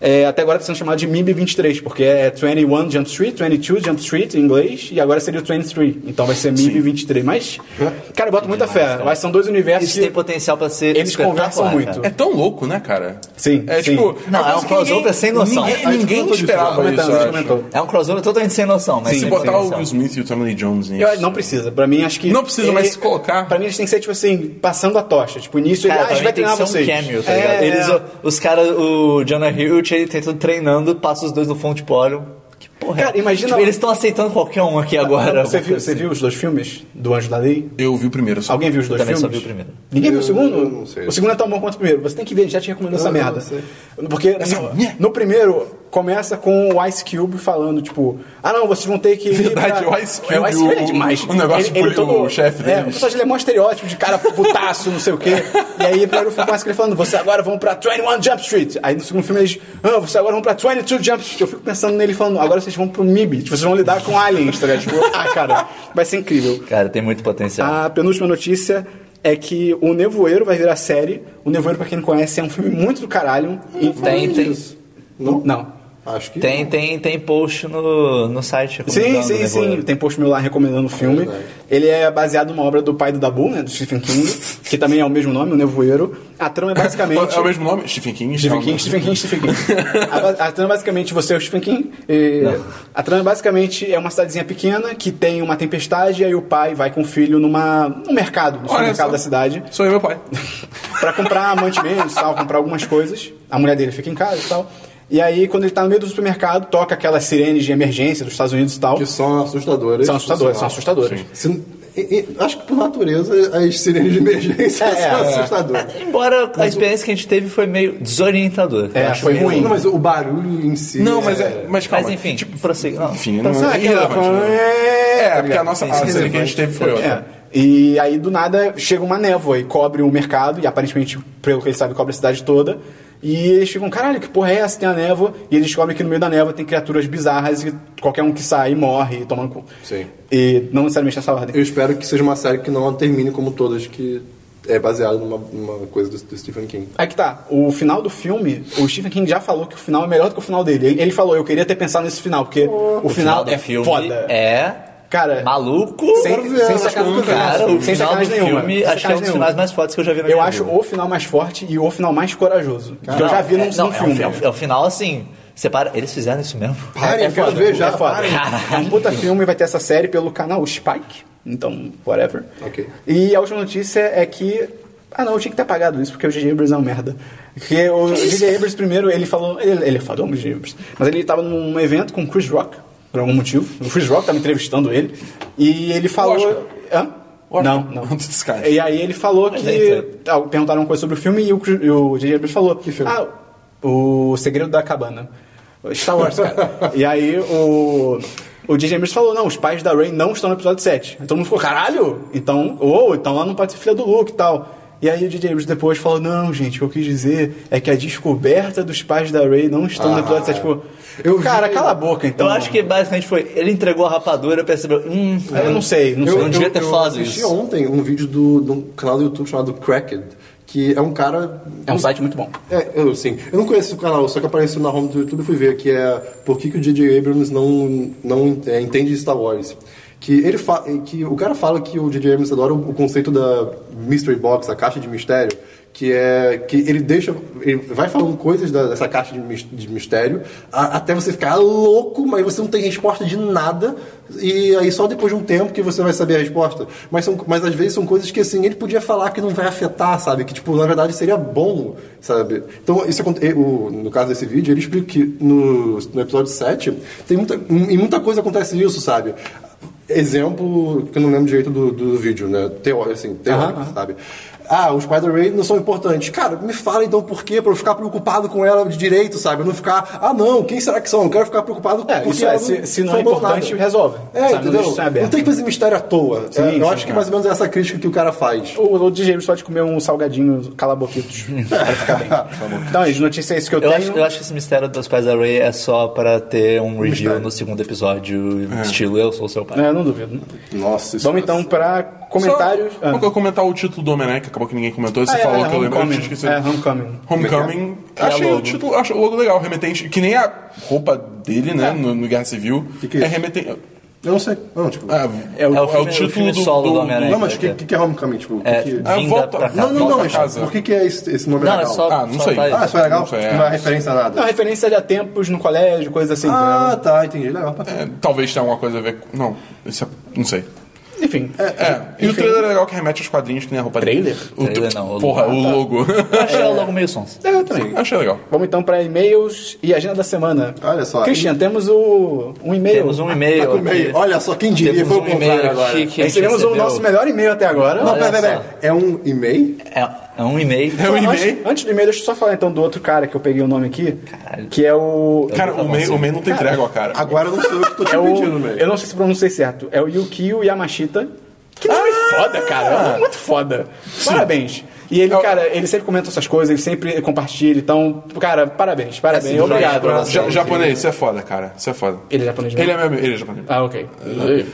Speaker 1: É, até agora tá sendo chamado de MIB 23, porque é 21 Jump Street, 22 Jump Street em inglês, e agora seria o 23. Então vai ser MIB 23. Mas,
Speaker 3: É?
Speaker 1: cara, eu boto muita fé. Mas são dois universos
Speaker 4: Isso
Speaker 1: que-
Speaker 4: tem potencial pra ser
Speaker 1: Eles
Speaker 4: espetacular,
Speaker 1: conversam muito.
Speaker 4: cara.
Speaker 3: É tão louco, né, cara?
Speaker 1: Sim,
Speaker 3: É
Speaker 1: sim.
Speaker 3: tipo.
Speaker 4: Não,
Speaker 3: uma
Speaker 4: é
Speaker 3: coisa
Speaker 4: um
Speaker 3: que
Speaker 4: crossover
Speaker 3: ninguém-
Speaker 4: sem noção.
Speaker 3: Ninguém,
Speaker 2: A gente
Speaker 3: ninguém
Speaker 2: comentou disso,
Speaker 3: esperava
Speaker 1: comentando,
Speaker 3: isso.
Speaker 1: a gente
Speaker 3: eu acho.
Speaker 1: É, tipo, comentou.
Speaker 4: É um crossover totalmente sem noção, mas
Speaker 3: Se
Speaker 4: sem
Speaker 3: botar o
Speaker 4: noção.
Speaker 3: Will Smith e o Tommy Lee Jones nisso.
Speaker 1: Eu, não precisa, pra mim acho que.
Speaker 3: Não precisa, mas se colocar-
Speaker 1: Pra mim eles têm que ser, tipo assim, passando a tocha. Tipo, início
Speaker 4: Cara,
Speaker 1: ele, ah, a
Speaker 4: pra
Speaker 1: gente
Speaker 4: mim
Speaker 1: vai
Speaker 4: tem
Speaker 1: treinar
Speaker 4: que ser um
Speaker 1: vocês.
Speaker 4: cameo, tá
Speaker 1: É,
Speaker 4: ligado? Eles,
Speaker 1: é.
Speaker 4: o- os caras, o Jonah Hilt, ele tá tudo treinando, passa os dois no fundo, tipo, olham. Que porra é?
Speaker 1: Cara, imagina-
Speaker 4: Tipo, eles estão aceitando qualquer um aqui agora.
Speaker 1: Você viu, você viu os dois filmes do Anjo da Lei?
Speaker 3: Eu vi o primeiro só.
Speaker 1: Alguém viu os dois
Speaker 4: Também só
Speaker 1: filmes?
Speaker 4: vi o primeiro.
Speaker 1: Ninguém viu o segundo?
Speaker 2: Eu não sei.
Speaker 1: O segundo é tão bom quanto o primeiro. Você tem que ver, ele já te recomendou essa
Speaker 2: Eu
Speaker 1: merda.
Speaker 2: não sei.
Speaker 1: Porque no, no primeiro começa com o Ice Cube falando, tipo, ah não, vocês vão ter que. ir
Speaker 3: Verdade,
Speaker 1: pra-
Speaker 3: o Ice Cube,
Speaker 1: É, o Ice Cube é
Speaker 3: o-
Speaker 1: demais.
Speaker 3: o negócio de poli- o chefe
Speaker 1: É,
Speaker 3: deles.
Speaker 1: o personagem ele é mó estereótipo de cara putaço, não sei o quê. E aí primeiro filme começa com ele falando, você agora vão pra 21 Jump Street. Aí no segundo filme eles, ah, você agora vão pra 22 Jump Street. Eu fico pensando nele falando, agora vocês vão pro MIB, tipo, vocês vão lidar com aliens, tá ligado? Tipo, ah, cara, vai ser incrível.
Speaker 4: Cara, tem muito potencial.
Speaker 1: A penúltima notícia é que o Nevoeiro vai virar série. O Nevoeiro, pra quem não conhece, é um filme muito do caralho. E
Speaker 4: tem, tem.
Speaker 1: Não? Não.
Speaker 2: Acho que.
Speaker 4: Tem, tem, tem post no, no site.
Speaker 1: Sim,
Speaker 4: recomendando,
Speaker 1: sim,
Speaker 4: né,
Speaker 1: sim.
Speaker 4: Boa?
Speaker 1: Tem post meu lá recomendando o filme.
Speaker 2: verdade.
Speaker 1: Ele é baseado numa obra do pai do Dabu, né? Do Stephen King, que também é o mesmo nome, o Nevoeiro. A trama é basicamente.
Speaker 3: É o mesmo nome? Stephen King?
Speaker 1: Stephen
Speaker 3: Calma.
Speaker 1: King, Stephen King, Stephen King. A, ba- a trama basicamente, você é o Stephen King. e- a trama basicamente é uma cidadezinha pequena que tem uma tempestade e aí o pai vai com o filho numa, num mercado, no
Speaker 3: Olha
Speaker 1: supermercado
Speaker 3: só.
Speaker 1: da cidade,
Speaker 3: Sou eu e meu pai.
Speaker 1: pra comprar mantimentos, tal, comprar algumas coisas. A mulher dele fica em casa e tal. E aí, quando ele tá no meio do supermercado, toca aquelas sirenes de emergência dos Estados Unidos e tal.
Speaker 2: Que é são assustadoras.
Speaker 1: São assustadoras, são assustadoras.
Speaker 3: Sim.
Speaker 2: Se- e- e- acho que por natureza as sirenes de emergência
Speaker 1: É,
Speaker 2: são
Speaker 1: é.
Speaker 2: assustadoras.
Speaker 4: Embora a experiência que a gente teve foi meio desorientadora.
Speaker 1: É,
Speaker 4: Eu acho
Speaker 1: foi
Speaker 4: meio-
Speaker 1: ruim.
Speaker 2: Não, mas o barulho em si.
Speaker 3: Não, mas, é, mas calma.
Speaker 4: Mas enfim,
Speaker 3: Tipo,
Speaker 4: prossegui- não.
Speaker 3: enfim, não
Speaker 1: Então, Sabe
Speaker 3: é
Speaker 1: aquela-
Speaker 3: irrelevante. né?
Speaker 1: É,
Speaker 3: É,
Speaker 1: tá
Speaker 3: porque a
Speaker 1: ligado?
Speaker 3: nossa a cena que a gente teve foi
Speaker 1: É.
Speaker 3: outra.
Speaker 1: E aí do nada chega uma névoa e cobre o mercado, e aparentemente, pelo que eles sabem, cobre a cidade toda. E eles ficam, caralho, que porra é essa? Tem a névoa. E eles descobrem que no meio da névoa tem criaturas bizarras e qualquer um que sai morre e toma no cu.
Speaker 2: Sim.
Speaker 1: E não necessariamente nessa ordem.
Speaker 2: Eu espero que seja uma série que não termine como todas, que é baseada numa, numa coisa do, do Stephen King.
Speaker 1: Aí que tá, o final do filme, o Stephen King já falou que o final é melhor do que o final dele. Ele, ele falou, eu queria ter pensado nesse final, porque o, final,
Speaker 4: do
Speaker 1: é
Speaker 4: filme
Speaker 1: foda.
Speaker 4: É.
Speaker 1: Cara,
Speaker 4: Maluco?
Speaker 1: Sem- sem
Speaker 4: Cara,
Speaker 1: sacanagem nenhuma.
Speaker 4: Cara, o
Speaker 1: Sem
Speaker 4: final do
Speaker 1: sacanagem nenhuma.
Speaker 4: filme,
Speaker 1: Sem
Speaker 4: acho que é
Speaker 1: sacanagem
Speaker 4: um dos
Speaker 1: nenhuma.
Speaker 4: finais mais fortes que eu já vi na
Speaker 1: eu
Speaker 4: minha
Speaker 1: acho
Speaker 4: vida.
Speaker 1: o final mais forte e o final mais corajoso. Que eu já vi
Speaker 4: Não,
Speaker 1: num,
Speaker 4: é- não,
Speaker 1: num
Speaker 4: é um
Speaker 1: filme.
Speaker 4: fi- É um, final assim. Separa, eles fizeram isso mesmo?
Speaker 2: Parem,
Speaker 1: é
Speaker 2: eu quero
Speaker 1: foda,
Speaker 2: ver já,
Speaker 1: É foda.
Speaker 2: parem.
Speaker 1: É um puta filme, vai ter essa série pelo canal Spike. Então, whatever.
Speaker 2: Ok.
Speaker 1: E a última notícia é que... Ah não, eu tinha que ter apagado isso, porque o J.J. Abrams é um merda. Porque o J.J. Abrams primeiro, ele falou... Ele, é ele falou o J.J. Abrams. Mas ele tava num evento com o Chris Rock, por algum motivo. O Chris Rock tava entrevistando ele. E ele falou...
Speaker 3: Oscar.
Speaker 1: Hã?
Speaker 3: Oscar.
Speaker 1: Não, não.
Speaker 3: Dos caras.
Speaker 1: E aí ele falou que...
Speaker 4: é,
Speaker 1: ah, Perguntaram uma coisa sobre o filme e o Chris- e o J.J. Abrams falou... Que
Speaker 2: filme?
Speaker 1: Ah, o Segredo da Cabana. Star Wars, cara. e aí o. O DJ Mills falou: não, os pais da Rey não estão no episódio 7. Então todo mundo ficou, caralho? Então, ou, então ela não pode ser filha do Luke e tal. E aí o DJ Abrams depois falou: não, gente, o que eu quis dizer é que a descoberta dos pais da Rey não estão no episódio 7. Tipo,
Speaker 2: Eu vi-
Speaker 1: cara, cala a boca então.
Speaker 4: Eu acho que basicamente foi. Ele entregou a rapadura, percebeu. Hum,
Speaker 1: Eu não sei, não
Speaker 2: Eu,
Speaker 1: sei.
Speaker 4: não devia ter
Speaker 2: eu,
Speaker 4: falado
Speaker 2: eu assisti
Speaker 4: isso.
Speaker 2: ontem um vídeo do, de um canal do YouTube chamado Cracked, que é um cara.
Speaker 1: É um site muito bom.
Speaker 2: É, eu sim. Eu não conheço o canal, só que apareceu na home do YouTube e fui ver, que é Por que, que o J.J. Abrams não, não ent- é, entende Star Wars. Que, ele fa que o cara fala que o J.J. Abrams adora o, o conceito da Mystery Box, a caixa de mistério, que é que ele deixa. Ele vai falando coisas da- dessa caixa de, mis- de mistério a- até você ficar louco, mas você não tem resposta de nada. E aí só depois de um tempo que você vai saber a resposta. Mas, são, mas às vezes são coisas que assim, ele podia falar que não vai afetar, sabe? Que tipo, na verdade seria bom, sabe? Então, isso aconte- eh, o, no caso desse vídeo, ele explica que no, no episódio 7, tem muita, em muita coisa acontece isso, sabe? Exemplo, que eu não lembro direito do, do vídeo, né? Teórico, assim, teórico, sabe? Ah, os pais da Ray não são importantes. Cara, me fala então por quê, pra eu ficar preocupado com ela de direito, sabe? Eu não ficar, ah não, quem será que são? Eu quero ficar preocupado com
Speaker 1: É, isso é, se, se não é importante, resolve.
Speaker 2: é,
Speaker 1: sabe? Não
Speaker 2: entendeu?
Speaker 1: deixa isso em aberto.
Speaker 2: Não tem que fazer mistério à toa.
Speaker 1: Sim,
Speaker 2: É, eu
Speaker 1: sim,
Speaker 2: acho que
Speaker 1: cara.
Speaker 2: mais ou menos é essa crítica que o cara faz.
Speaker 1: O, o DJ Abrams pode comer um salgadinho calaboquitos pra ficar bem. então, as notícias é isso que eu,
Speaker 4: Eu
Speaker 1: tenho.
Speaker 4: acho, eu acho que esse mistério dos pais da Ray é só pra ter um review no segundo episódio, estilo Eu Sou Seu Pai.
Speaker 1: É, não duvido.
Speaker 2: Nossa, isso
Speaker 1: Vamos então pra comentários.
Speaker 3: Só,
Speaker 1: Ah.
Speaker 3: Vou comentar o título do Homem-Aranha, que acabou que ninguém comentou. Você
Speaker 1: Ah, é,
Speaker 3: falou
Speaker 1: é,
Speaker 3: que eu lembrei, eu
Speaker 1: Homecoming.
Speaker 3: tinha esquecido.
Speaker 1: É, Homecoming.
Speaker 3: Homecoming. achei o título, acho o logo legal, remetente. Que nem a roupa dele, né, no, no Guerra Civil.
Speaker 2: Que que é isso?
Speaker 3: é remetente.
Speaker 2: Eu não sei. Não, tipo.
Speaker 3: Ah,
Speaker 4: É o
Speaker 3: é
Speaker 4: filme- o filme solo do Homem-Aranha.
Speaker 2: não, mas o que, que, que é homecoming? Tipo, o que
Speaker 4: É,
Speaker 2: que-
Speaker 4: Ah, Vinda
Speaker 3: volta-
Speaker 4: pra cá,
Speaker 2: Não, não,
Speaker 4: volta
Speaker 2: não,
Speaker 4: pra
Speaker 2: mas
Speaker 4: casa.
Speaker 2: por que, que é esse, esse nome
Speaker 4: Não,
Speaker 2: legal?
Speaker 4: é só.
Speaker 3: Ah, não
Speaker 4: só
Speaker 3: sei.
Speaker 4: Tá
Speaker 2: Ah, isso é legal?
Speaker 3: Não sei, é.
Speaker 2: Não é referência a nada.
Speaker 1: Não, referência a tempos no colégio, coisa assim.
Speaker 2: ah, tá, entendi. Legal. pra
Speaker 3: É, talvez tenha alguma coisa a ver com. Não, isso é, não sei.
Speaker 1: entendeu? Enfim.
Speaker 3: É, e o
Speaker 1: Enfim.
Speaker 3: trailer é legal que remete aos quadrinhos que nem a roupa
Speaker 1: Trailer?
Speaker 3: dele. O
Speaker 4: Trailer
Speaker 3: tu-
Speaker 4: não, o
Speaker 3: Porra,
Speaker 4: logo.
Speaker 3: o logo.
Speaker 4: Eu achei ela logo meio sons.
Speaker 1: É, eu também.
Speaker 3: Achei legal.
Speaker 1: Vamos então pra e-mails e agenda da semana.
Speaker 2: Olha só.
Speaker 1: Christian, temos o, um e-mail.
Speaker 4: Temos um
Speaker 2: Tá
Speaker 4: e-mail.
Speaker 2: com e-mail.
Speaker 4: aqui.
Speaker 2: Olha só, quem diria,
Speaker 4: Temos
Speaker 2: foi o
Speaker 4: um e-mail
Speaker 2: contrário agora.
Speaker 4: aqui que a gente
Speaker 1: Recebemos o
Speaker 4: recebeu.
Speaker 1: nosso melhor e-mail até agora.
Speaker 2: Não,
Speaker 4: Olha
Speaker 2: pera, pera,
Speaker 4: só.
Speaker 2: pera. É um e-mail?
Speaker 4: É, é um e-mail.
Speaker 3: É um e-mail.
Speaker 1: Antes, antes do e-mail, deixa eu só falar então do outro cara que eu peguei o nome aqui.
Speaker 4: Caralho.
Speaker 1: Que é o.
Speaker 3: Cara, o meio, o meio não tem trégua, cara.
Speaker 2: Agora eu não sou eu que tô te
Speaker 1: É o,
Speaker 2: pedindo,
Speaker 1: eu
Speaker 2: velho.
Speaker 1: não sei se pronunciei certo. Ah! É o Yukio Yamashita. Que nome foda, cara. É um nome muito foda. Parabéns. E ele,
Speaker 3: Eu-
Speaker 1: cara, ele sempre comenta essas coisas, ele sempre compartilha, então, cara, parabéns, parabéns,
Speaker 2: Assim,
Speaker 1: obrigado.
Speaker 2: pra-
Speaker 1: pra você.
Speaker 3: Ja- japonês, você é foda, cara. Você é foda.
Speaker 1: Ele é japonês mesmo?
Speaker 3: Ele é meu amigo. Ele é japonês.
Speaker 1: Ah, ok.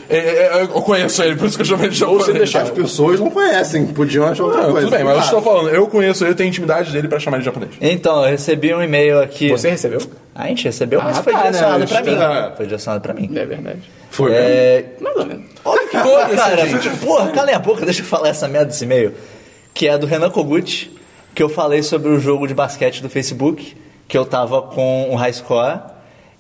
Speaker 3: É, é, é, eu conheço ele, por isso que eu chamei de japonês.
Speaker 1: se deixar-
Speaker 2: As pessoas não conhecem, podiam achar outra
Speaker 3: Não, Ah,
Speaker 2: coisa. Ah,
Speaker 3: tudo bem, mas eu
Speaker 2: Claro.
Speaker 3: estou falando, eu conheço ele, tenho intimidade dele pra chamar ele de japonês.
Speaker 4: Então, eu recebi um e-mail aqui.
Speaker 1: Você recebeu?
Speaker 4: A gente recebeu, mas
Speaker 1: Ah,
Speaker 4: foi
Speaker 1: tá, né?
Speaker 4: direcionado pra mim.
Speaker 2: Ah.
Speaker 4: Foi direcionado pra mim.
Speaker 1: É verdade.
Speaker 2: Foi.
Speaker 4: É,
Speaker 1: Mais ou menos.
Speaker 4: Olha que coisa, cara. Porra, calem a boca, deixa eu falar essa merda desse e-mail. Que é do Renan Kogut, que eu falei sobre o jogo de basquete do Facebook, que eu tava com um high score.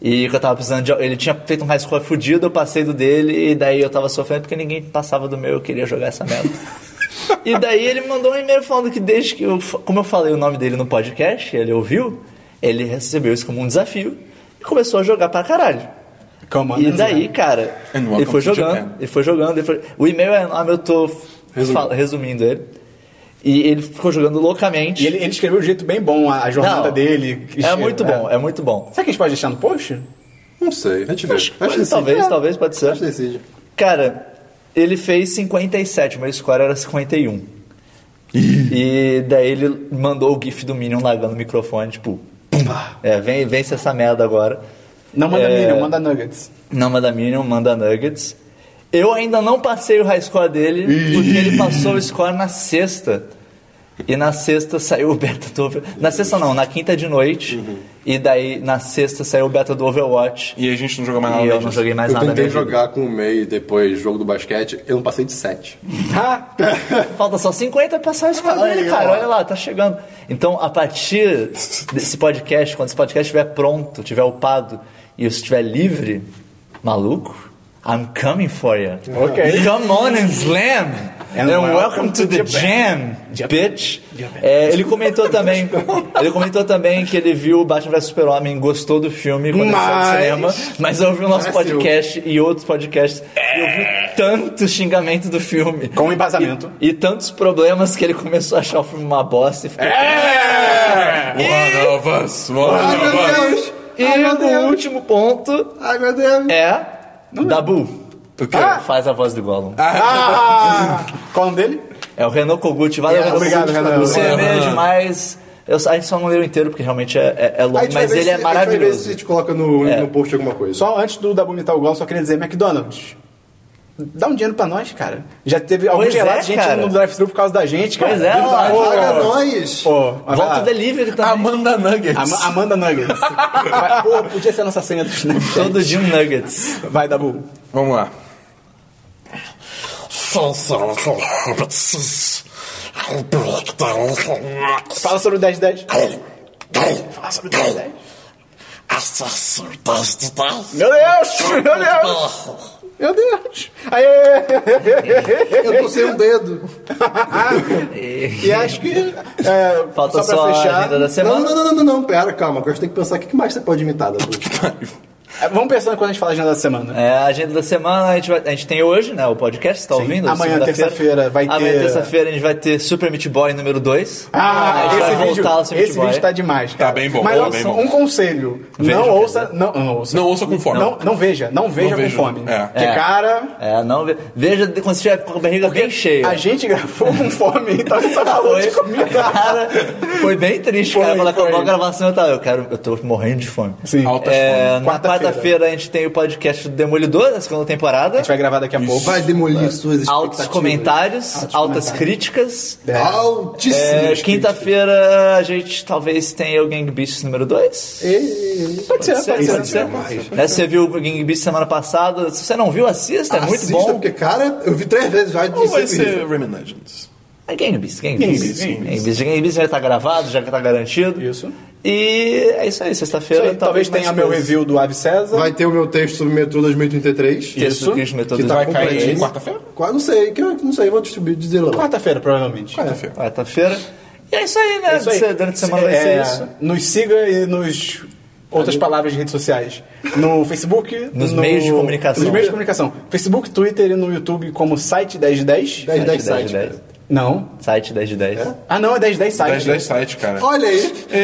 Speaker 4: E que eu tava precisando de. Ele tinha feito um high score fudido, eu passei do dele, e daí eu tava sofrendo porque ninguém passava do meu, eu queria jogar essa merda. E daí ele mandou um e-mail falando que desde que eu, como eu falei o nome dele no podcast, ele ouviu, ele recebeu isso como um desafio e começou a jogar pra caralho.
Speaker 1: Come on,
Speaker 4: E
Speaker 1: né?
Speaker 4: daí, cara,
Speaker 3: And É welcome
Speaker 4: ele foi
Speaker 3: to
Speaker 4: jogando,
Speaker 3: Japan.
Speaker 4: ele foi jogando, ele foi... O e-mail é enorme, eu tô fal- resumindo ele. E ele ficou jogando loucamente.
Speaker 1: E ele, ele escreveu de um jeito bem bom a, a jornada
Speaker 4: Não,
Speaker 1: dele. né?
Speaker 4: É muito bom, é muito bom.
Speaker 1: Será que a gente pode deixar no post?
Speaker 2: Não sei, a gente vê. Acho,
Speaker 4: Mas
Speaker 2: que decide.
Speaker 4: talvez,
Speaker 2: É,
Speaker 4: talvez, pode ser.
Speaker 2: Acho que decide.
Speaker 4: Cara, ele fez 57, meu score era 51. e daí ele mandou o gif do Minion largando o microfone, tipo... Pum, é, vem, vence essa merda agora.
Speaker 1: Não manda
Speaker 4: É.
Speaker 1: Minion, manda Nuggets.
Speaker 4: Não manda Minion, manda Nuggets. Eu ainda não passei o high score dele, porque ele passou o score na sexta. E na sexta saiu o beta do Overwatch. Na sexta não, na quinta de noite.
Speaker 2: Uhum.
Speaker 4: E daí na sexta saiu o beta do Overwatch.
Speaker 3: E a gente não joga mais nada.
Speaker 4: E eu
Speaker 3: além
Speaker 4: não
Speaker 3: disso.
Speaker 4: joguei mais
Speaker 2: Ah, eu
Speaker 4: nada né, na
Speaker 2: tentei
Speaker 4: minha vida.
Speaker 2: jogar com o MEI depois jogo do basquete, eu não passei de 7.
Speaker 1: Ha!
Speaker 4: Falta só 50 pra passar o score
Speaker 2: Olha
Speaker 4: dele,
Speaker 2: lá.
Speaker 4: cara. Olha lá, tá chegando. Então, a partir desse podcast, quando esse podcast estiver pronto, estiver upado e eu estiver livre, maluco, I'm coming for you.
Speaker 1: Ok.
Speaker 4: Come on and slam. And,
Speaker 1: And
Speaker 4: welcome,
Speaker 1: welcome
Speaker 4: to,
Speaker 1: to
Speaker 4: the jam,
Speaker 1: Japan.
Speaker 4: bitch. É, ele comentou também, ele comentou também que ele viu o Batman vs Super-Homem, gostou do filme quando ele saiu do
Speaker 1: Mas-
Speaker 4: cinema, mas ouviu o nosso
Speaker 2: Mas eu-
Speaker 4: podcast e outros podcasts e ouviu tanto xingamento do filme.
Speaker 1: Com embasamento.
Speaker 4: E tantos problemas que ele começou a achar o filme uma bosta e ficou.
Speaker 1: É!
Speaker 3: One of us, one of us.
Speaker 2: Deus!
Speaker 4: E o último ponto
Speaker 2: Ai, meu Deus!
Speaker 4: é. Dabu.
Speaker 3: O quê?
Speaker 4: Que faz a voz do Gollum.
Speaker 1: Ah! Qual o nome dele?
Speaker 4: É o Renan Kogut. Valeu,
Speaker 1: É,
Speaker 4: Renan
Speaker 1: obrigado,
Speaker 4: Kogut.
Speaker 1: Renan.
Speaker 4: Você é
Speaker 1: Valeu,
Speaker 4: meio
Speaker 3: Renan.
Speaker 4: demais. Eu, a gente só não leu inteiro porque realmente é, é- é
Speaker 2: A
Speaker 4: longo,
Speaker 2: gente vai
Speaker 4: mas
Speaker 2: ver
Speaker 4: ele
Speaker 2: se-
Speaker 4: é
Speaker 2: A gente vai ver se a
Speaker 4: maravilhoso.
Speaker 2: gente coloca no,
Speaker 4: É.
Speaker 2: no post alguma coisa.
Speaker 1: Só antes do Dabu imitar o Gol, só queria dizer McDonald's. Dá um dinheiro pra nós, cara. Já teve alguns
Speaker 4: Pois é,
Speaker 1: relatos de gente
Speaker 4: cara.
Speaker 1: indo no drive-thru por causa da gente, cara.
Speaker 4: Pois é, ó,
Speaker 1: Pô,
Speaker 2: Paga nós!
Speaker 1: pô, vai
Speaker 4: Volta
Speaker 1: lá.
Speaker 4: o delivery também.
Speaker 3: Amanda Nuggets.
Speaker 1: Ama- Ah. Amanda Nuggets. Vai- Pô, podia ser a nossa senha do Snapchat.
Speaker 4: Todo dia um Nuggets.
Speaker 1: Vai, Dabu.
Speaker 3: Vamos lá.
Speaker 1: Fala sobre o 1010.
Speaker 5: Fala sobre 10 10.
Speaker 1: Meu Deus! Meu Deus! Meu Deus! Aê!
Speaker 2: Eu tô sem um dedo.
Speaker 1: E acho que. é,
Speaker 4: Falta só,
Speaker 1: pra
Speaker 4: a
Speaker 1: fechar.
Speaker 4: agenda da
Speaker 2: Não,
Speaker 4: semana.
Speaker 2: não, não, não, não, não, pera, calma. Agora a gente tem que pensar o que que mais você pode imitar. Dabu.
Speaker 1: É, Vamos pensando quando a gente fala agenda da semana.
Speaker 4: É, a agenda da semana, a gente, vai- a gente tem hoje, né? O podcast, você tá ouvindo?
Speaker 1: Amanhã,
Speaker 4: Segunda-feira.
Speaker 1: terça-feira, vai
Speaker 4: Amanhã,
Speaker 1: ter-
Speaker 4: terça-feira, a gente vai ter Super Meat Boy número 2. a
Speaker 1: Ah,
Speaker 4: gente
Speaker 1: esse
Speaker 4: vai
Speaker 1: vídeo,
Speaker 4: voltar é? ao Super
Speaker 1: esse
Speaker 4: Meat Boy.
Speaker 1: vídeo tá demais, cara.
Speaker 3: Tá bem bom,
Speaker 1: Mas
Speaker 3: tá
Speaker 1: ouça,
Speaker 3: bem bom.
Speaker 1: um conselho.
Speaker 4: Veja,
Speaker 1: não
Speaker 4: quer
Speaker 1: ouça, não, não ouça.
Speaker 3: Não ouça com fome.
Speaker 1: Não, não veja, não veja com
Speaker 3: veja.
Speaker 1: fome.
Speaker 3: É.
Speaker 1: Porque,
Speaker 4: É.
Speaker 1: cara,
Speaker 4: É, não, ve- veja de- quando você estiver com a barriga bem cheia.
Speaker 1: a gente gravou com fome, então a gente só falou de comida.
Speaker 4: cara, foi bem triste,
Speaker 1: Foi,
Speaker 4: cara. Quando acabou a
Speaker 1: foi.
Speaker 4: gravação, eu tava, eu quero, eu tô morrendo de fome.
Speaker 1: Sim.
Speaker 3: Altas
Speaker 4: É,
Speaker 3: fome.
Speaker 4: na
Speaker 1: Quarta-feira.
Speaker 4: quarta-feira a gente tem o podcast do Demolidor, da segunda temporada.
Speaker 1: A gente vai gravar daqui a pouco.
Speaker 2: Vai demolir suas
Speaker 4: Altos
Speaker 2: expectativas.
Speaker 4: comentários,
Speaker 1: Altos
Speaker 4: altas
Speaker 1: comentários.
Speaker 4: críticas.
Speaker 1: É.
Speaker 4: É,
Speaker 2: Altíssimas.
Speaker 4: Quinta-feira a gente talvez tenha o Gang Beasts número 2.
Speaker 1: Pode ser, pode
Speaker 2: é
Speaker 1: ser. é.
Speaker 4: Né, você viu o Gang Beasts semana passada. Se você não viu, assista, é muito
Speaker 2: Assista,
Speaker 4: bom.
Speaker 2: porque, cara, eu vi três vezes já.
Speaker 3: Ou vai ser Rayman Legends?
Speaker 4: É Gang Beasts, Gang
Speaker 1: Gang
Speaker 4: Beasts.
Speaker 1: Beasts,
Speaker 4: Gang
Speaker 1: Gang
Speaker 4: Beasts. Gang Beasts já tá gravado, já tá garantido.
Speaker 1: Isso.
Speaker 4: E é isso aí, sexta-feira.
Speaker 1: Isso aí, talvez
Speaker 4: mais
Speaker 1: tenha meu
Speaker 4: coisa.
Speaker 1: review do Ave César.
Speaker 2: Vai ter o meu texto sobre Metrô 2033.
Speaker 4: Texto
Speaker 1: Isso,
Speaker 4: do Cristo
Speaker 2: Que
Speaker 4: Metodista.
Speaker 2: tá
Speaker 3: Vai cair
Speaker 2: compreendido.
Speaker 3: em quarta-feira?
Speaker 2: Qua- Não sei, que, não sei, vou distribuir, dizer lá.
Speaker 1: Quarta-feira, provavelmente.
Speaker 3: Quarta-feira.
Speaker 4: Quarta-feira. E é isso aí, né?
Speaker 1: É isso aí.
Speaker 4: Se- Durante a semana vai
Speaker 1: É,
Speaker 4: ser isso.
Speaker 1: Nos siga e nos. Outras palavras de redes sociais. No Facebook.
Speaker 4: Nos
Speaker 1: no-
Speaker 4: meios de comunicação.
Speaker 1: Nos meios de comunicação. Facebook, Twitter e no YouTube como site 10 de 10.
Speaker 4: Site
Speaker 2: 10 10
Speaker 4: 10
Speaker 2: site.
Speaker 4: de
Speaker 2: cara.
Speaker 4: 10.
Speaker 1: Não.
Speaker 4: Site 10 de 10. Site
Speaker 1: Ah, não, é 10 10 site.
Speaker 3: 10 10 site, cara.
Speaker 2: Olha aí.
Speaker 4: 10 de 10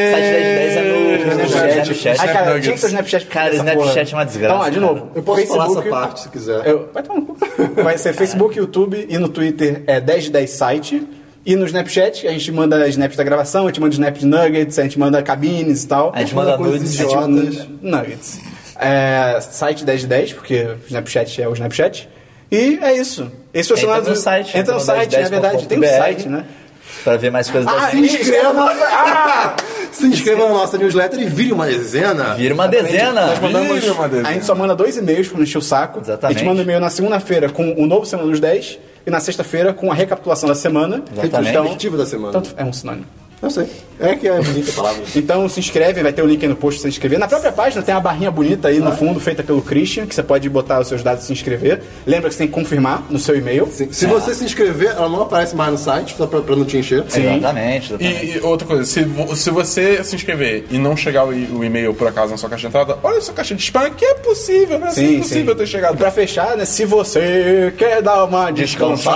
Speaker 4: é no no
Speaker 1: Snapchat.
Speaker 4: Snapchat.
Speaker 1: Ai, cara,
Speaker 3: Snapnuggets.
Speaker 1: tinha que ser o Snapchat.
Speaker 4: Cara,
Speaker 1: essa
Speaker 4: Snapchat
Speaker 1: porra.
Speaker 4: é uma desgraça,
Speaker 1: Então, ó, de
Speaker 4: cara.
Speaker 1: novo.
Speaker 2: Eu posso falar
Speaker 1: Facebook-
Speaker 2: essa parte se quiser.
Speaker 1: Eu- vai tomar no cu. Vai ser Facebook, YouTube e no Twitter é 1010 site. E no Snapchat, a gente manda snaps da gravação, a gente manda snaps de nuggets, a gente manda cabines e tal.
Speaker 4: A gente manda
Speaker 1: coisas
Speaker 4: nudes,
Speaker 1: idiotas. Nuggets. É, site 10 de 10, porque o Snapchat é o Snapchat. E é isso. Esse foi o
Speaker 4: Entra
Speaker 1: semana
Speaker 4: no
Speaker 1: do-
Speaker 4: site,
Speaker 1: Entra no
Speaker 4: no 10,
Speaker 1: site, na verdade. Tem um
Speaker 4: .com.br.
Speaker 1: site, né? Assim
Speaker 4: Pra ver mais coisas da
Speaker 2: Ah, se
Speaker 4: vida.
Speaker 2: inscreva! Ah! Se inscreva na nossa newsletter e vire uma dezena.
Speaker 4: Vira uma dezena.
Speaker 3: Mandamos uma
Speaker 1: A
Speaker 3: desenha.
Speaker 1: gente só manda dois e-mails pra não encher o saco.
Speaker 4: Exatamente.
Speaker 1: A gente manda um e-mail na segunda-feira com o novo Semana dos 10 e na sexta-feira com a recapitulação da semana.
Speaker 4: Exatamente.
Speaker 2: Retrospectiva da semana.
Speaker 1: Tanto é um sinônimo.
Speaker 2: Eu sei. É que é bonita a palavra.
Speaker 1: Então se inscreve, vai ter o link aí no post pra se inscrever. Na própria página tem uma barrinha bonita aí no fundo, feita pelo Christian, que você pode botar os seus dados e se inscrever. Lembra que você tem que confirmar no seu e-mail.
Speaker 2: Sim. Se você se inscrever, ela não aparece mais no site, só pra, pra não te encher.
Speaker 4: Exatamente, exatamente.
Speaker 3: E, e outra coisa, se, vo- se você se inscrever e não chegar o, e- o e-mail por acaso na sua caixa de entrada, olha a sua caixa de spam, que é possível, né? é impossível ter
Speaker 1: E
Speaker 3: chegado.
Speaker 1: pra fechar, né? Se você quer dar uma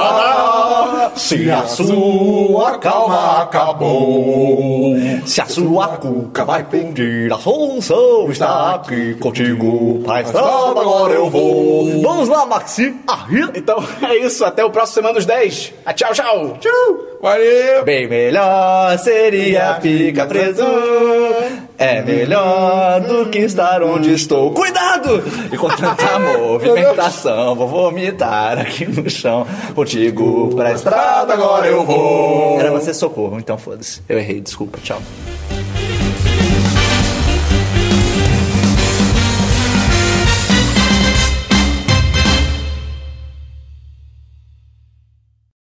Speaker 1: descansada, se a
Speaker 3: sua calma
Speaker 4: acabou. Se a sua cuca vai pedir, a Sonção está aqui contigo. Pra estrada agora eu vou. Vamos lá, Maxi. Arria.
Speaker 1: Então é isso, até o próximo Semana dos 10. Ah, Tchau, tchau! Tchau!
Speaker 3: Valeu!
Speaker 4: Bem melhor seria ficar preso. É melhor do que estar onde estou. Cuidado! E com tanta movimentação, vou vomitar aqui no chão. Contigo pra estrada, agora eu vou. Era você socorro, então foda-se. Eu errei, desculpa, tchau.